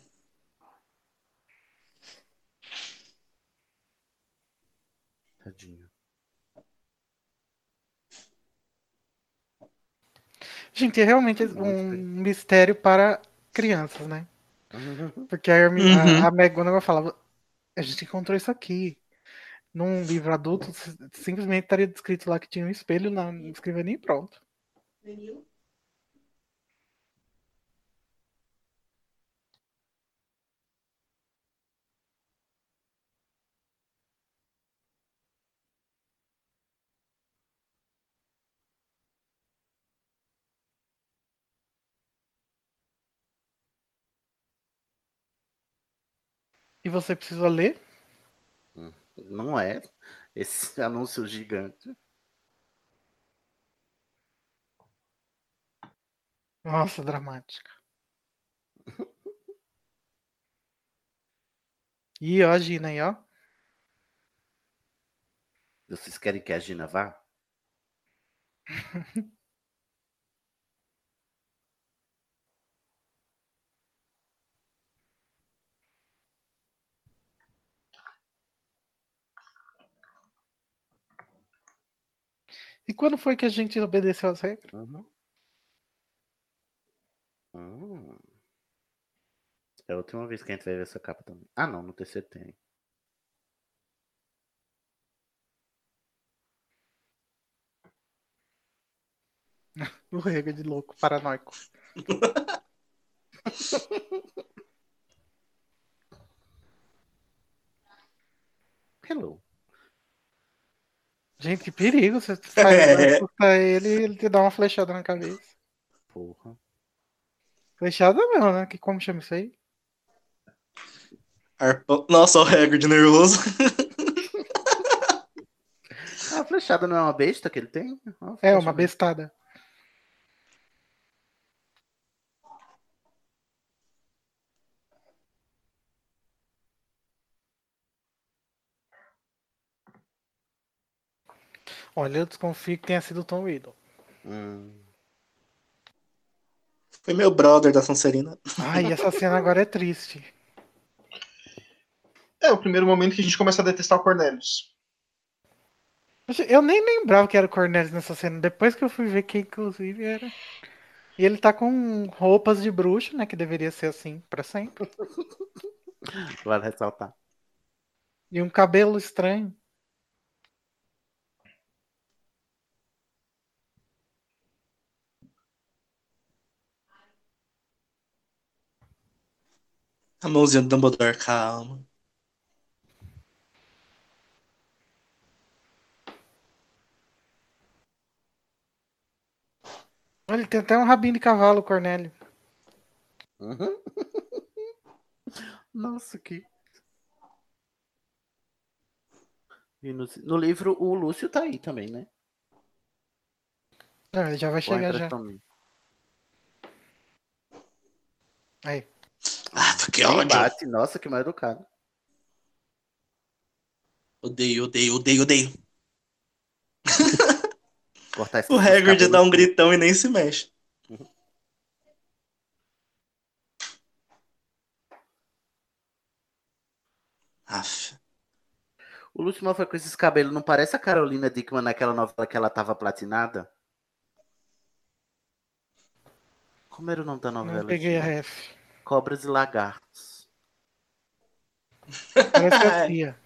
S2: Tadinho.
S3: Gente, é realmente um mistério para crianças, né? Porque a, Hermi-
S4: Uhum.
S3: a, a McGonagall falava, a gente encontrou isso aqui. Num livro adulto, si- simplesmente estaria descrito lá que tinha um espelho na escrivaninha e pronto. E você precisa ler?
S2: Não é esse anúncio gigante.
S3: Nossa, dramática. E ó, a Gina aí, ó.
S2: Vocês querem que a Gina vá?
S3: E quando foi que a gente obedeceu às regras?
S2: Uhum. Hum. É a última vez que a gente vai ver essa capa também. Ah, não, no TC tem.
S3: O rego de louco, paranoico.
S2: Hello.
S3: Gente, que perigo. Você sai
S4: É.
S3: assusta ele ele te dá uma flechada na cabeça.
S2: Porra.
S3: Flechada mesmo, né? Que como chama isso aí?
S4: arpão. Nossa, o recorde nervoso.
S2: A flechada não é uma besta que ele tem? Ah, Uma
S3: É,
S2: flecha
S3: uma
S2: mesmo.
S3: bestada. Olha, eu desconfio que tenha sido o Tom Riddle.
S2: Hum.
S4: Foi meu brother da Sonserina.
S3: Ai, essa cena agora é triste.
S5: É o primeiro momento que a gente começa a detestar o Cornelius.
S3: Poxa, Eu nem lembrava que era o Cornelius nessa cena. Depois que eu fui ver quem, inclusive, era. E ele tá com roupas de bruxo, né? Que deveria ser assim pra sempre.
S2: Vale ressaltar.
S3: E um cabelo estranho.
S4: A mãozinha do Dumbledore, calma.
S3: Olha, Ele tem até um rabinho de cavalo, Cornélio.
S2: Uhum. Nossa, que. E no, no livro, o Lúcio tá aí também, né?
S3: Não, ele Ah, já vai
S2: Ou
S3: chegar
S2: entra
S3: já.
S2: também.
S3: Aí.
S4: Ah, que
S2: Nem
S4: ódio.
S2: bate, nossa, que mal educado.
S4: Odeio, odeio, odeio, odeio.
S2: Cortar esse
S4: O Hagrid dá um gritão e nem se mexe. Aff.
S2: O Lúcio Malfoy com esses cabelos não parece a Carolina Dickman naquela novela que ela tava platinada? Como era o nome da novela?
S3: Não peguei a
S2: gente?
S3: ref.
S2: Cobras e Lagartos.
S3: Parece que é a tia.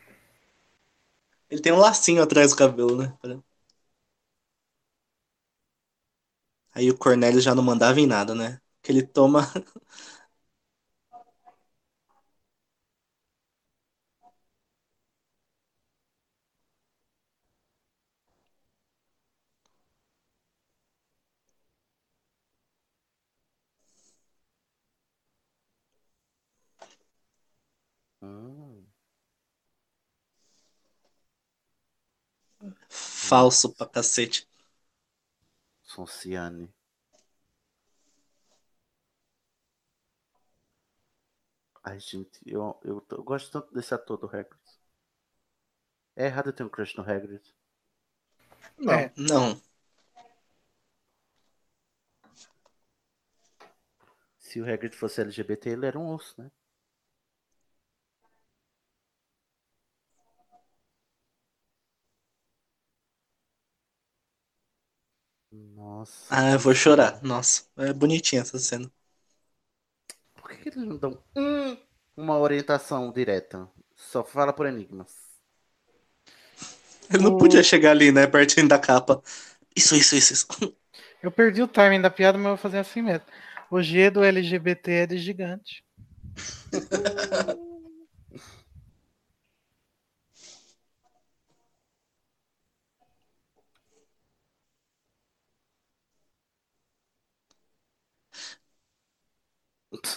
S4: Ele tem um lacinho atrás do cabelo, né? Pra- Aí o Cornélio já não mandava em nada, né? Que ele toma.
S2: Hum,
S4: Falso pra cacete.
S2: Sonciane. Ai, gente, eu, eu, tô- eu gosto tanto desse ator do Hagrid. É errado eu ter um crush no Hagrid.
S4: Não.
S3: É.
S4: Não.
S2: Se o Hagrid fosse LGBT, ele era um osso, né? Nossa.
S4: Ah, eu vou chorar. Nossa, é bonitinha essa cena.
S2: Por que, que eles não dão hum, uma orientação direta? Só fala por enigmas.
S4: Ele não podia chegar ali, né? Pertinho da capa. Isso, isso, isso, isso.
S3: Eu perdi o timing da piada, mas eu vou fazer assim mesmo. O G do LGBT é de gigante.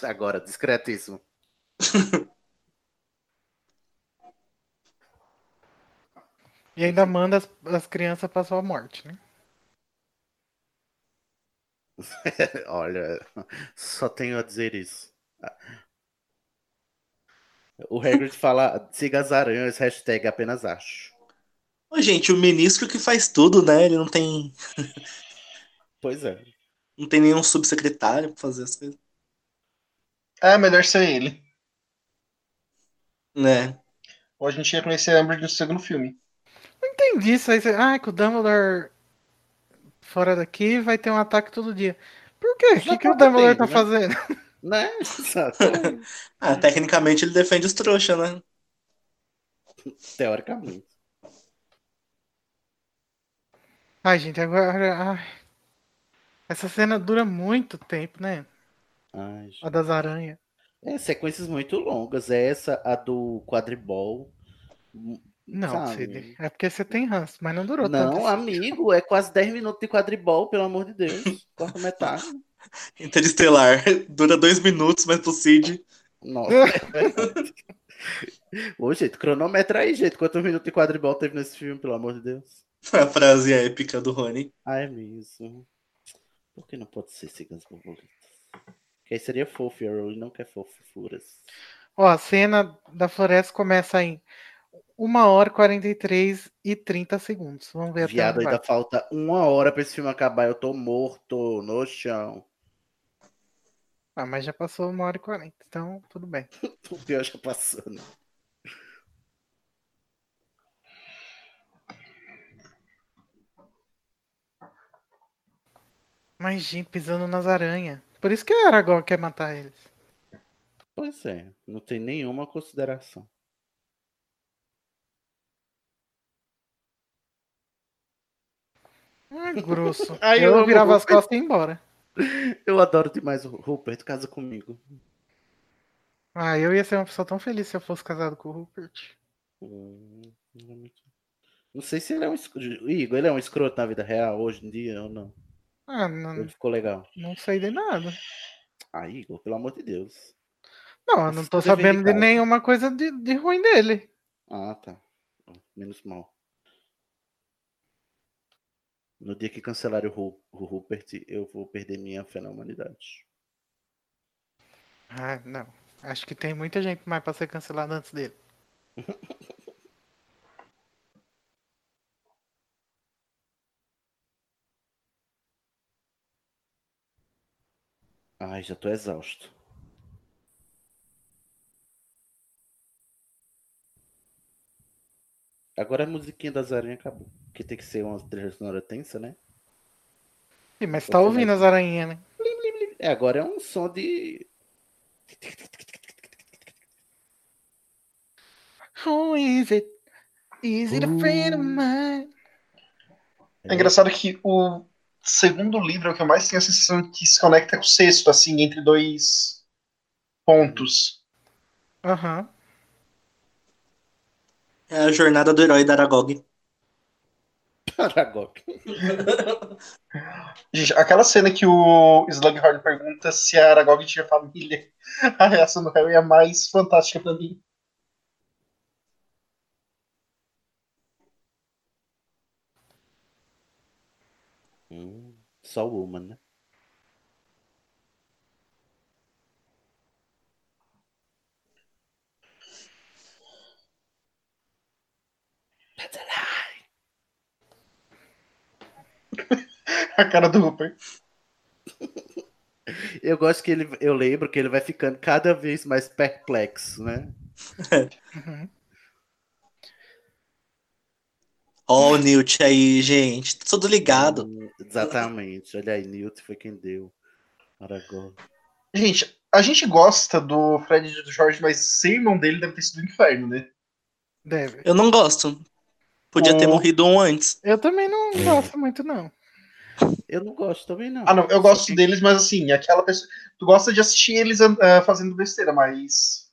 S2: Agora, discretíssimo.
S3: E ainda manda as, as crianças pra sua morte, né?
S2: Olha, só tenho a dizer isso. O Hagrid fala, siga as aranhas, hashtag apenas acho.
S4: Ô, gente, o ministro que faz tudo, né? Ele não tem,
S2: Pois é.
S4: não tem nenhum subsecretário pra fazer as coisas.
S5: É melhor ser ele.
S4: Né?
S5: Ou a gente ia conhecer a Amber no segundo filme.
S3: Não entendi isso aí. você- Ah, que o Dumbledore fora daqui vai ter um ataque todo dia. Por quê? O que, que o Dumbledore tá fazendo?
S2: Né? Exato.
S4: Ah, tecnicamente ele defende os trouxas, né?
S2: Teoricamente.
S3: Ai, gente, agora. ai. Essa cena dura muito tempo, né?
S2: Ai,
S3: A das aranhas.
S2: É, sequências muito longas. É essa, a do quadribol.
S3: Não,
S2: Sabe?
S3: CD. É porque você tem ranço, mas não durou tanto. assim.
S2: Não, amigo, é quase 10 minutos de quadribol, pelo amor de Deus. Corta metade.
S4: Interestelar. Dura dois minutos, mas pro Cid.
S2: Nossa. Ô, gente, cronometra aí, gente. Quantos minutos de quadribol teve nesse filme, pelo amor de Deus?
S4: A frase épica do Rony.
S2: Ah, é mesmo. Por que não pode ser ciganos borboletas? Que aí seria fofo, e a Rowling não quer fofuras.
S3: Ó, a cena da floresta começa em 1 hora 43 e 30 segundos. Vamos ver até
S2: Viado,
S3: onde
S2: ainda
S3: vai.
S2: falta uma hora pra esse filme acabar. Eu tô morto no chão.
S3: Ah, mas já passou 1 hora e 40, então tudo bem.
S2: O pior já passou, né?
S3: Mas, gente, pisando nas aranhas. Por isso que a Aragorn quer matar eles.
S2: Pois é, não tem nenhuma consideração.
S3: Ah, grosso.
S2: Ai, eu
S3: eu
S2: amo
S3: virava as
S2: Rupert.
S3: costas e ia embora.
S2: Eu adoro demais o Rupert, casa comigo.
S3: Ah, eu ia ser uma pessoa tão feliz se eu fosse casado com o Rupert.
S2: Hum, realmente. Não sei se ele é um escroto. Igor, ele é um escroto na vida real hoje em dia ou não.
S3: Ah, não,
S2: Ele ficou legal.
S3: não sei de nada.
S2: Ah, Igor, pelo amor de Deus.
S3: Não, eu não tô
S2: Essa
S3: sabendo de
S2: severidade.
S3: nenhuma coisa de, de ruim dele.
S2: Ah, tá. Menos mal. No dia que cancelarem o, Ru- o Rupert, eu vou perder minha fé na humanidade.
S3: Ah, não. Acho que tem muita gente mais pra ser cancelada antes dele.
S2: Ai, já tô exausto. Agora a musiquinha das aranhas acabou. Que tem que ser uma trilha sonora tensa, né?
S3: Ih, mas
S2: Vou
S3: tá
S2: falar
S3: ouvindo as aranhinhas, né?
S2: É, agora é um som de.
S3: Who is it? Is it a friend of mine?
S5: É engraçado que o segundo livro é o que eu mais tenho a sensação que se conecta com o sexto, assim, entre dois pontos.
S3: Aham.
S4: É a jornada do herói da Aragog.
S2: Aragog.
S5: Gente, aquela cena que o Slughorn pergunta se a Aragog tinha família, a reação do Harry é a mais fantástica pra mim.
S2: Hum, só Woman, né?
S3: A cara do Rupert.
S2: Eu gosto que ele, eu lembro que ele vai ficando cada vez mais perplexo, né?
S3: Uhum.
S4: Ó, o Newt aí, gente. Tá Tudo ligado.
S2: Hum, Exatamente. Olha aí, Newt foi quem deu. Aragorn.
S5: Gente, a gente gosta do Fred e do Jorge, mas ser irmão dele deve ter sido um inferno, né?
S3: Deve.
S4: Eu não gosto. Podia ter
S5: Bom.
S4: morrido um antes.
S3: Eu também não gosto muito, não.
S2: Eu não gosto também, não.
S5: Ah, não, eu gosto deles, mas assim, aquela pessoa. Tu gosta de assistir eles ah, fazendo besteira, mas.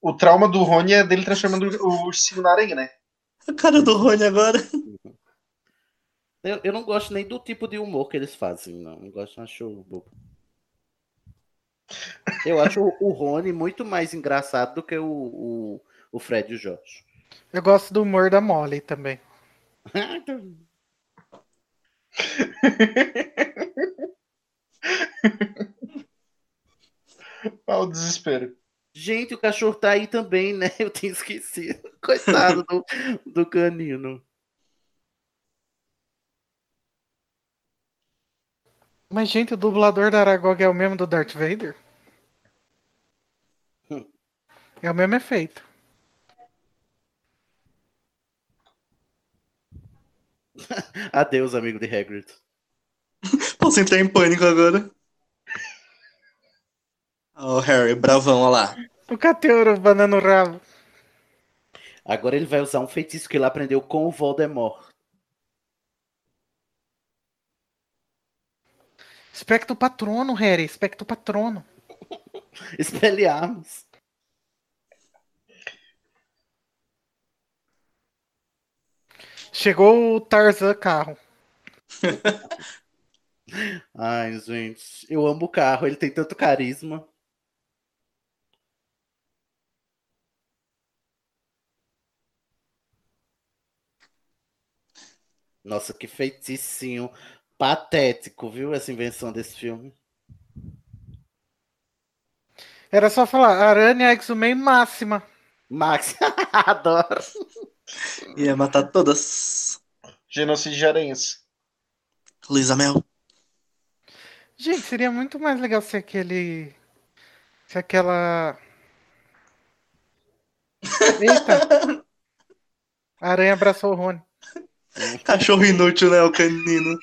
S5: O trauma do Rony é dele transformando o ursinho na aranha, né?
S4: A cara do Rony agora.
S2: Eu, eu não gosto nem do tipo de humor que eles fazem, não. Não gosto, não acho bobo. Eu acho o- o Rony muito mais engraçado do que o, o, o Fred e o Jorge.
S3: Eu gosto do humor da Molly também.
S5: Ah, o desespero.
S2: Gente, o cachorro tá aí também, né? Eu tinha esquecido. Coitado do, do canino.
S3: Mas, gente, o dublador da Aragog é o mesmo do Darth Vader?
S2: Hum.
S3: É o mesmo efeito.
S2: Adeus, amigo de Hagrid.
S4: Posso entrar em pânico agora. Ó, o Harry, bravão, olha lá.
S3: O Cateuro banando o rabo.
S2: Agora ele vai usar um feitiço que ele aprendeu com o Voldemort.
S3: Espectro patrono, Harry. Espectro patrono.
S2: Espelharmos.
S3: Chegou o Tarzan carro.
S2: Ai, gente, eu amo o carro, ele tem tanto carisma. Nossa, que feiticinho patético, viu? Essa invenção desse filme.
S3: Era só falar, Aranha Exumem máxima.
S2: Max, adoro.
S4: Ia matar todas.
S5: Genocídio de aranhas.
S4: Luísa Mel.
S3: Gente, seria muito mais legal se aquele. Se aquela. Eita! A aranha abraçou o Rony.
S4: Cachorro inútil, né? O canino.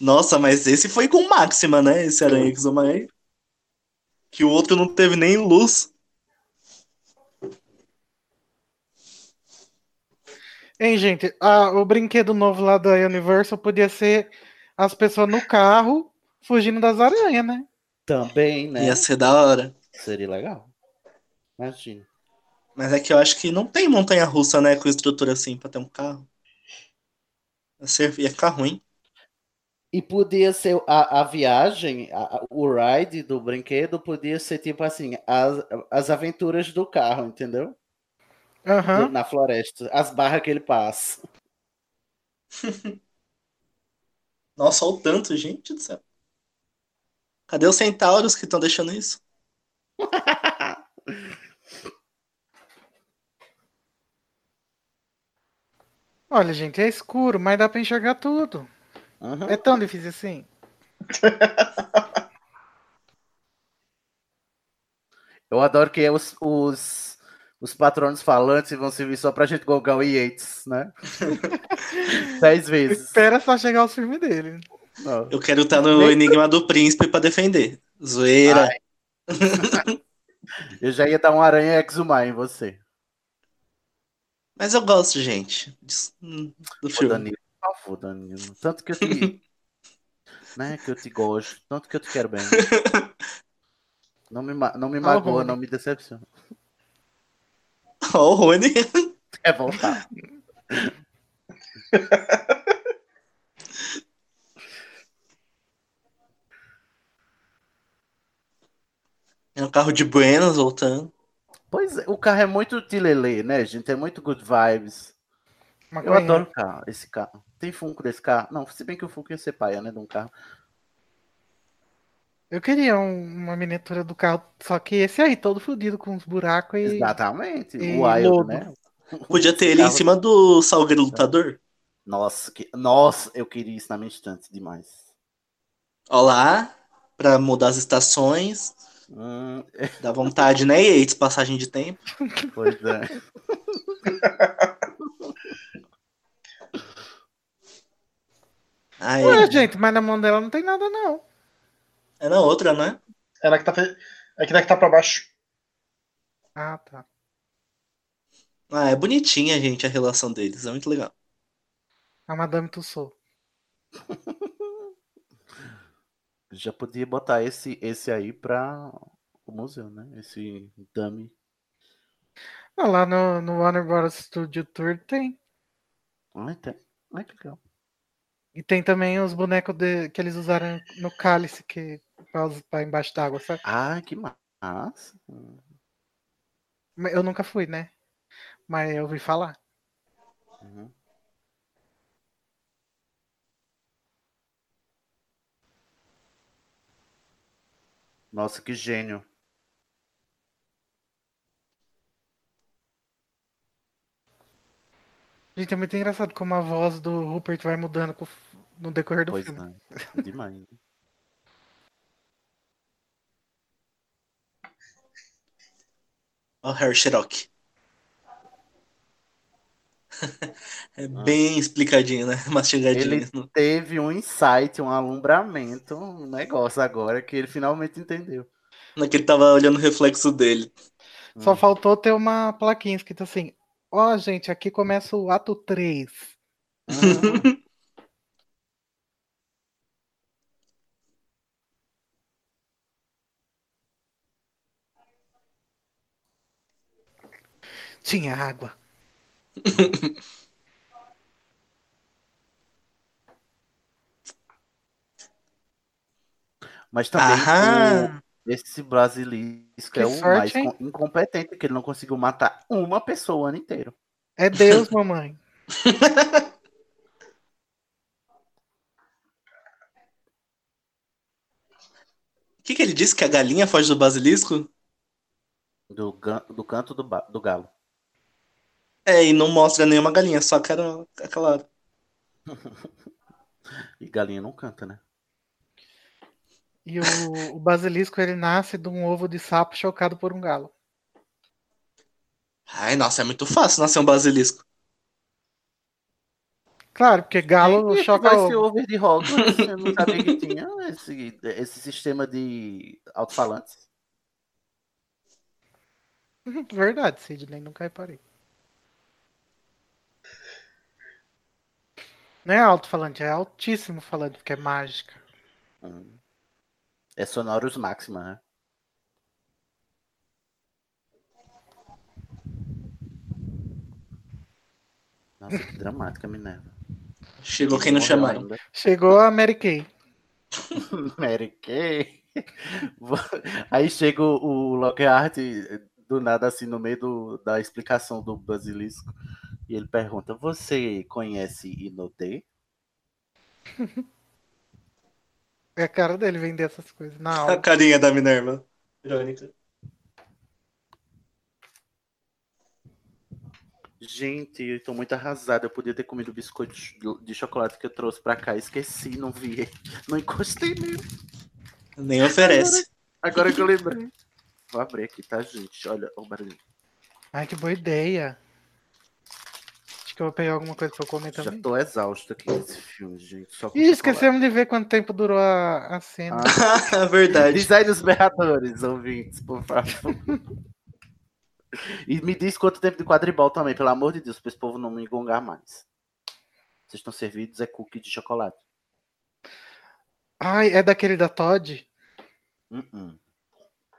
S4: Nossa, mas esse foi com máxima, né? Esse aranha que usou mais. Que o outro não teve nem luz.
S3: Hein, gente, a- o brinquedo novo lá da Universal podia ser as pessoas no carro fugindo das aranhas, né?
S2: Também, né?
S4: Ia ser da hora.
S2: Seria legal. Imagina.
S4: Mas é que eu acho que não tem montanha russa, né? Com estrutura assim pra ter um carro. Ia, ser, ia ficar ruim.
S2: E podia ser a, a viagem, a- a- o ride do brinquedo, podia ser tipo assim, as, as aventuras do carro, entendeu?
S3: Aham.
S2: na floresta, as barras que ele passa.
S4: Nossa, olha o tanto, gente do céu. Cadê os centauros que estão deixando isso?
S3: Olha, gente, é escuro, mas dá pra enxergar tudo.
S2: Aham.
S3: É tão difícil assim.
S2: Eu adoro que os, os, os patronos falantes vão servir só pra gente golgar o Yates, né? Dez vezes.
S3: Espera só chegar os filmes dele.
S2: Não.
S4: Eu quero estar no Enigma do Príncipe pra defender. Zoeira.
S2: Eu já ia dar um aranha exumar em você.
S4: Mas eu gosto, gente, disso- hum, do
S2: Ô,
S4: filme.
S2: Danilo, por favor, Danilo. Tanto que eu te. né, que eu te gosto, tanto que eu te quero bem. Não me, ma- não me magoa,
S3: Rony.
S2: não me decepciona.
S4: Ó, o Rony.
S2: É voltar.
S4: É um carro de Buenas voltando.
S2: Pois é, o carro é muito de lelê, né, gente? É muito good vibes. eu adoro carro, esse carro. Tem Funko desse carro? Não, se bem que o Funko ia ser paia, né? De um carro.
S3: Eu queria um- uma miniatura do carro, só que esse aí, todo fodido com uns buracos e.
S2: Exatamente.
S3: e
S2: o Wild,
S3: lodo.
S2: né?
S4: Podia ter ele em
S2: Carro-
S4: cima do Salgueiro Lutador.
S2: Nossa, que... Nossa, eu queria isso na minha instante demais.
S4: Ó lá, pra mudar as estações.
S2: Hum,
S4: Dá vontade, né, Yates? Passagem de tempo.
S2: pois é.
S4: Aí,
S3: Ué, gente, mas na mão dela não tem nada, não.
S4: é na outra, né?
S5: É na que tá, fe- é que na que tá pra baixo.
S3: Ah, tá.
S4: Ah, é bonitinha, gente, a relação deles. É muito legal.
S3: A Madame Tussauds.
S2: Já podia botar esse, esse aí pra o museu, né? Esse dummy.
S3: Ah, lá no, no Warner Bros. Studio Tour tem.
S2: Ai, tem. Ai, que legal.
S3: E tem também os bonecos de- que eles usaram no cálice que pra, us- pra embaixo d'água, sabe?
S2: Ah, que massa.
S3: Mas Eu nunca fui, né? Mas eu ouvi falar.
S2: Uhum. Nossa, que gênio.
S3: Gente, é muito engraçado como a voz do Rupert vai mudando com o f- no decorrer do
S2: Pois
S3: filme.
S2: não. Demais.
S4: Ó, o Harry Cherokee. É bem explicadinho, né? Mastigadinho.
S2: Ele teve um insight, um alumbramento, um negócio agora que ele finalmente entendeu.
S4: Naquele tava olhando o reflexo dele.
S3: Só faltou ter uma plaquinha escrita assim: Ó, gente, aqui começa o ato 3. Tinha água.
S2: Mas também
S4: Aham.
S2: o- esse brasilisco é
S3: Que
S2: o
S3: sorte,
S2: mais
S3: hein?
S2: com- incompetente, que ele não conseguiu matar uma pessoa o ano inteiro.
S3: É Deus, mamãe.
S4: O que, que ele disse? Que a galinha foge do basilisco?
S2: Do, gan- do canto do, ba- do galo.
S4: É, e não mostra nenhuma galinha, só quero aquela.
S2: E galinha não canta, né?
S3: E o, o basilisco ele nasce de um ovo de sapo chocado por um galo.
S4: Ai, nossa, é muito fácil nascer um basilisco.
S3: Claro, porque galo
S2: e
S3: choca
S2: vai ser
S3: ovo.
S2: over de Hogwarts, eu não sabia que tinha esse, esse sistema de alto-falantes.
S3: Verdade, Sidney, nunca reparei. Não é alto-falante, é altíssimo falante, porque é mágica.
S2: Hum. É Sonoros Maxima, né? Nossa, que dramática, Minerva.
S4: Chegou quem não chamaram.
S2: Ainda.
S3: Chegou a Mary Kay.
S2: Mary Kay. Aí chega o o Lockhart do nada assim no meio do- da explicação do basilisco e ele pergunta: "Você conhece Inodê?"
S3: É a cara dele vender essas coisas na
S4: A
S3: aula.
S4: carinha da Minerva. Irônica.
S2: Gente, eu tô muito arrasada. Eu podia ter comido o biscoito de- de chocolate que eu trouxe pra cá. Esqueci, não vi. Não encostei nele.
S4: Nem oferece.
S2: Agora que eu lembrei. Vou abrir aqui, tá, gente? Olha, o barulho.
S3: Ai, que boa ideia. Acho que eu vou pegar alguma coisa pra eu comer
S2: Já
S3: também.
S2: tô exausto aqui desse filme, gente. Só com
S3: Ih,
S2: chocolate.
S3: esquecemos de ver quanto tempo durou a, a cena.
S2: Ah.
S4: Verdade.
S2: Design dos berradores, ouvintes, por favor. e me diz quanto tempo de quadribol também, pelo amor de Deus, pra esse povo não me engongar mais. Vocês estão servidos, é cookie de chocolate. Ah.
S3: Ai, é daquele da Todd?
S2: Uh-uh.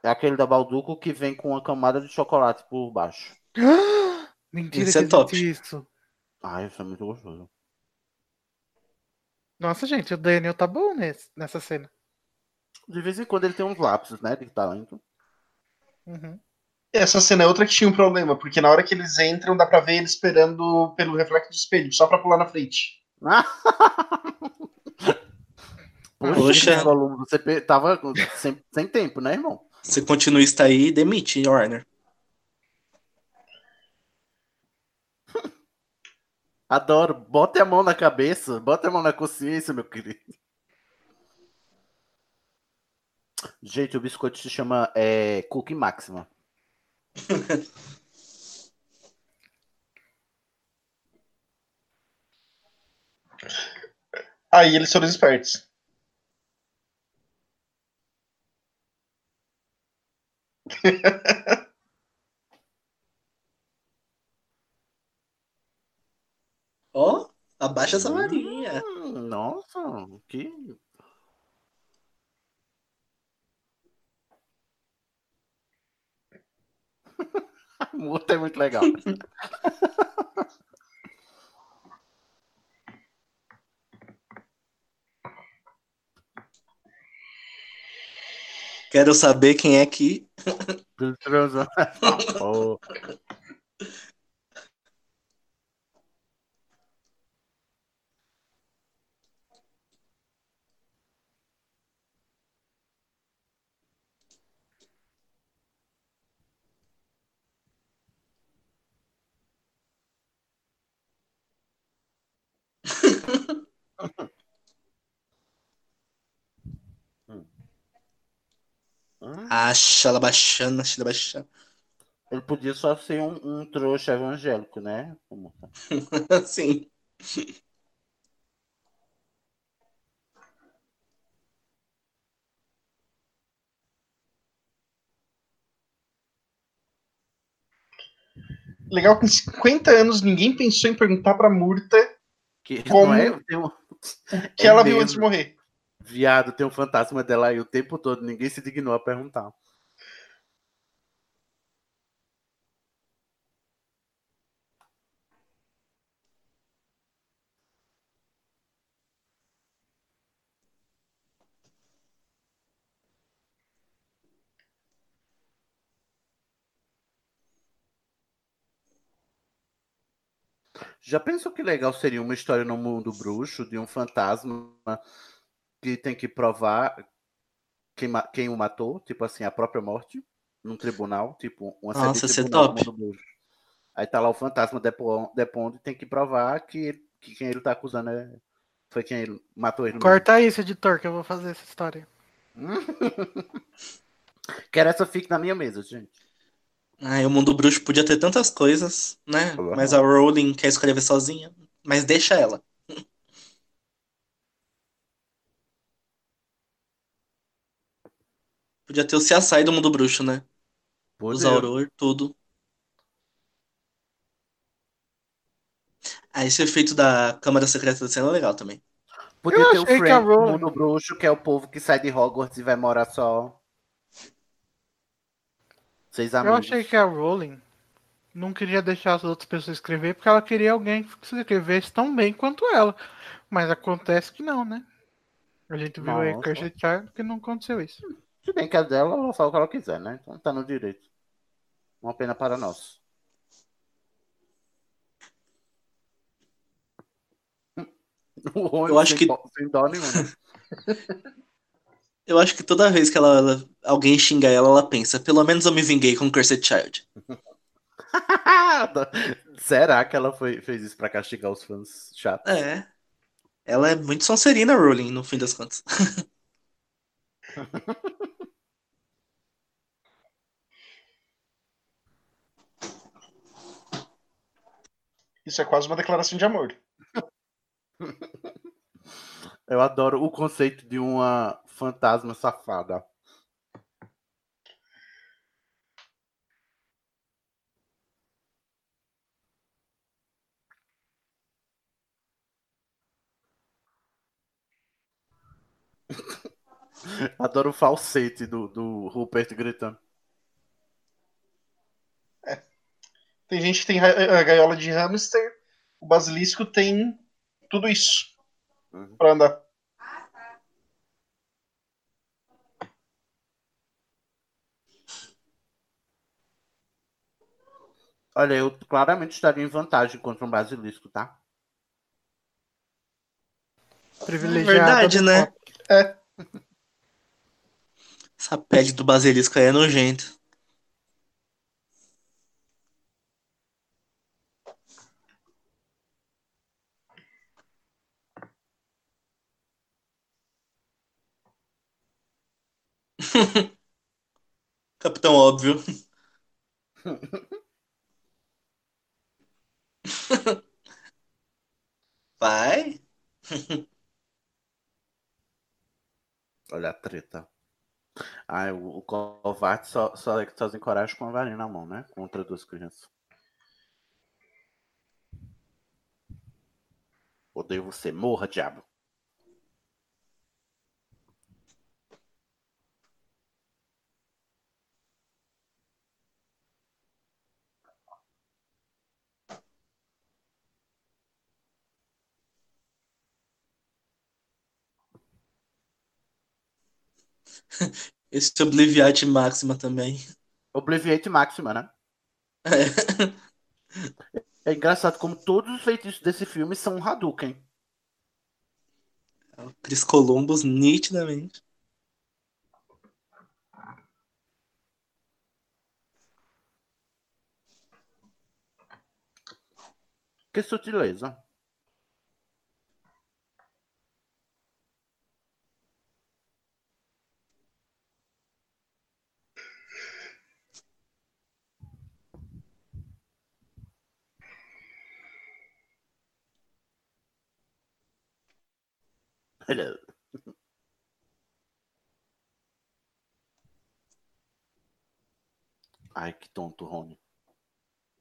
S2: É aquele da Balduco que vem com uma camada de chocolate por baixo.
S3: Mentira
S4: Isso
S3: que
S4: é top.
S3: existe isso.
S2: Ai, isso é muito gostoso.
S3: Nossa, gente, o Daniel tá bom nesse, nessa cena.
S2: De vez em quando ele tem uns lapsos, né, de talento.
S3: Uhum.
S5: Essa cena é outra que tinha um problema, porque na hora que eles entram, dá pra ver ele esperando pelo reflexo do espelho, só pra pular na frente.
S2: Poxa. Você pe- tava sem, sem tempo, né, irmão?
S4: Se continuista aí, demite, Warner.
S2: Adoro. Bota a mão na cabeça, bota a mão na consciência, meu querido. Gente, o biscoito se chama é, Cookie Máxima.
S5: Aí eles foram espertos.
S4: Ó, abaixa essa varinha.
S2: Hum, nossa, que. Muito é muito legal.
S4: Quero saber quem é que.
S2: Transar. Oh.
S4: Ah, xalabaxana, xalabaxana.
S2: Ele podia só ser um, um trouxa evangélico, né? Como-
S4: Sim.
S5: Legal, com 50 anos, ninguém pensou em perguntar pra Murta
S2: Que,
S5: Como?
S2: não é? Tem um-
S5: o que ela
S2: É
S5: viu
S2: mesmo.
S5: antes de morrer.
S2: Viado, tem um fantasma dela aí o tempo todo, ninguém se dignou a perguntar. Já pensou que legal seria uma história no mundo bruxo de um fantasma que tem que provar quem, ma- quem o matou, tipo assim, a própria morte, num tribunal, tipo, uma série de
S4: Nossa, isso é
S2: tribunal no
S4: top.
S2: mundo bruxo. Aí tá lá o fantasma depo- depondo e tem que provar que, que quem ele tá acusando é, foi quem ele matou ele. mesmo.
S3: Corta isso, editor, que eu vou fazer essa história.
S2: Quero essa fique na minha mesa, gente.
S4: Ai, o mundo bruxo podia ter tantas coisas, né? Mas a Rowling quer escrever sozinha. Mas deixa ela. Podia ter o CSI do mundo bruxo, né? Os Auror, tudo. Ah, esse efeito da Câmara Secreta da cena é legal também.
S2: Podia
S3: Eu
S2: ter o
S3: achei que
S2: Frank
S3: a
S2: do
S3: Rowling-
S2: Mundo Bruxo, que é o povo que sai de Hogwarts e vai morar só. Seis
S3: Eu
S2: amigos.
S3: achei que a Rowling não queria deixar as outras pessoas escrever porque ela queria alguém que escrevesse tão bem quanto ela. Mas acontece que não, né? A gente viu aí
S2: Nossa.
S3: Cursed Child que não aconteceu isso.
S2: Se bem que a dela, ela fala o que ela quiser, né? Então tá no direito. Uma pena para nós. O Rony
S4: Eu acho
S2: sem
S4: que-
S2: dó- sem dó né? nenhuma.
S4: Eu acho que toda vez que ela, ela- alguém xinga ela, ela pensa, pelo menos eu me vinguei com Cursed Child.
S2: Será que ela foi, fez isso pra castigar os fãs chatos?
S4: É. Ela é muito Sonserina Rowling, no fim das contas.
S5: Isso é quase uma declaração de amor.
S2: Eu adoro o conceito de uma fantasma safada. Adoro o falsete do, do Rupert gritando.
S5: Tem gente que tem ra- eh, gaiola de hamster, o basilisco tem tudo isso
S2: Uhum.
S5: pra andar.
S2: Olha, eu claramente estaria em vantagem contra um basilisco, tá?
S3: Privilegiado.
S4: Verdade, né? É. Essa pele do basilisco aí é nojento. Capitão óbvio. Vai.
S2: Olha a treta. Ah, o, o Kovacs só, só, só se encoraja com a varinha na mão, né? Contra duas crianças. Odeio você. Morra, diabo.
S4: Esse Obliviate Máxima também.
S2: Obliviate Máxima, né? É. é. engraçado como todos os feitiços desse filme são um Hadouken.
S4: É o Chris Columbus, nitidamente.
S2: Que sutileza. Hello. Ai, que tonto, Rony.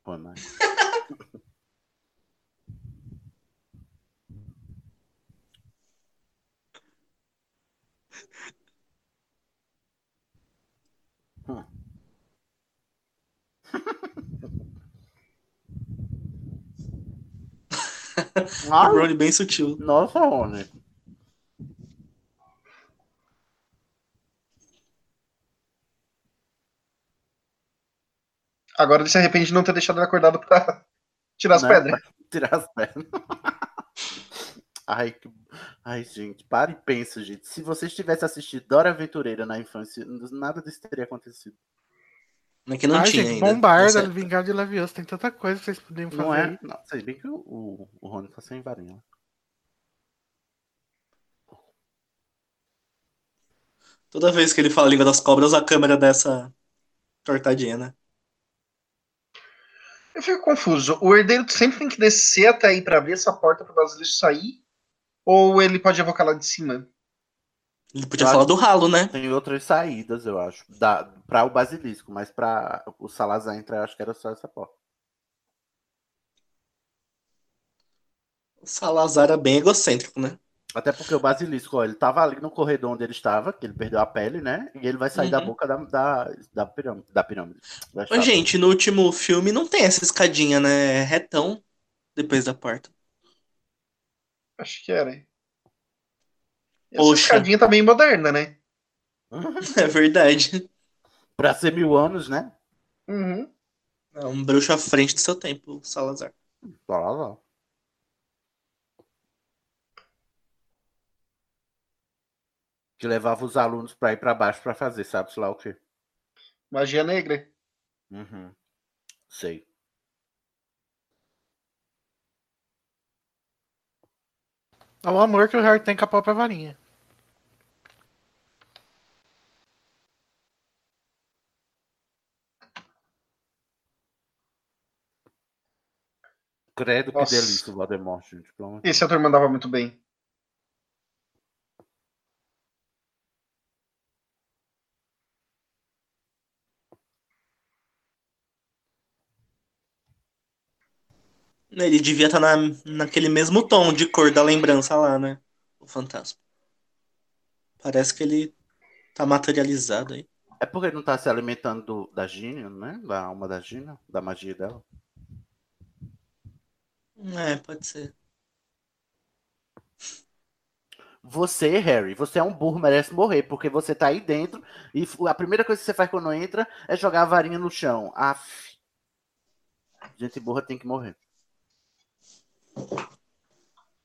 S2: Rony. hum.
S3: Ah.
S4: O Rony Um bem sutil.
S2: Nossa, Rony.
S5: Agora ele se arrepende de não ter deixado ele acordado pra tirar
S2: Né?
S5: as não, pedras.
S2: Tirar as pedras. ai, que... ai, gente, para e pensa, gente. Se vocês tivessem assistido Dora Aventureira na infância, nada disso teria acontecido.
S4: É que não
S3: ai,
S4: tinha
S3: gente,
S4: ainda. é
S3: Bombarda, Vingar de Lavioso, tem tanta coisa que vocês podiam fazer.
S2: Não é? Não, sei bem que o, o, o Rony tá sem varinha.
S4: Toda vez que ele fala a língua das cobras, a câmera dessa tortadinha, né?
S5: Eu fico confuso. O herdeiro sempre tem que descer até aí para abrir essa porta para o basilisco sair? Ou ele pode evocar lá de cima?
S4: Ele podia eu falar do ralo, né?
S2: Tem outras saídas, eu acho. Para o basilisco, mas para o Salazar entrar, eu acho que era só essa porta.
S4: O Salazar é bem egocêntrico, né?
S2: Até porque o basilisco, ó, ele tava ali no corredor onde ele estava, que ele perdeu a pele, né? E ele vai sair uhum. da boca da, da, da pirâmide. Da pirâmide
S4: da Ô, gente, no último filme não tem essa escadinha, né? É retão depois da porta.
S5: Acho que era. Hein? Essa Poxa. escadinha tá meio moderna, né?
S4: é verdade.
S2: Pra ser mil anos, né?
S5: Uhum.
S4: É um bruxo à frente do seu tempo, Salazar.
S2: Salazar. que levava os alunos para ir para baixo para fazer, sabe-se lá o quê?
S5: Magia negra.
S2: Uhum. Sei.
S3: É o amor que o Harry tem com a própria varinha.
S2: Credo que Nossa. delícia o Voldemort, gente.
S5: Esse ator mandava muito bem.
S4: Né, Ele devia estar na, naquele mesmo tom de cor da lembrança lá, né? O fantasma. Parece que ele tá materializado aí.
S2: É porque ele não tá se alimentando do, da Gina, né? Da alma da Gina, da magia dela.
S4: É, pode ser.
S2: Você, Harry, você é um burro, merece morrer, porque você tá aí dentro e a primeira coisa que você faz quando entra é jogar a varinha no chão. Aff. Gente burra tem que morrer.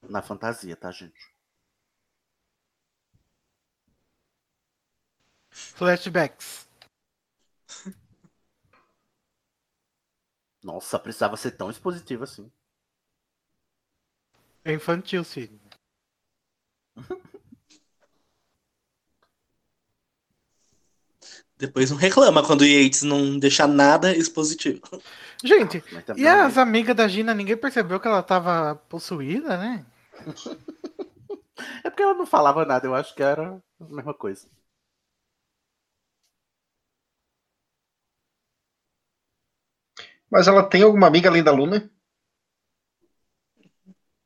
S2: Na fantasia, tá, gente?
S3: Flashbacks.
S2: Nossa, precisava ser tão expositivo assim.
S3: É infantil, sim.
S4: Depois não reclama quando o Yates não deixa nada expositivo.
S3: Gente, e
S2: é.
S3: as amigas da Gina, ninguém percebeu que ela tava possuída, né?
S2: é porque ela não falava nada, eu acho que era a mesma coisa.
S5: Mas ela tem alguma amiga além da Luna?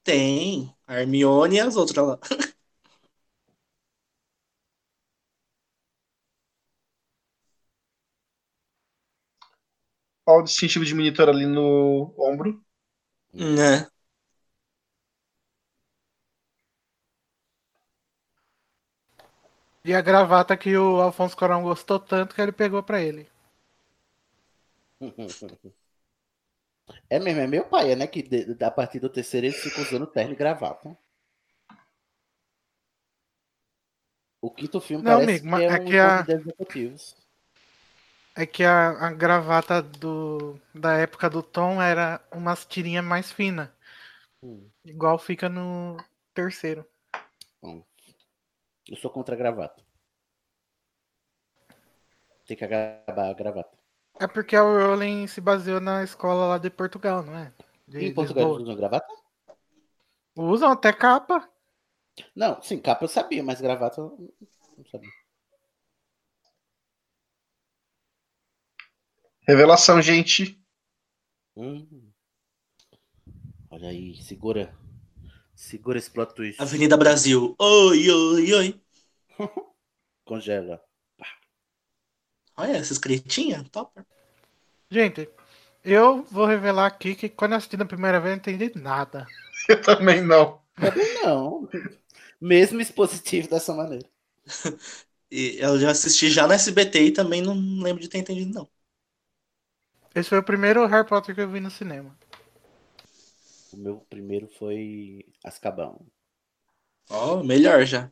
S4: Tem. A Hermione e as outras lá.
S5: Olha o distintivo de monitor ali no ombro.
S4: Né?
S3: E a gravata que o Alfonso Corão gostou tanto que ele pegou pra ele.
S2: É mesmo, é meu pai, é, né? Que de- de- a partir do terceiro ele fica usando terno e gravata. O quinto filme
S3: Não,
S2: parece
S3: amigo, mas
S2: que é,
S3: é
S2: um
S3: que a-
S2: encontro de executivos.
S3: É que a, a gravata do, da época do Tom era umas tirinhas mais fina.
S2: Hum.
S3: Igual fica no terceiro.
S2: Bom, eu sou contra a gravata. Tem que acabar a gravata.
S3: É porque a Rowling se baseou na escola lá de Portugal, não é? De
S2: em Portugal eles
S3: Lisboa.
S2: usam gravata?
S3: Usam até capa.
S2: Não, sim, capa eu sabia, mas gravata eu não sabia.
S5: Revelação, gente.
S2: Hum. Olha aí, segura. Segura esse plot twist.
S4: Avenida Brasil. Oi, oi, oi.
S2: Congela.
S4: Olha, essas cretinhas, top.
S3: Gente, eu vou revelar aqui que quando eu assisti na primeira vez eu não entendi nada.
S5: Eu também não.
S2: Também não. Mesmo expositivo dessa maneira.
S4: E eu já assisti já no SBT e também não lembro de ter entendido, não.
S3: Esse foi o primeiro Harry Potter que eu vi no cinema.
S2: O meu primeiro foi Ascabão.
S4: Ó, melhor já.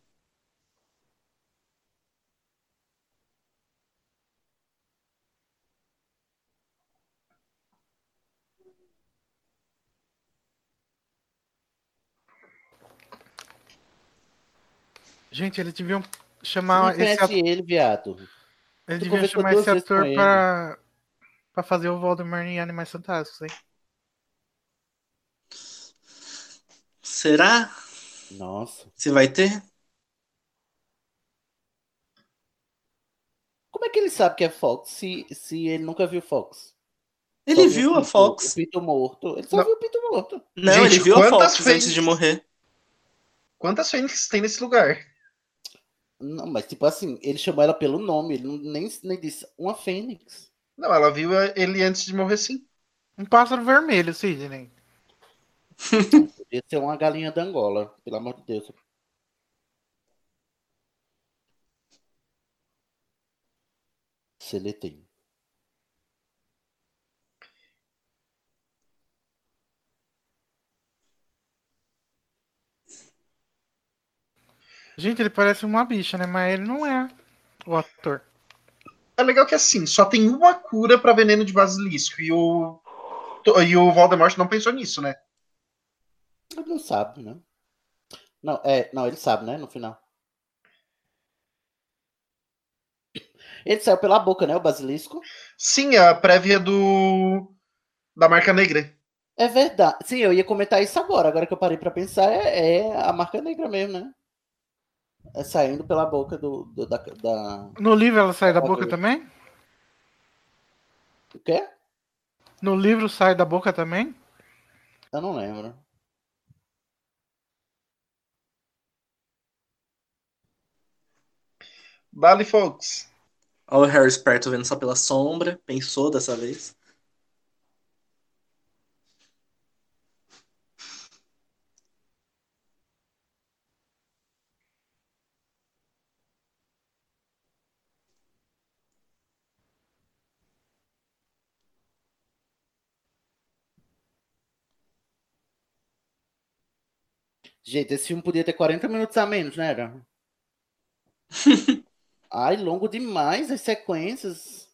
S3: Gente, eles deviam
S2: Não
S4: Ah,
S3: chamar
S4: é
S3: esse
S2: conhece
S3: ator.
S2: ele, viado.
S3: Eles
S2: Tu
S3: deviam
S2: conversou
S3: chamar
S2: duas
S3: esse
S2: vezes com
S3: ator
S2: ele.
S3: pra, pra fazer o Voldemort em Animais Fantásticos, hein?
S4: Será?
S2: Nossa.
S4: Se vai ter?
S2: Como é que ele sabe que é Fox se, se ele nunca viu Fox?
S4: Ele
S2: Só
S4: viu
S2: o
S4: a
S2: Pinto-
S4: Fox.
S2: O Pinto Morto. Ele só
S5: Não.
S2: viu o Pinto Morto.
S4: Não,
S5: Gente,
S4: ele viu a
S5: quantas
S4: Fox antes
S5: vezes-
S4: de morrer.
S5: Quantas fênix tem nesse lugar?
S2: Não, mas tipo assim, ele chamou ela pelo nome, ele não- nem, nem disse uma fênix.
S5: Não, ela viu eh, ele antes de morrer, sim.
S3: Um pássaro vermelho, Sidney.
S2: Podia ser uma galinha da Angola, pelo amor de Deus. Se ele tem.
S3: Gente, ele parece uma bicha, né? Mas ele não é o ator.
S5: É legal que assim, só tem uma cura pra veneno de basilisco e o to- e o Voldemort não pensou nisso, né?
S2: Ele não sabe, né? Não, é, não, ele sabe, né? No final. Ele saiu pela boca, né? O basilisco.
S5: Sim, a prévia do da marca negra.
S2: É verdade. Sim, eu ia comentar isso agora. Agora que eu parei pra pensar, é, é a marca negra mesmo, né? É saindo pela boca do, do- da, da.
S3: No livro ela sai da
S2: Ah,
S3: boca
S2: beleza.
S3: também?
S2: O quê?
S3: No livro sai da boca também?
S2: Eu não lembro.
S5: Dali Fox.
S4: Olha o Harry esperto vendo só pela sombra. Pensou dessa vez.
S2: Gente, esse filme podia ter 40 minutos a menos, né? Era? Ai, longo demais as sequências.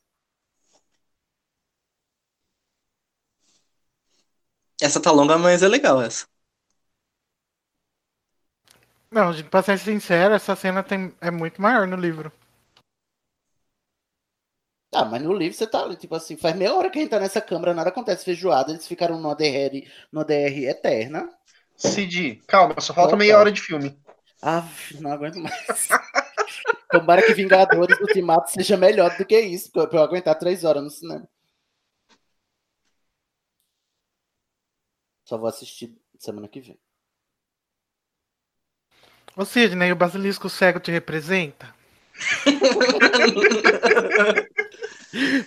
S4: Essa tá longa, mas é legal essa.
S3: Não, gente, pra ser sincero, essa cena tem, é muito maior no livro.
S2: Ah, mas no livro você tá ali, tipo assim, faz meia hora que a gente tá nessa câmara, nada acontece, feijoada, eles ficaram numa DR, numa DR eterna.
S5: Cid, calma, só falta meia hora de filme.
S2: Ah, não aguento mais. Tomara que Vingadores Ultimato seja melhor do que isso, pra eu aguentar três horas no cinema. Só vou assistir semana que vem.
S3: Ô Sidney, o basilisco cego te representa?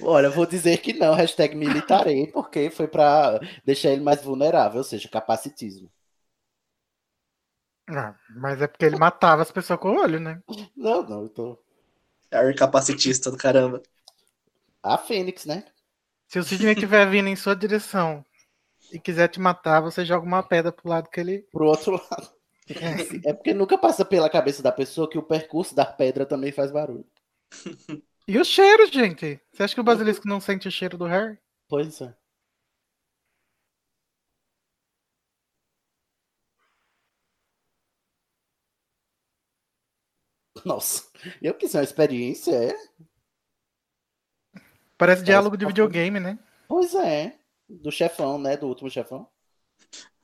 S2: Olha, vou dizer que não, hashtag militarei, porque foi pra deixar ele mais vulnerável, ou seja, capacitismo.
S3: Não, mas é porque ele matava as pessoas com o olho, né?
S2: Não, não, eu tô.
S4: É capacitista do caramba.
S2: A Fênix, né?
S3: Se o Sidney estiver vindo em sua direção e quiser te matar, você joga uma pedra pro lado que ele.
S2: Pro outro lado. É porque nunca passa pela cabeça da pessoa que o percurso da pedra também faz barulho.
S3: E o cheiro, gente? Você acha que o basilisco não sente o cheiro do Harry?
S2: Pois é. Nossa, eu quis uma experiência, é?
S3: Parece diálogo de videogame, né?
S2: Pois é. Do chefão, né? Do último chefão.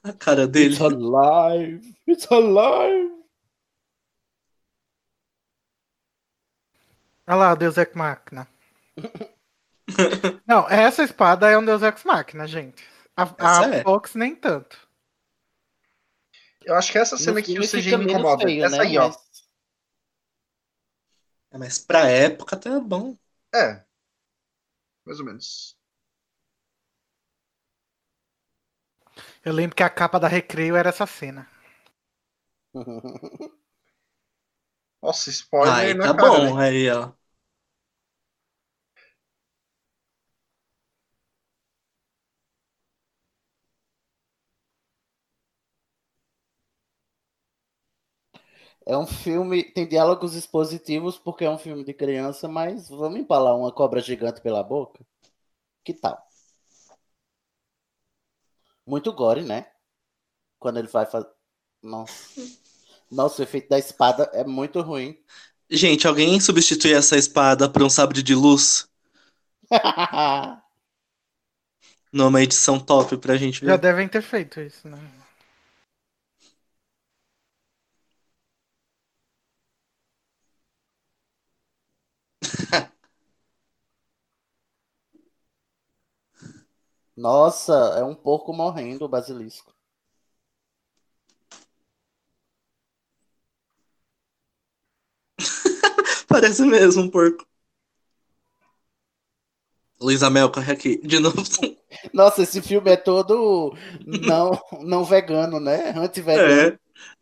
S4: A cara dele.
S2: It's alive! It's alive!
S3: Olha lá, o Deus Ex Machina. Não, essa espada é um Deus Ex Machina, gente. A, a
S4: Essa é.
S3: Fox nem tanto.
S5: Eu acho que essa cena aqui que o
S2: filme
S5: CG
S2: fica
S5: me
S2: menos
S5: incomoda.
S2: feio,
S5: essa
S2: né?
S5: aí, ó.
S2: Mas-
S4: É, Mas pra época até é bom.
S5: É. Mais ou menos.
S3: Eu lembro que a capa da Recreio era essa cena.
S5: Nossa, spoiler
S4: aí
S5: na
S4: tá
S5: cara,
S4: bom,
S5: né?
S4: aí ó.
S2: É um filme, tem diálogos expositivos porque é um filme de criança, mas vamos empalar uma cobra gigante pela boca? Que tal? Muito gore, né? Quando ele vai fazer. Nossa. Nossa, o efeito da espada é muito ruim.
S4: Gente, alguém substitui essa espada por um sabre de luz numa edição top pra gente
S3: Já
S4: ver?
S3: devem ter feito isso, né?
S2: Nossa, é um porco morrendo, o basilisco.
S4: Parece mesmo um porco. Luísa Mel, corre aqui. De novo.
S2: Nossa, esse filme é todo não, não vegano, né? Anti-vegano.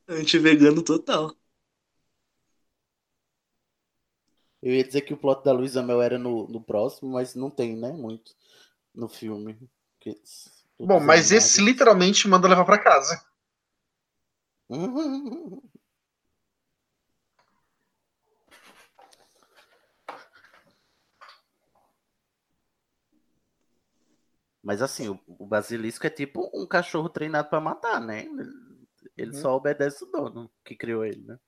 S4: É. Anti-vegano total.
S2: Eu ia dizer que o plot da Luísa Mel era no, no próximo, mas não tem, né? Muito no filme. Porque tudo
S5: Bom, mas
S2: desanimado.
S5: esse literalmente manda levar pra casa.
S2: Mas assim, o, o basilisco é tipo um cachorro treinado pra matar, né? Ele-
S5: Uhum.
S2: Ele só obedece o dono que criou ele, né?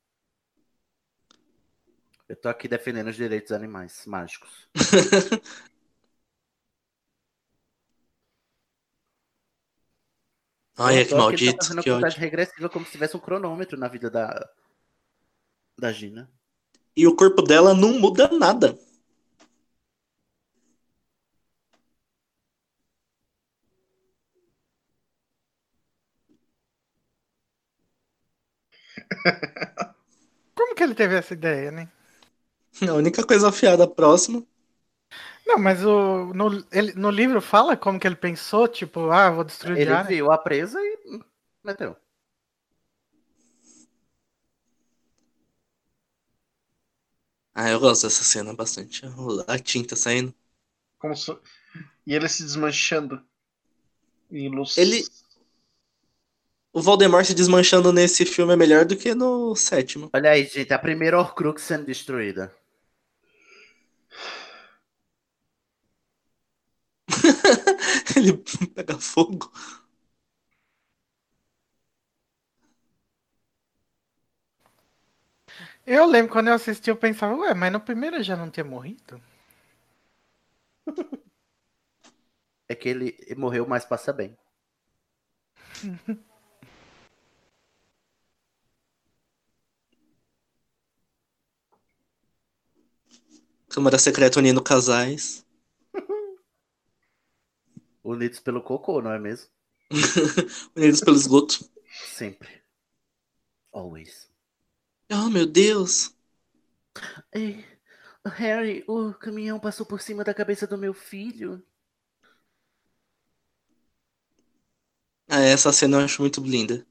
S2: Eu tô aqui defendendo os direitos dos animais mágicos.
S4: Olha
S2: Eu
S4: é que
S2: adoro ele tá
S4: maldito,
S2: fazendo
S4: que
S2: contagem
S4: ódio.
S2: regressiva como se tivesse um cronômetro na vida da da Gina.
S4: E o corpo dela não muda nada.
S3: Como que ele teve essa ideia, né?
S4: A única coisa afiada próxima.
S3: Não, mas o, no, ele- no livro fala como que ele pensou, tipo, ah, vou destruir
S2: Ele
S3: Diana.
S2: viu a presa e hum, meteu.
S4: Ah, eu gosto dessa cena bastante. A tinta saindo.
S5: Como se- E ele se desmanchando. Em luz.
S4: Ele- o Voldemort se desmanchando nesse filme é melhor do que no sétimo.
S2: Olha aí, gente, a primeira Horcrux sendo destruída.
S4: Ele pega fogo.
S3: Eu lembro quando eu assisti, eu pensava, ué, mas no primeiro eu já não tinha morrido?
S2: É que ele morreu, mas passa bem.
S4: Câmara Secreta unindo casais.
S2: Unidos pelo cocô, não é mesmo?
S4: Unidos pelo esgoto.
S2: Sempre. Always.
S4: Oh, meu Deus!
S2: Ei, Harry, o caminhão passou por cima da cabeça do meu filho.
S4: Ah, essa cena eu acho muito linda.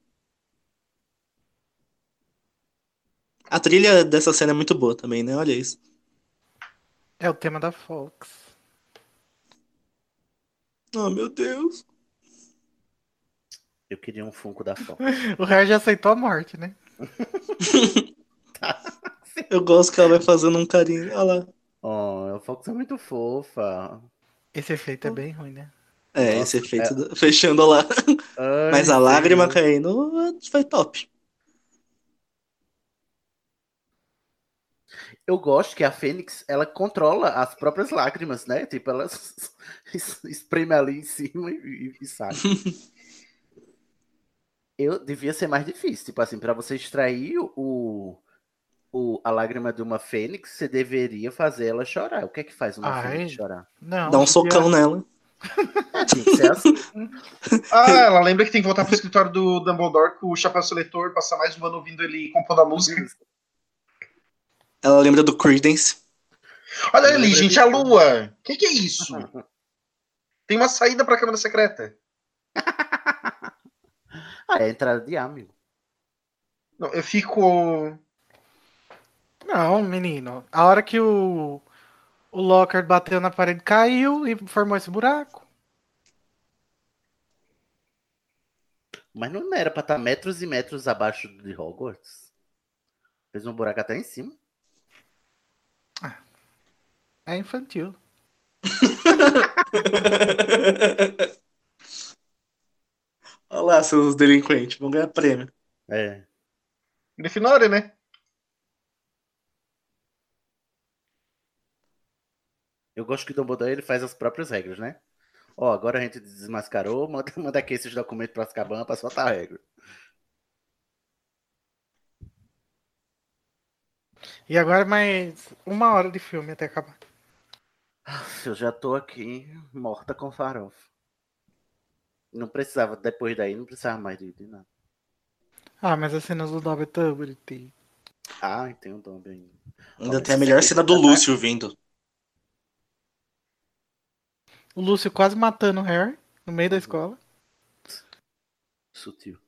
S4: A trilha dessa cena é muito boa também, né? Olha isso.
S3: É o tema da Fox.
S4: Oh, meu Deus.
S2: Eu queria um Funko da Fox.
S3: o Harry já aceitou a morte, né?
S4: eu gosto que ela vai fazendo um carinho. Olha lá.
S2: Oh, a Fox é muito fofa.
S3: Esse efeito oh. é bem ruim, né?
S4: É, Nossa, esse efeito é... do... fechando lá. Ai, Mas a lágrima Deus. caindo foi top.
S2: Eu gosto que a Fênix, ela controla as próprias lágrimas, né? Tipo, ela espreme ali em cima e, e sai. Eu devia ser mais difícil, tipo assim, para você extrair o, o, a lágrima de uma Fênix, você deveria fazer ela chorar. O que é É, que faz uma Ai, Fênix chorar?
S4: Não, Dá um
S5: é.
S4: socão eu... nela.
S2: tipo assim.
S5: ah, ela lembra que tem que voltar pro escritório do Dumbledore com o chapéu seletor, passar mais um ano ouvindo ele compondo a música.
S4: Ela lembra do Creedence.
S5: Olha ela ali, gente, de... a lua! O que, que, é isso? tem uma saída pra Câmara Secreta.
S2: ah, é a entrada de amigo.
S5: Não, eu fico.
S3: Não, menino. A hora que o o Lockhart bateu na parede, caiu e formou esse buraco.
S2: Mas não era pra estar metros e metros abaixo de Hogwarts? Fez um buraco até em cima.
S3: Ah, é infantil.
S4: Olha lá, seus delinquentes, vão ganhar prêmio.
S2: É.
S5: Grifinória, né?
S2: Eu gosto que o Dumbledore ele faz as próprias regras, né? Ó, agora a gente desmascarou, manda, manda aqui esses documentos para as cabanas para soltar a regra.
S3: E agora mais uma hora de filme até acabar.
S2: Eu já tô aqui morta com farofa. Não precisava, depois daí, não precisava mais de, de nada.
S3: Ah, mas as cenas do Dobby
S2: Ah, tem um Dobby ainda.
S4: Ainda tem a melhor cena do Lúcio vindo.
S3: O Lúcio quase matando o Harry no meio da escola.
S2: Sutil.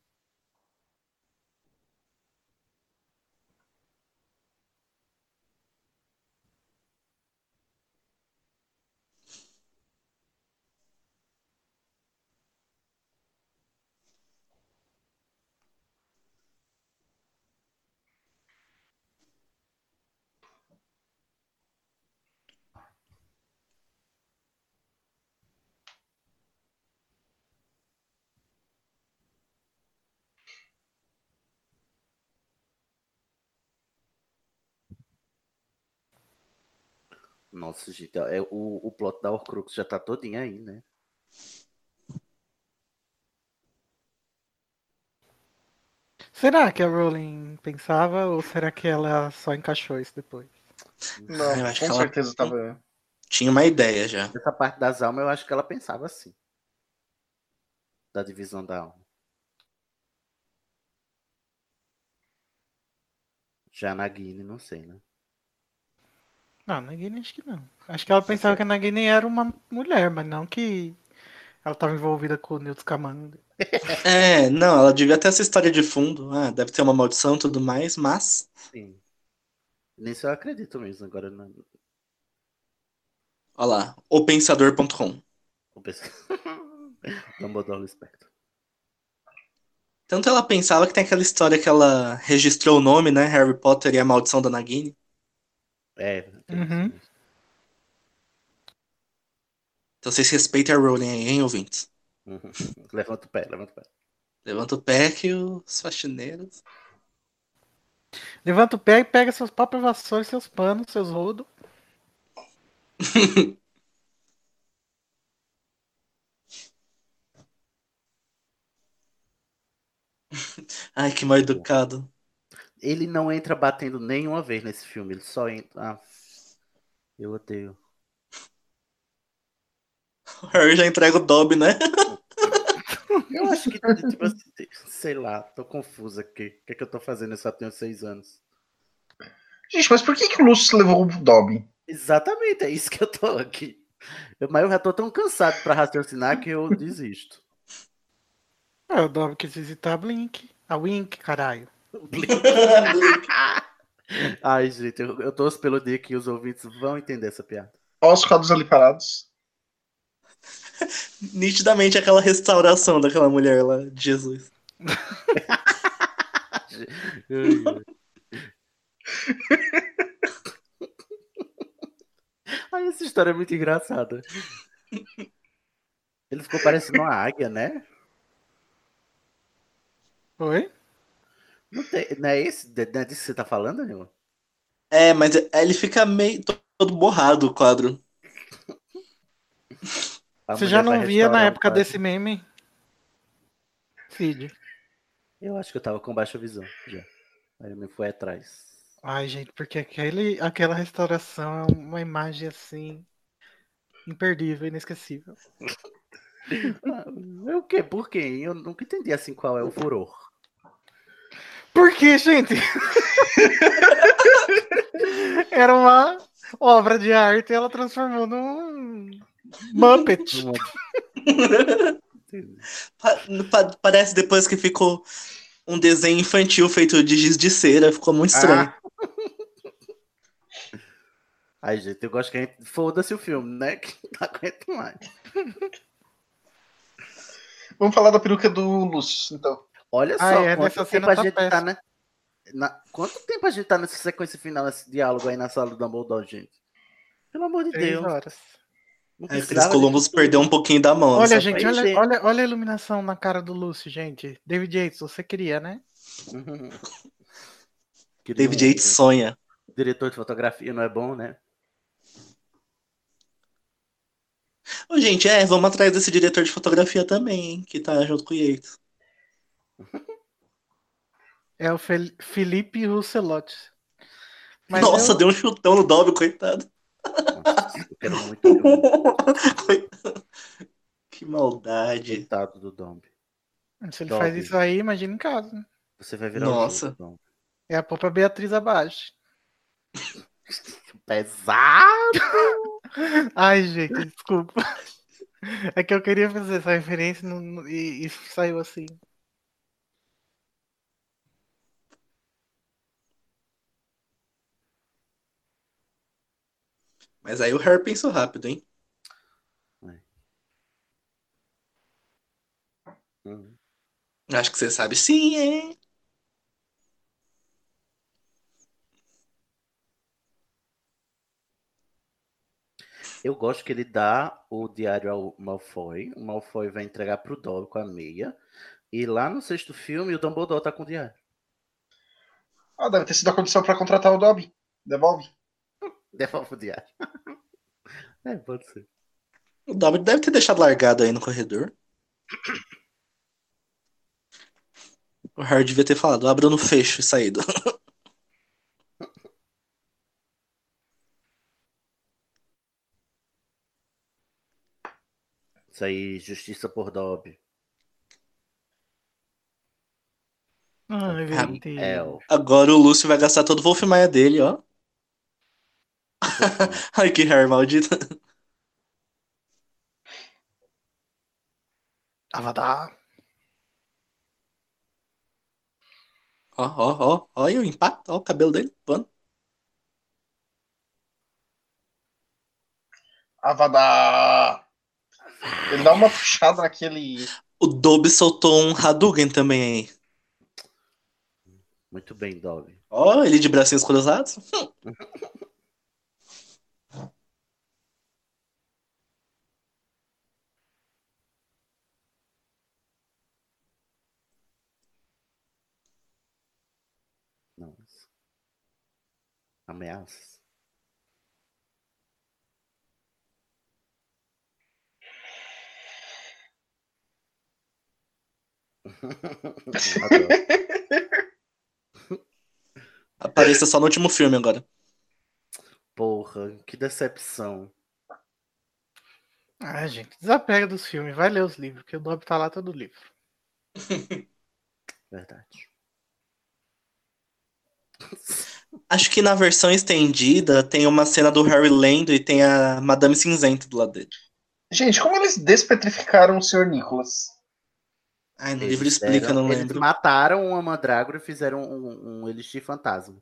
S2: Nossa, gente, é, o, o plot da Horcrux já tá todinho aí, né?
S3: Será que a Rowling pensava ou será que ela só encaixou isso depois?
S4: Ah,
S5: Não, eu acho com que certeza ela tava...
S4: tinha uma ideia já.
S2: Essa parte das almas eu acho que ela pensava assim. Da divisão da alma. Já na Guine, não sei, né?
S3: Não, Nagini Ah, acho que não. Acho que ela pensava Sim. que a Nagini era uma mulher, mas não que ela estava envolvida com o Newt Scamander.
S4: É, não, ela devia ter essa história de fundo. Ah, deve ter uma maldição e tudo mais, mas.
S2: Sim. Nisso eu acredito mesmo, agora não.
S4: Olha lá, opensador.com.
S2: um Dumbledore Spectre.
S4: Tanto ela pensava que tem aquela história que ela registrou o nome, né? Harry Potter e a Maldição da Nagini.
S2: É.
S3: Uhum.
S4: Então vocês respeitem a Rowling aí, hein, ouvintes?
S2: Uhum. Levanta o pé, levanta o pé.
S4: Levanta o pé que os faxineiros.
S3: Levanta o pé e pega seus próprios vassouras, seus panos, seus rodos.
S4: Ai, que mal educado.
S2: Ele não entra batendo nenhuma vez nesse filme, ele só entra. Ah, eu odeio.
S4: O Harry já entrega o Dobby, né?
S2: Eu acho que, tipo, assim, sei lá, tô confusa aqui. O que, é que eu tô fazendo? Eu só tenho seis anos.
S10: Gente, mas por que, que o Lúcio levou o Dobby?
S2: Exatamente, é isso que eu tô aqui. Eu, mas eu já tô tão cansado pra raciocinar que eu desisto.
S3: É, o Dobby quis visitar a Blink. A Wink, caralho.
S2: Blink. Ai, gente, eu, eu torço pelo dia que os ouvintes vão entender essa piada.
S10: Olha os quadros ali parados.
S4: Nitidamente aquela restauração daquela mulher lá de Jesus.
S2: Ai, essa história é muito engraçada. Ele ficou parecendo uma águia, né?
S3: Oi?
S2: Não, tem, não é esse? Não é disso que você tá falando, Nilma?
S4: É, mas ele fica meio todo borrado o quadro.
S2: A
S3: Você
S2: mulher
S3: já
S2: vai
S3: não via na
S2: restaurar um o
S3: época
S2: quadro.
S3: desse meme? Cid.
S2: Eu acho que eu tava com baixa visão já. Aí eu me fui atrás.
S3: Ai, gente, porque aquele, aquela restauração é uma imagem assim. imperdível, inesquecível.
S2: É o quê? Por quê? hein? Eu nunca entendi assim qual é o furor.
S3: Por quê, gente? Era uma obra de arte e ela transformou num. Muppet.
S4: Pa- pa- parece depois que ficou um desenho infantil feito de giz de cera, ficou muito estranho.
S2: Ai, gente, eu gosto que a gente. Foda-se o filme, né? Que não aguento mais.
S10: Vamos falar da peruca do Lúcio, então.
S2: Olha só,
S3: Ah, é,
S2: quanto
S3: nessa
S2: tempo
S3: cena
S2: a
S3: tá
S2: gente tá,
S3: péssimo.
S2: né? Na... Quanto tempo a gente tá nessa sequência final, nesse diálogo aí na sala do Dumbledore, gente? Pelo amor de
S3: Três
S2: Deus.
S3: horas.
S2: Não
S4: Aí Cris
S2: precisava
S4: Columbus perdeu um pouquinho da mão.
S3: Olha,
S4: sabe?
S3: gente,
S2: aí, gente.
S3: olha, olha, olha a iluminação na cara do Lúcio, gente. David Yates, você queria, né?
S2: disso. Uhum. Queria
S4: David
S2: um-
S4: Yates sonha.
S2: Diretor de fotografia não é bom, né?
S4: Ô, gente, é, vamos atrás desse diretor de fotografia também, hein, que tá junto com o Yates.
S3: É o Fel Felipe Russelotti.
S4: Nossa,
S3: eu-
S4: deu um chutão no Dobby, coitado.
S2: Eu quero muito ver um o
S4: Coitado. Que maldade.
S2: resultado do Dombi.
S3: se ele
S2: Dobby.
S3: faz isso aí, imagina em casa.
S2: Você vai virar
S4: Nossa.
S2: o jogo, Dom.
S3: É a própria Beatriz abaixo.
S2: Pesado!
S3: Ai, gente, desculpa. É que eu queria fazer essa referência e não- e, e saiu assim.
S4: Mas aí o Harry pensou rápido, hein?
S2: Uhum.
S4: Acho que você sabe sim, hein?
S2: Eu gosto que ele dá o diário ao Malfoy. O Malfoy vai entregar pro Dobby com a meia. E lá no sexto filme, o Dumbledore tá com o diário.
S10: Ah, deve ter sido a condição pra contratar o Dobby. Devolve.
S2: Devolve o diário. é, pode ser.
S4: O Dobby deve ter deixado largado aí no corredor. O Harry devia ter falado, abra no fecho e saído.
S2: Isso aí, justiça por Dobby.
S3: Ai, gente.
S2: É, ó.
S4: Agora o Lúcio vai gastar todo o Wolf Maia dele, ó. Ai, que Harry maldito.
S3: Avadá.
S4: Ó, ó, ó. Olha o impacto, ó, o cabelo dele. Mano.
S10: Avada! Ele dá uma puxada naquele.
S4: O Dobby soltou um Hadouken também aí.
S2: Muito bem, Dobby.
S4: Ó, ele de bracinhos cruzados.
S2: Nossa. Ameaças.
S4: Apareça só no último filme agora.
S2: Porra, que decepção.
S3: Ah, gente, desapega dos filmes, vai ler os livros, que o Dob tá lá todo livro.
S2: Verdade.
S4: Acho que na versão estendida tem uma cena do Harry lendo e tem a Madame Cinzento do lado dele.
S10: Gente, como eles despetrificaram o Sr. Nicholas?
S4: Ai, no livro explica, eu não
S2: eles
S4: lembro.
S2: mataram uma mandrágora e fizeram um, um elixir fantasma.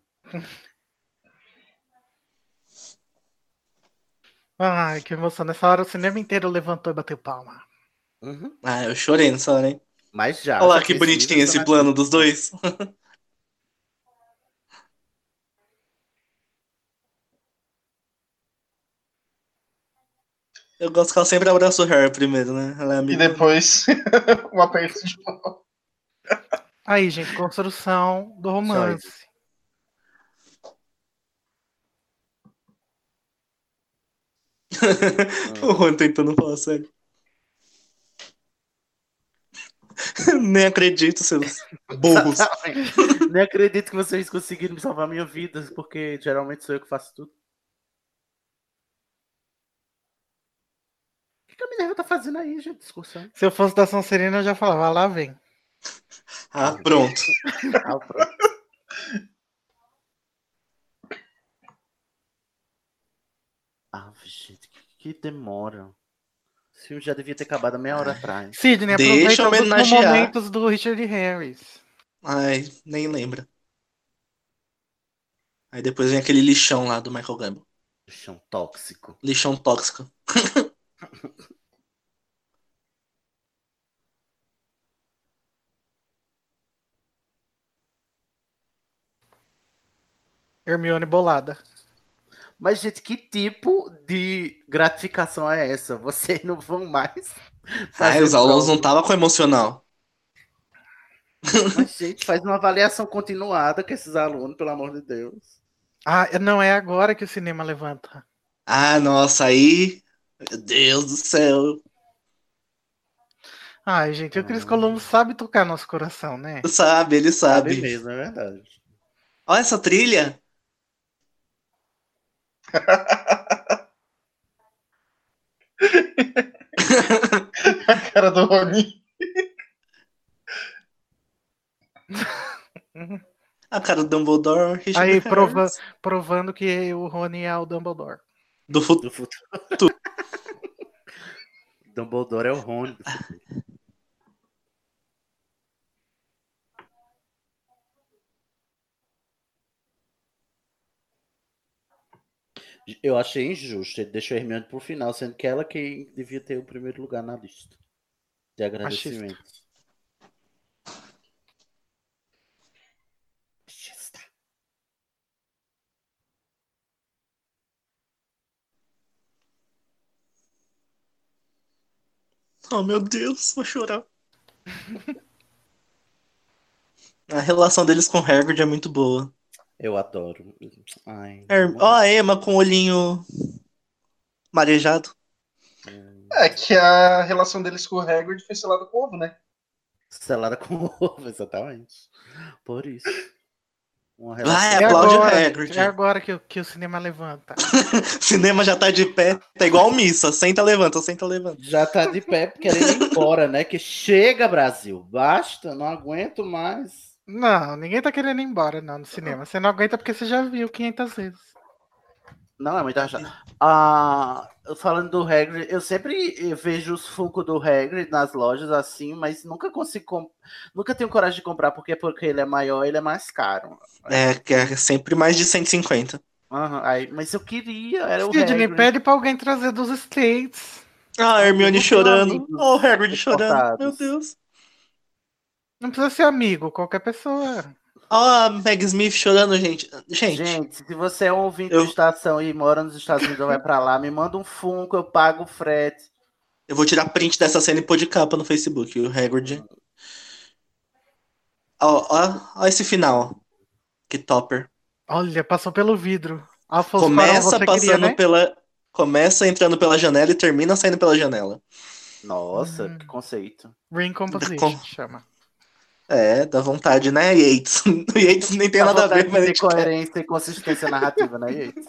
S3: Ai, que emoção. Nessa hora o cinema inteiro levantou e bateu palma.
S2: Uhum.
S4: Ah, eu chorei nessa hora, hein?
S2: Mas já.
S4: Olha lá
S2: já
S4: que
S2: fiz
S4: bonitinho
S2: isso,
S4: esse
S2: mas-
S4: plano dos dois. Eu gosto que ela sempre abraça o Harry primeiro, né? Ela é
S10: E
S4: amiga.
S10: depois, um aperto de mão.
S3: Aí, gente, construção do romance.
S4: o Juan tentando falar então sério. Nem acredito, seus burros.
S2: Exatamente. Nem acredito que vocês conseguiram salvar minha vida, porque geralmente sou eu que faço tudo. O que que a Minerva tá fazendo aí, gente? Discussão.
S3: Se eu fosse da Sonserina, eu já falava, lá vem.
S4: Ah, pronto.
S2: Ah, pronto. Ah, gente, que, que demora. Esse filme já devia ter acabado há meia hora atrás.
S3: Sidney,
S4: Deixa
S3: né, aproveita os últimos
S4: homenagear.
S3: momentos do Richard Harris.
S4: Ai, nem lembra. Aí depois vem aquele lixão lá do Michael Gambon.
S2: Chão tóxico.
S4: Lixão tóxico.
S3: Hermione bolada.
S2: Mas, gente, que tipo de gratificação é essa? Vocês não vão mais.
S3: Ah,
S4: Ai,
S2: fazer
S4: os alunos não
S2: prova.
S4: estavam com emocional.
S2: Mas, gente, faz uma avaliação continuada com esses alunos, pelo amor de Deus.
S3: Ah, não é agora que o cinema levanta.
S4: Ah, nossa, aí. Meu Deus do céu.
S3: Ai, gente, o
S4: Ah.
S3: Cris Columbus sabe tocar nosso coração, né?
S4: Sabe, ele sabe.
S2: Sabe mesmo, é verdade.
S4: Olha essa trilha.
S10: a cara do Rony.
S4: A cara do Dumbledore. Richard
S3: Aí,
S4: Harris.
S3: prova- provando que o Rony é o Dumbledore.
S4: Do futuro.
S2: Do futuro. Dumbledore é o Rony. do futuro. Eu achei injusto. Ele deixou a Hermione pro final, sendo que ela que devia ter o primeiro lugar na lista. De agradecimento. Machista.
S4: Oh, meu Deus, vou chorar. A relação deles com o Hagrid é muito boa.
S2: Eu adoro. Ai,
S4: Herm- Ó, a Emma com o olhinho marejado.
S10: É que a relação deles com o Hagrid foi selada com ovo, né?
S2: Selada com ovo, exatamente. Por isso. Uma
S4: Vai,
S2: relação-
S4: aplaude o
S3: agora,
S4: Hagrid.
S3: é agora que, o- que o cinema levanta.
S4: Cinema já tá de pé, tá igual missa. Senta, levanta, senta, levanta.
S2: Já tá de pé querendo ir embora, né? Que chega, Brasil. Basta, não aguento mais.
S3: Não, ninguém tá querendo ir embora, não, no cinema. Você não aguenta porque você já viu 500 vezes.
S2: Não, é muito achado. Ah, falando do Hagrid, eu sempre eh, vejo os Funko do Hagrid nas lojas assim, mas nunca consigo. com- Nunca tenho coragem de comprar, porque porque ele é maior, ele é mais caro.
S4: É, que é sempre mais de 150.
S2: Aham, aí, mas eu queria, era o
S3: Sidney,
S2: Hagrid.
S3: pede pra alguém trazer dos States.
S4: Ah, a Hermione
S2: Muito
S4: chorando.
S2: amigos
S4: Oh, o Hagrid chorando.
S2: exportados.
S4: Meu Deus.
S3: Não precisa ser amigo, qualquer pessoa.
S4: Olha a Meg Smith chorando, gente. Gente,
S2: Gente, se você é um ouvinte de estação e mora nos Estados Unidos ou vai pra lá, me manda um funko, eu pago o frete.
S4: eu vou tirar print dessa cena e pôr de capa no Facebook, o Hagrid. Ó, ó, ó esse final. Que topper.
S3: Olha, passou pelo vidro. Afonso
S4: Começa
S3: Cuarón, você queria,
S4: passando
S3: né?
S4: pela. Começa entrando pela janela e termina saindo pela janela.
S2: Nossa,
S4: Hum.
S2: que conceito.
S3: Recomposition,
S4: Com-
S3: chama.
S4: É, dá vontade, né, Yates? O Yates nem tem
S2: Dá
S4: nada a ver,
S2: vontade
S4: mas a
S2: de ter
S4: gente é- quer.
S2: coerência e consistência narrativa, né, Yates?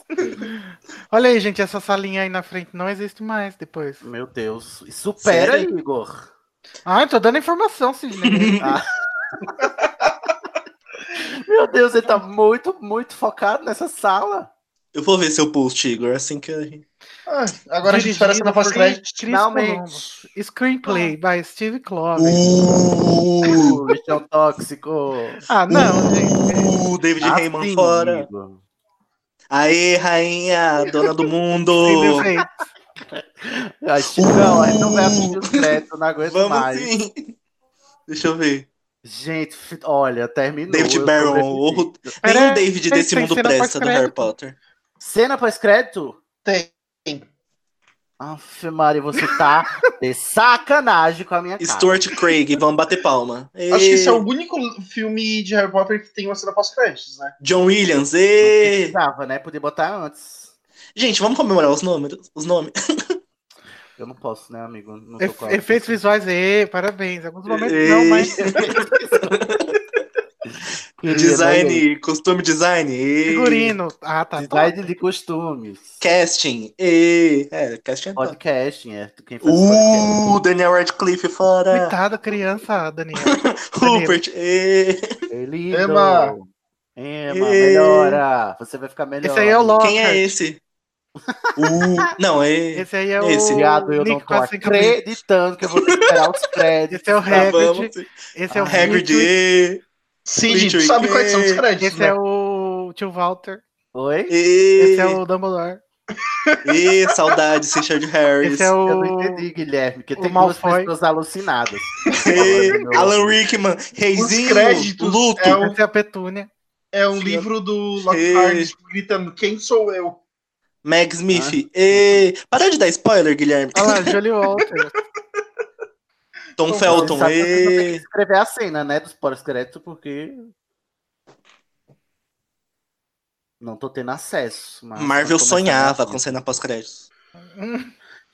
S3: Olha aí, gente, essa salinha aí na frente não existe mais depois.
S2: Meu Deus. E Supera,
S3: Sério?
S2: Igor.
S3: Ah, eu tô dando informação, né? Sidney.
S2: Ah. Meu Deus, ele tá muito, muito focado nessa sala.
S4: Eu vou ver seu post, Igor, assim que. a gente-
S10: Ah, agora a gente espera a cena
S3: Dirigido por
S10: pós-crédito.
S3: Chris
S2: Finalmente.
S3: Columbus. Screenplay
S2: Ah.
S3: by Steve Kloves.
S4: Uh,
S2: O bicho é um tóxico.
S3: Ah, não, gente.
S4: uh, David Heyman
S2: Assim,
S4: fora.
S2: Igor.
S4: Aê, rainha, dona do
S3: Sim,
S4: mundo.
S3: bem
S2: Tá
S3: feito.
S2: Ai, Chicão, ele não vai assistir os créditos, não aguento
S4: Uh. Vamos
S2: mais.
S4: sim. Deixa eu ver.
S2: Gente, fi- olha, terminou.
S4: David
S2: eu
S4: Barron.
S2: sobrevivi.
S4: o-
S3: Pera,
S4: Nenhum David
S3: tem-
S4: desse
S3: tem
S4: mundo
S3: cena
S4: presta do
S3: pós-crédito.
S4: Harry Potter.
S2: Cena pós-crédito?
S10: Tem.
S2: Aff, Maria, você tá de sacanagem com a minha cara.
S4: Stuart Craig, vamos bater palma.
S10: Acho que esse é
S4: Ê,
S10: o único filme de Harry Potter que tem uma cena pós-créditos, né?
S4: John Williams. ê.
S2: Precisava, né? Podia botar antes.
S4: Gente, vamos comemorar os números. Os nomes.
S2: Eu não posso, né, amigo? Não tô
S3: Efe-
S2: com a-
S3: Efeitos visuais, e parabéns. Alguns momentos
S4: Ei.
S3: não, mas
S2: Queria, né, gente?
S4: Design, costume design. ê.
S3: figurino. Ah, tá.
S2: Design de costumes.
S4: Casting. ê. É, casting é top.
S2: Podcasting, é. Quem faz podcast.
S4: Uh, Daniel Radcliffe fora.
S3: Coitado, criança, Daniel.
S4: Rupert. ê.
S2: É lindo.
S10: Emma.
S2: Emma,
S4: Ei.
S2: melhora. Você vai ficar melhor.
S3: Esse aí é o Lockhart.
S4: Quem é esse? Uh, não, é.
S3: Esse aí é o
S4: Esse.
S2: Obrigado, eu não
S3: Nick
S2: tô
S3: quase sem cabelo.
S2: acreditando que eu vou ter que esperar os créditos.
S3: Esse é o
S4: Tá,
S3: Hagrid.
S4: vamos.
S3: Esse é o
S2: Ah,
S4: Hagrid.
S3: Hagrid.
S4: ê.
S10: Sid, tu
S4: Richard
S10: sabe quais são os
S4: Gere.
S10: créditos,
S3: Esse
S10: né?
S3: é o tio Walter.
S2: Oi?
S4: Ê,
S3: Esse é o Dumbledore.
S4: ê, saudades, Richard Harris.
S3: Esse é
S2: Eu não
S3: o.
S2: entendi, Guilherme, porque
S3: o
S2: tem duas
S3: Malfoy.
S2: pessoas alucinadas.
S4: Ê,
S2: Meu.
S4: Alan Rickman, Reizinho,
S10: créditos
S4: Luto.
S10: é o-
S3: Esse é a Petúnia.
S10: É um
S4: Sim,
S10: livro do
S4: Ei.
S10: Lockhart gritando Quem sou eu?
S4: Meg
S10: Ah.
S4: Smith. Ê, para de dar spoiler, Guilherme.
S3: Olha lá, Julie Walter.
S4: Tom
S10: Tom
S4: Felton.
S2: Sabe que vocês vão ter que
S4: Ê,
S2: escrever a cena, né, dos pós-créditos, porque... Não tô tendo acesso. Mas
S4: Marvel
S2: tô começando
S4: sonhava
S2: a-
S4: com cena pós-créditos.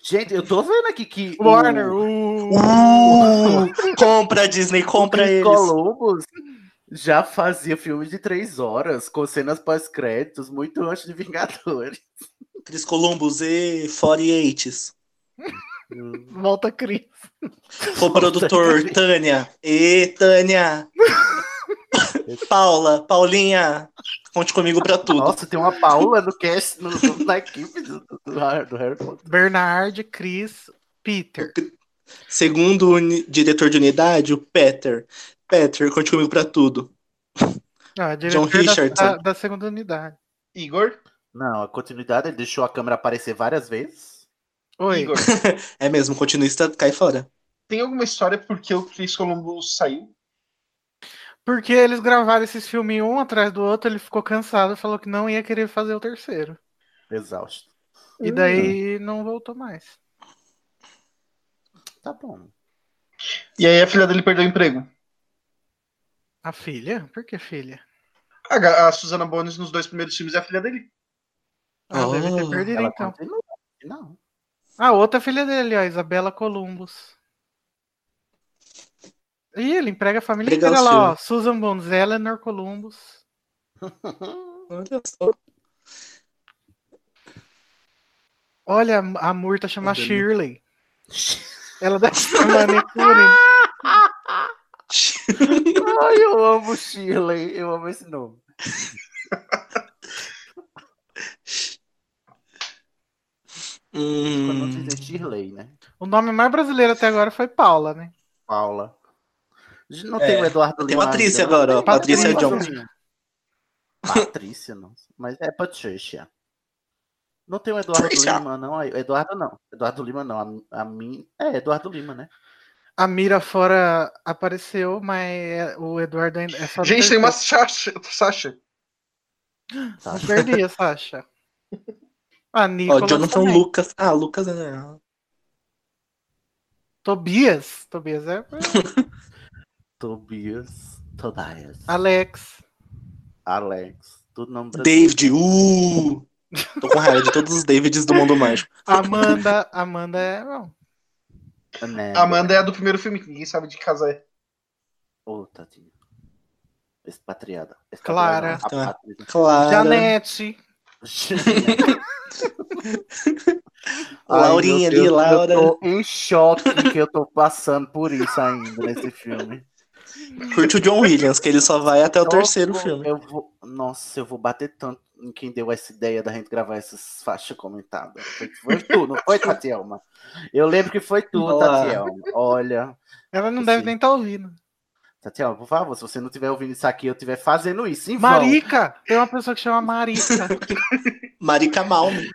S2: Gente, eu tô vendo aqui que o-
S3: Warner. o-
S4: Uh, compra, Disney, compra
S2: Chris
S4: eles.
S2: Columbus já fazia filmes de três horas com cenas pós-créditos muito antes de Vingadores.
S4: Chris Columbus, ê, 48.
S3: Volta Cris.
S4: Co-produtor, Tânia. Ê, Tânia. Paula, Paulinha. Conte comigo pra tudo.
S2: Nossa, tem uma Paula no cast, no, na equipe do, do- do Harry Potter.
S3: Bernard, Chris, Peter.
S4: Segundo o uni- diretor de unidade, o Peter. Peter, conte comigo pra tudo.
S3: Não, é
S4: John
S3: diretor da-
S4: Richardson.
S3: Da, da segunda unidade.
S10: Igor?
S2: Não, a continuidade, ele deixou a câmera aparecer várias vezes.
S3: Oi.
S10: Igor,
S4: É mesmo, continuista cai fora.
S10: tem alguma história porque o Chris Columbus saiu?
S3: Porque eles gravaram esses filmes um atrás do outro, ele ficou cansado, falou que não ia querer fazer o terceiro.
S2: Exausto.
S3: E daí não voltou mais.
S2: Tá bom.
S10: E aí a filha dele perdeu o emprego.
S3: A filha? Por que filha?
S10: A, ga- a Susana Bones nos dois primeiros filmes é a filha dele.
S3: Ah,
S4: Oh.
S3: deve ter perdido
S2: Ela
S3: então.
S2: continua. assim, Não.
S3: A Ah, outra filha dele, ó, Isabela Columbus. Ih, ele emprega a família
S4: Legal,
S3: inteira lá,
S4: senhor.
S3: ó. Susan Bones, Eleanor Columbus.
S4: Olha só.
S3: Olha, a Murta chama
S4: Olha, né?
S3: Shirley. Ela deve ser manicure.
S2: Ai, eu amo Shirley, eu amo esse nome. Quando
S4: Hum,
S2: dizem Shirley, né?
S3: O nome mais brasileiro até agora foi Paula, né?
S2: Paula. Não
S4: É,
S2: tem o Eduardo né?
S4: tem
S2: Lima
S4: Patrícia
S2: ainda, não?
S4: agora, ó. Patrícia
S3: Patrícia.
S4: Johnson.
S2: Patrícia, não. Mas é Patrícia. Não tem o Eduardo
S4: Patrícia.
S2: é, Lima, não. aí- Eduardo não. Eduardo Lima não. A, a mim. É, Eduardo Lima, né?
S3: a mira fora apareceu, mas o Eduardo ainda. É só do
S10: Gente, tem
S3: terceiro.
S10: uma Sasha. Sasha.
S3: Não perdi a Sasha. A
S4: Ó,
S3: Nicolas
S4: Jonathan
S3: também.
S4: Lucas. Ah, Lucas né?
S3: Tobias. Tobias é.
S2: Tobias, Tobias,
S3: Alex.
S2: Alex, tudo nome brasileiro.
S4: David, uh! Tô com raiva de todos os Davids do mundo mágico.
S3: Amanda. Amanda é. Não.
S2: Né?
S10: Amanda é a do primeiro filme, que ninguém sabe de que casa é.
S2: Ô, tadinho. Expatriada.
S3: Clara.
S2: Expatriada, não,
S4: Tá.
S2: apátrida.
S4: Claro.
S3: Janete.
S2: Ai,
S4: Laurinha
S2: meu Deus,
S4: ali, Laura.
S2: Eu tô em choque que eu tô passando por isso ainda nesse filme.
S4: Curte o John Williams, que ele só vai até É o terceiro filme.
S2: Eu vou... Nossa, eu vou bater tanto em quem deu essa ideia da gente gravar essas faixas comentadas. Foi, foi tu, não foi, Tatielma? Eu lembro que foi tu,
S4: Olá.
S2: Tatielma. Olha,
S3: Ela não deve
S2: Sim.
S3: nem estar ouvindo.
S2: Tatielma, por favor, se você não estiver ouvindo isso aqui, eu estiver fazendo isso, em vão.
S3: Marica! Tem uma pessoa que chama Marica.
S4: Marica Malme.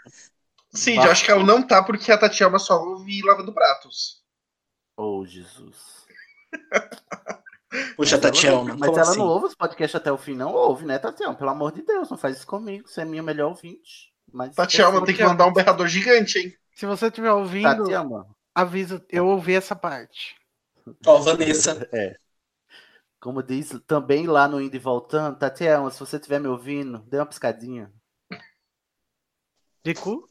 S10: Sim, eu acho que ela não tá porque a Tatiana só ouve lavando pratos.
S2: Oh, Jesus.
S4: Poxa,
S2: Mas ela
S4: Tatielma.
S2: não- Mas
S4: como
S2: ela
S4: assim?
S2: não ouve os podcasts até o fim, não ouve, né, Tatielma? Pelo amor de Deus, não faz isso comigo. Você é minha melhor ouvinte. Mas
S10: Tatiana tem que mandar um berrador gigante, hein?
S3: Se você estiver ouvindo,
S2: Tatielma.
S3: avisa. Eu ouvi essa parte.
S4: Ó, Vanessa.
S2: É. Como diz também lá no Indo e Voltando, Tatiana, se você estiver me ouvindo, dê uma piscadinha.
S3: De cu?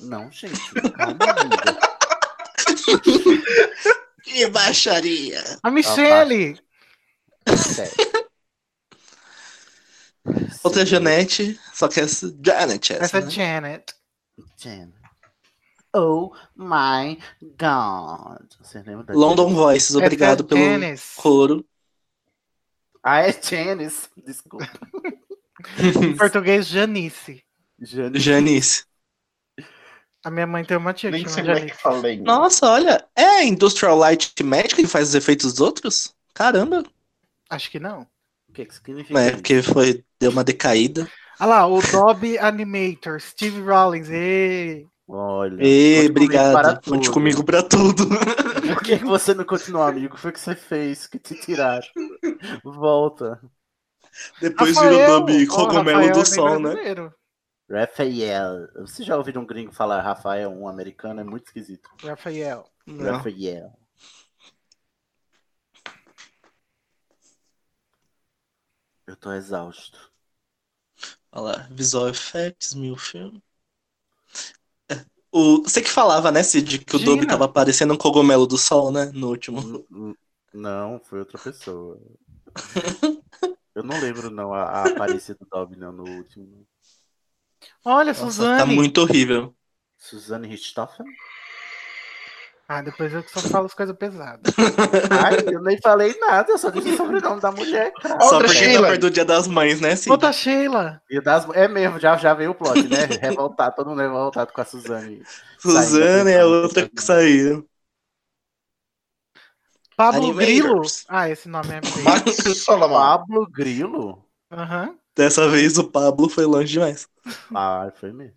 S2: Não, gente. Calma, amiga.
S4: Que baixaria.
S3: A Michele!
S2: Sério.
S4: Outra Janete, só que essa. Janet, essa.
S3: Essa
S4: né?
S3: é Janet.
S2: Jen. Oh my God. Você lembra da
S4: London
S2: Jen?
S4: Voices, obrigado
S3: Essa é
S4: pelo
S3: Janice.
S4: coro.
S2: Ah, é Janice. Desculpa.
S3: Em português, Janice.
S2: Janice.
S4: Janice.
S3: A minha mãe tem uma tia que
S10: Nem sei
S3: chama
S10: como é que
S3: Janice.
S10: falei.
S4: Nossa, olha, é a Industrial Light Magic que faz os efeitos dos outros? Caramba.
S3: Acho que não.
S2: O que, que significa?
S4: É,
S2: isso?
S4: porque foi, deu uma decaída.
S3: Ah lá, o Dobby Animator, Steve Rollins. E...
S2: Olha.
S4: E
S2: conte comigo para
S4: obrigado. Conte
S2: tudo.
S4: comigo pra tudo.
S2: Por que, que você não continuou, amigo? Foi o que você fez, que te tiraram. Volta.
S4: Depois virou Dobby Cogumelo do Sol, né?
S3: né?
S2: Rafael. Você já ouviu um gringo falar Rafael, um americano? É muito esquisito.
S3: Rafael.
S4: Não.
S2: Rafael. Eu tô exausto.
S4: Olha lá, Visual Effects, mil filme. É, O, você que falava, né, Cid, que o
S3: Gina.
S4: Dobby tava parecendo um cogumelo do sol, né? No último.
S2: N- n- Não, foi outra pessoa. Eu não lembro, não, a, a aparência do Dobby, não, no último.
S3: Olha,
S4: Nossa,
S3: Suzane.
S4: tá muito horrível.
S2: Suzanne Richthofen?
S3: Ah, depois eu que só falo as coisas pesadas.
S2: Ai, eu nem falei nada, eu só disse o sobrenome da mulher, cara.
S4: Só
S10: Outra
S4: porque tá
S10: Sheila.
S4: perto do dia das mães, né, Cid?
S3: Outra tá, Sheila.
S2: E das- É mesmo, já, já veio o plot, né? Revoltado, todo mundo revoltado com a Suzane.
S4: Suzana é a outra que saiu.
S3: Pablo
S4: Animators.
S3: Grilo. Ah, esse nome é bem.
S10: Max Solomon.
S2: Pablo Grilo?
S3: Aham.
S4: Dessa vez o Pablo foi longe demais.
S2: Ah, foi mesmo.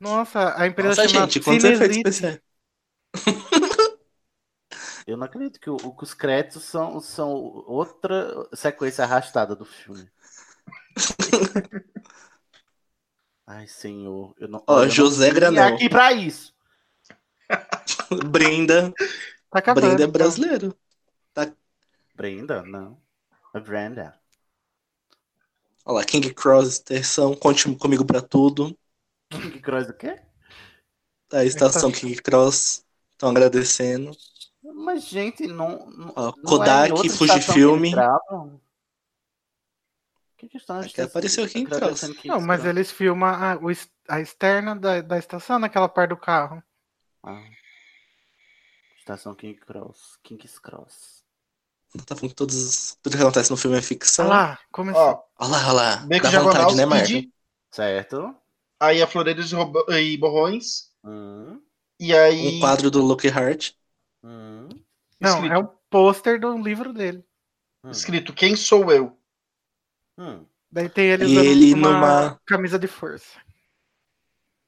S3: Nossa, a empresa
S4: Nossa,
S3: chama Tá
S4: gente, quantos efeitos
S3: Cinesite.
S4: especiais?
S2: Eu não acredito que o, o- que os créditos são, são outra sequência arrastada do filme. Ai, senhor. Eu não,
S4: Ó,
S2: eu não
S4: José
S2: vim
S4: Granel.
S2: aqui pra isso.
S4: Brenda.
S3: Tá acabando.
S4: Brenda é
S3: então.
S4: brasileiro.
S2: Brenda, não. É Brenda.
S4: Olha lá, King Cross, terção, conte comigo pra tudo.
S2: Que coisa o quê?
S4: A estação King Cross. Estão agradecendo.
S2: Mas, gente, não. não
S4: Ó,
S2: não é
S4: Kodak,
S2: em outra
S4: Fujifilm.
S2: estação que eles gravam? Que questão é Tá
S4: Aqui apareceu aqui em
S2: agradecendo que
S3: Não,
S2: eles
S3: mas
S2: gravam.
S3: eles filmam a, o ex- a externa da, da estação, naquela parte do carro.
S2: Ah. Estação King Cross. King's Cross.
S4: Tá falando que todos, tudo que acontece no filme é
S3: Ah
S4: ficção. Olha
S3: lá, começou.
S10: Ó,
S4: lá, olha lá.
S10: Beco
S4: Dá
S10: Diagonal,
S4: vontade, né, Marco?
S10: Speed.
S2: Certo?
S10: Aí a Floreiros e Robo- e Borrões.
S2: Hum,
S10: E aí.
S4: Um quadro do Luke Hart.
S2: hum,
S3: Não,
S10: escrito,
S3: é um pôster do livro dele.
S2: hum,
S10: escrito Quem Sou Eu?
S2: hum.
S3: Daí tem ele
S4: E
S3: usando
S4: ele
S3: uma
S4: numa-
S3: camisa de força.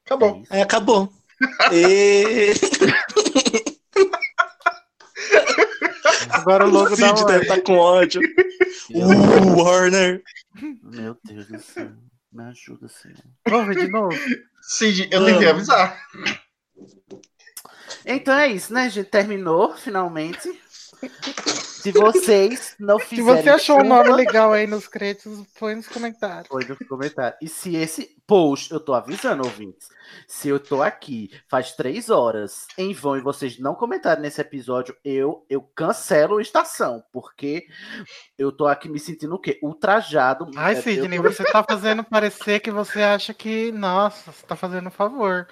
S2: É
S10: Acabou.
S4: É,
S2: Tá isso.
S4: Aí acabou. E...
S3: Agora É o logo da
S4: Cid deve tá com ódio. uh, Warner.
S2: Meu Deus do céu. Me ajuda, Senhor.
S3: Vamos ver de novo?
S10: Cid, eu tentei
S2: Vamos.
S10: avisar.
S2: Então é isso, né, gente? Terminou, finalmente. Se vocês não
S3: Se
S2: fizerem.
S3: você achou um nome
S2: chuva-
S3: legal aí nos créditos, põe nos comentários.
S2: Foi no comentário. E se esse post, eu tô avisando, ouvintes, se eu tô aqui faz três horas em vão e vocês não comentaram nesse episódio, eu eu cancelo a estação, porque eu tô aqui me sentindo o quê? Ultrajado.
S3: Ai,
S2: Eu-
S3: Sidney,
S2: É, eu-
S3: você tá fazendo parecer que você acha que, nossa, você tá fazendo um favor.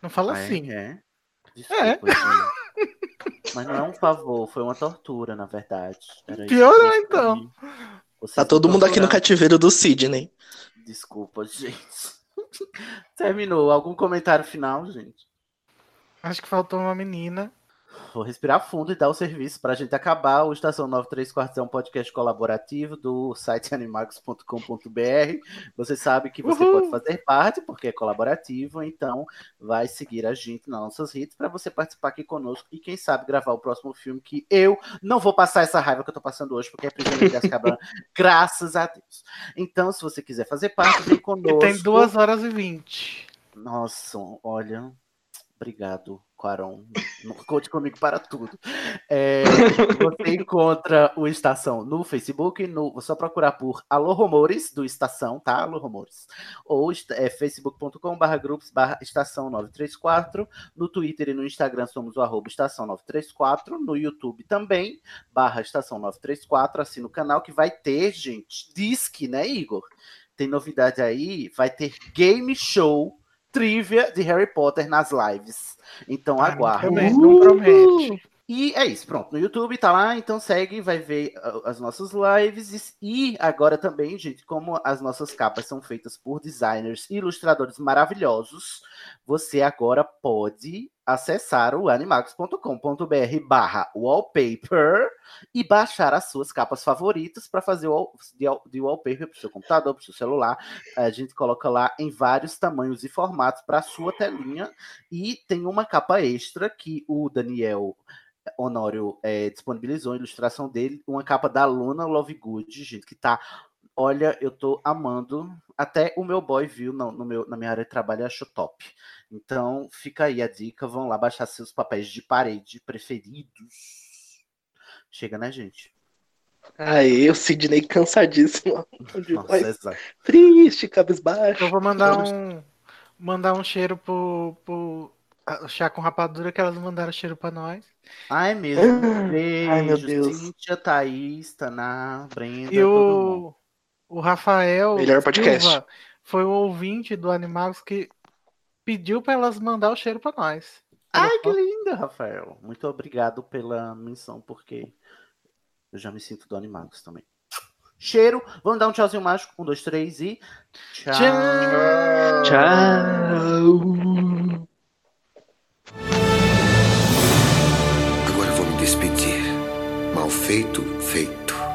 S3: Não fala
S2: Ai,
S3: assim.
S2: É. Desculpa, gente. Mas não é um favor, foi uma tortura, na verdade. Era isso que eu
S3: Piorou,
S2: queria
S3: então.
S2: saber. Vocês
S4: Tá todo
S2: estão
S4: mundo aqui no
S2: torturando.
S4: cativeiro do Sidney.
S2: Desculpa, gente. Terminou. Algum comentário final, gente?
S3: Acho que faltou uma menina.
S2: Vou respirar fundo e dar o serviço para a gente acabar. O Estação 93 Quartos é um podcast colaborativo do site animagos.com.br. Você sabe que você
S3: Uhul.
S2: pode fazer parte, porque é colaborativo, então vai seguir a gente nas nossas redes para você participar aqui conosco e, quem sabe, gravar o próximo filme que eu não vou passar essa raiva que eu tô passando hoje, porque é Prisioneiro de Azkaban, graças a Deus. Então, se você quiser fazer parte, vem
S3: E
S2: conosco.
S3: tem 2 horas e 20.
S2: Nossa, olha. Obrigado, Quaron. Conte comigo para tudo. É, você encontra o Estação no Facebook, no, só procurar por Alô Rumores do Estação, tá? Alô Rumores. Ou est- é, facebook.com.br grupos barra Estação 934. No Twitter e no Instagram somos o arroba Estação 934. No YouTube também, barra Estação 934. Assina o Assim, canal que vai ter, gente, disque, né, Igor? Tem novidade aí, vai ter game show trivia de Harry Potter nas lives. Então aguarde.
S3: Também, não promete.
S2: E é isso, pronto. No YouTube tá lá, então segue, vai ver ah, as nossas lives. E e agora também, gente, como as nossas capas são feitas por designers e ilustradores maravilhosos, você agora pode acessar o animagos.com.br barra wallpaper e baixar as suas capas favoritas para fazer o wall- de wall- de wallpaper para o seu computador, para o seu celular. A gente coloca lá em vários tamanhos e formatos para a sua telinha. E tem uma capa extra que o Daniel Honório eh, disponibilizou a ilustração dele, uma capa da Luna Lovegood, gente, que tá. Olha, eu tô amando. Até o meu boy viu no, no meu, na minha área de trabalho e achou top. Então, fica aí a dica. Vão lá baixar seus papéis de parede preferidos. Chega, né, gente?
S4: Aí, o Sidney cansadíssimo.
S2: Nossa, exato.
S4: Triste, cabisbaixo.
S3: Eu vou mandar um mandar um cheiro pro, pro ah, chá com rapadura que elas mandaram cheiro pra nós.
S2: Ah, é mesmo. Beijo,
S4: Ai, meu Deus.
S2: Cíntia, Thaís, Taná, Brenda,
S3: E
S2: todo mundo.
S3: o, o Rafael
S4: Melhor podcast.
S3: Silva foi o ouvinte do Animagos que pediu pra elas mandar o cheiro pra nós.
S2: Ai, que linda, Rafael. Muito obrigado pela menção, porque eu já me sinto do Animagos também. Cheiro. Vamos dar um tchauzinho mágico. Um, dois, três e. Tchau.
S3: Tchau.
S4: Tchau.
S11: Agora vou me despedir. Mal feito, feito.